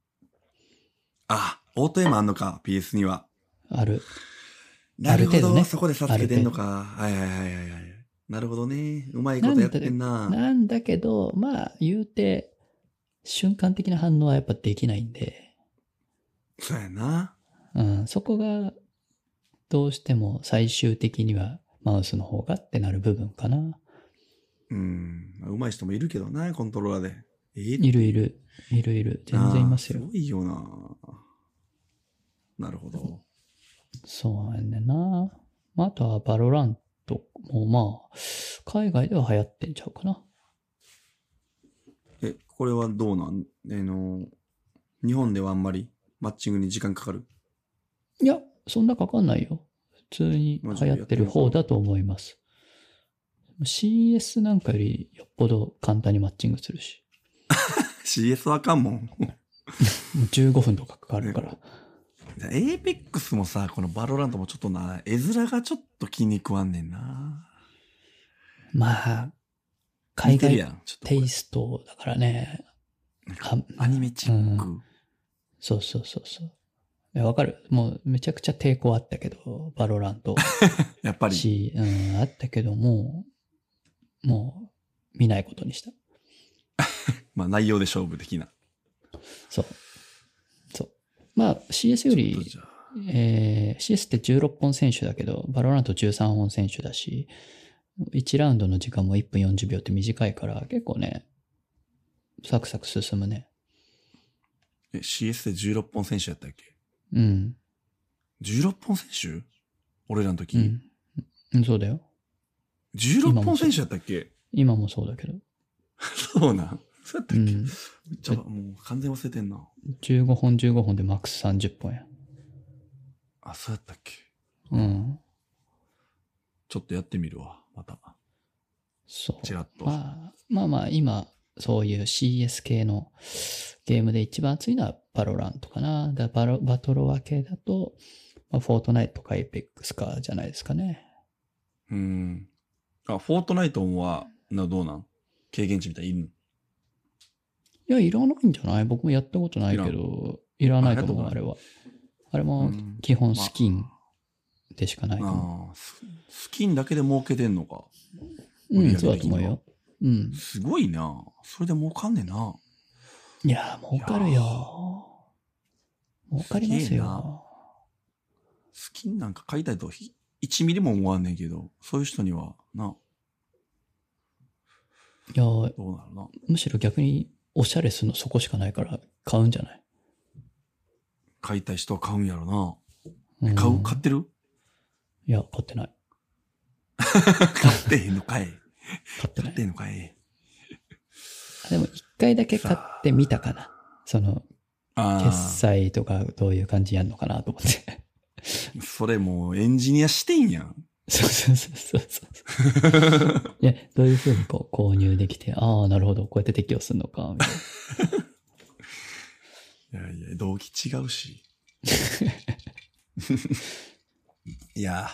[SPEAKER 1] あ、オートエムあんのか、PS には。
[SPEAKER 2] ある。
[SPEAKER 1] なるほ
[SPEAKER 2] ある程
[SPEAKER 1] ど、
[SPEAKER 2] 度ね
[SPEAKER 1] そこで差つけてんのか。はいはいはいはいはい。なるほどね。うまいことやってんな。
[SPEAKER 2] なんだけど、まあ、言うて、瞬間的な反応はやっぱできないんで、
[SPEAKER 1] そうやな。
[SPEAKER 2] うん、そこが、どうしても最終的にはマウスの方がってなる部分かな。
[SPEAKER 1] うん。うまい人もいるけどな、コントローラーで。ええ
[SPEAKER 2] いるいる、いるいる、全然います
[SPEAKER 1] す
[SPEAKER 2] よ。
[SPEAKER 1] ごいよな。なるほど。
[SPEAKER 2] そうやねんな。まあ、あとはバロラントもまあ、海外では流行ってんちゃうかな。
[SPEAKER 1] え、これはどうなんあの、日本ではあんまりマッチングに時間かかる
[SPEAKER 2] いや、そんなかかんないよ。普通に流行ってる方だと思います。CS なんかよりよっぽど簡単にマッチングするし。
[SPEAKER 1] ?CS はあかんもん。
[SPEAKER 2] もう15分とかかかるから。
[SPEAKER 1] エーペックスもさ、このバロラントもちょっとな、絵面がちょっと気に食わんねんな。
[SPEAKER 2] まあ、海
[SPEAKER 1] 似てるや
[SPEAKER 2] 外
[SPEAKER 1] ん。ちょっとこ
[SPEAKER 2] テ
[SPEAKER 1] れ
[SPEAKER 2] イストだからね。は
[SPEAKER 1] アニメチック。
[SPEAKER 2] そうそうそうそう。いやわかる。もうめちゃくちゃ抵抗あったけど、バロラント。
[SPEAKER 1] やっぱり。
[SPEAKER 2] し、うん、あったけども、もう見ないことにした。
[SPEAKER 1] まあ内容で勝負的な。
[SPEAKER 2] そう。そう。まあ
[SPEAKER 1] ち
[SPEAKER 2] CS よ
[SPEAKER 1] ょっと
[SPEAKER 2] り
[SPEAKER 1] じゃあ
[SPEAKER 2] えー CS って16本選手だけど、バロラント13本選手だし、1ラウンドの時間も1分40秒って短いから、結構ね、サクサク進むね。
[SPEAKER 1] え、CS で16本選手やったっけ
[SPEAKER 2] うん。
[SPEAKER 1] 16本選手俺らの時、
[SPEAKER 2] うん。うんそうだよ。
[SPEAKER 1] 16本選手やったっけ
[SPEAKER 2] 今もそうだけど。
[SPEAKER 1] そうなん。そうやった
[SPEAKER 2] う
[SPEAKER 1] っけ、
[SPEAKER 2] ん。
[SPEAKER 1] ちょっともう完全忘れてんな。
[SPEAKER 2] 15本15本でマックス30本や。
[SPEAKER 1] あ、そうやったっけ
[SPEAKER 2] うん。
[SPEAKER 1] ちょっとやってみるわ。また。
[SPEAKER 2] そう。
[SPEAKER 1] ちらっと。
[SPEAKER 2] まあ、まあまあ、今、そういう CS 系のゲームで一番熱いのはバロラントかな。だバロバトロワ系だと、まあ、フォートナイトかエイペックスかじゃないですかね。
[SPEAKER 1] うん。あ、フォートナイトは、な、どうなん経験値みたいにいる
[SPEAKER 2] いや、いらないんじゃない僕もやったことないけど、いらないと思う、
[SPEAKER 1] あ
[SPEAKER 2] あ
[SPEAKER 1] や
[SPEAKER 2] れは。あれ
[SPEAKER 1] の
[SPEAKER 2] も
[SPEAKER 1] うん
[SPEAKER 2] 基本スキンでしかないと思
[SPEAKER 1] ああ、ススキンだけで儲けてんのか。
[SPEAKER 2] う。
[SPEAKER 1] まあ売り
[SPEAKER 2] う
[SPEAKER 1] 上
[SPEAKER 2] ん、
[SPEAKER 1] げ
[SPEAKER 2] そうだと思うよ。うん。
[SPEAKER 1] すごいな。それで儲かんねえな。
[SPEAKER 2] いや、儲かるよ。儲かりますす
[SPEAKER 1] げえな
[SPEAKER 2] よ。
[SPEAKER 1] スキンなんか買いたいとひ1ミリも思わんねんけど、そういう人には、な、
[SPEAKER 2] いや、
[SPEAKER 1] どうなるな。
[SPEAKER 2] むしろ逆におしゃれするのそこしかないから買うんじゃない、
[SPEAKER 1] 買いたい人は買うんやろ
[SPEAKER 2] う
[SPEAKER 1] な。
[SPEAKER 2] ん
[SPEAKER 1] 買う買ってる
[SPEAKER 2] いや、買ってない。
[SPEAKER 1] 買ってへんのかい。
[SPEAKER 2] 買って
[SPEAKER 1] 買
[SPEAKER 2] な
[SPEAKER 1] って
[SPEAKER 2] い。
[SPEAKER 1] へんのかい。
[SPEAKER 2] でも、一回だけ買ってみたかな。その、
[SPEAKER 1] あ
[SPEAKER 2] 決
[SPEAKER 1] あ、
[SPEAKER 2] 済とかどういう感じやんのかな と思って。
[SPEAKER 1] それもうエンジニアしてんやん。
[SPEAKER 2] そうそうそうそうそう。いや、どういうふうにこう購入できて、ああ、なるほど、こうやって適用するのか、みたいな。
[SPEAKER 1] いやいや、動機違うし。 いや、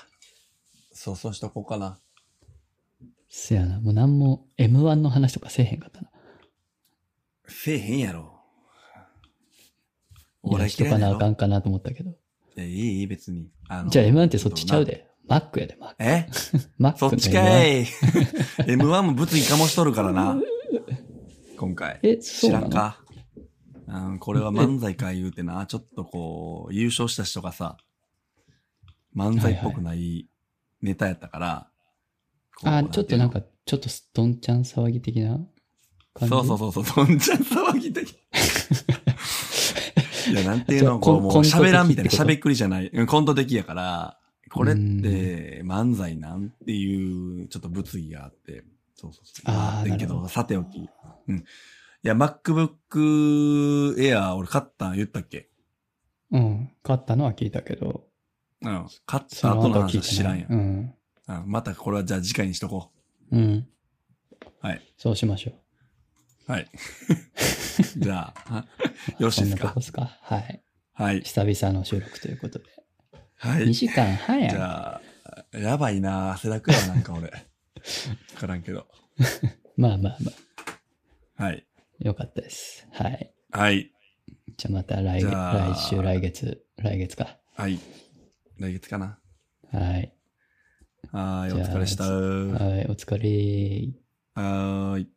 [SPEAKER 1] そうそうしとこうかな。
[SPEAKER 2] せやな、もうなんも M1 の話とかせえへんかったな。
[SPEAKER 1] せえへんやろ。
[SPEAKER 2] いや、
[SPEAKER 1] 俺
[SPEAKER 2] しと
[SPEAKER 1] 嫌
[SPEAKER 2] か
[SPEAKER 1] い
[SPEAKER 2] な
[SPEAKER 1] だ
[SPEAKER 2] あか
[SPEAKER 1] ろ。
[SPEAKER 2] んかなと思ったけど。
[SPEAKER 1] いや、いい、いい、別に。あの
[SPEAKER 2] じゃあ M1 ってそっちちゃう。で。Mac やで、Mac。
[SPEAKER 1] え
[SPEAKER 2] Mac
[SPEAKER 1] そっちかい。M1 も物議かもしとるから な。今回。
[SPEAKER 2] え、
[SPEAKER 1] 知
[SPEAKER 2] そうな
[SPEAKER 1] らん
[SPEAKER 2] の
[SPEAKER 1] か。うん、これは漫才か言うてな、 ちょっとこう、優勝した人がさ、漫才っぽくないネタやったから、こう
[SPEAKER 2] あ、ちょっとなん。
[SPEAKER 1] て
[SPEAKER 2] か、ちょっとすどんちゃん騒ぎ的な
[SPEAKER 1] いう
[SPEAKER 2] 感じ
[SPEAKER 1] のそうそうそうそう、どんちゃん騒ぎ 的。いや、なんていう
[SPEAKER 2] じゃあ
[SPEAKER 1] の、こ
[SPEAKER 2] コ
[SPEAKER 1] う、
[SPEAKER 2] ン
[SPEAKER 1] もう
[SPEAKER 2] コント的
[SPEAKER 1] 喋らんみたいな、
[SPEAKER 2] ってこと
[SPEAKER 1] 喋っくりじゃない、うんコント的やから、これって漫才なんていう、ちょっと物議があって、そうそうそう。
[SPEAKER 2] あー
[SPEAKER 1] ってんけ
[SPEAKER 2] なるほ
[SPEAKER 1] ど、さておき。いや、MacBook Air 俺買ったん言ったっけ
[SPEAKER 2] うん。買ったのは聞いたけど、
[SPEAKER 1] うん。買っ
[SPEAKER 2] そ
[SPEAKER 1] た
[SPEAKER 2] の
[SPEAKER 1] 後
[SPEAKER 2] 後
[SPEAKER 1] の
[SPEAKER 2] は聞
[SPEAKER 1] 話
[SPEAKER 2] い
[SPEAKER 1] は知
[SPEAKER 2] て
[SPEAKER 1] ら
[SPEAKER 2] なんい
[SPEAKER 1] や。ん。
[SPEAKER 2] うん。
[SPEAKER 1] あまたこれはじゃあ次回にしとこ
[SPEAKER 2] うん。
[SPEAKER 1] はい。
[SPEAKER 2] そうしましょう。
[SPEAKER 1] う。 はい。じゃあ、 はよろしい
[SPEAKER 2] こん
[SPEAKER 1] です
[SPEAKER 2] なと
[SPEAKER 1] か
[SPEAKER 2] こ。ですか。はい。
[SPEAKER 1] はい。
[SPEAKER 2] 久々の収録ということで。
[SPEAKER 1] は
[SPEAKER 2] 2
[SPEAKER 1] い。じ
[SPEAKER 2] 時間半やん。
[SPEAKER 1] ゃあ、やばいな汗だくやなんか 俺。わからんけど。
[SPEAKER 2] まあまあまあ。
[SPEAKER 1] はい。
[SPEAKER 2] よかったです。はい。
[SPEAKER 1] はい。
[SPEAKER 2] じゃあまた来
[SPEAKER 1] じ
[SPEAKER 2] 月
[SPEAKER 1] ゃあ
[SPEAKER 2] 来週、来月、来月か。
[SPEAKER 1] はい。来月かな。
[SPEAKER 2] はい。
[SPEAKER 1] はーい。
[SPEAKER 2] じ
[SPEAKER 1] お
[SPEAKER 2] ゃあ
[SPEAKER 1] 疲れした。は
[SPEAKER 2] はい、お疲れ。
[SPEAKER 1] ーい。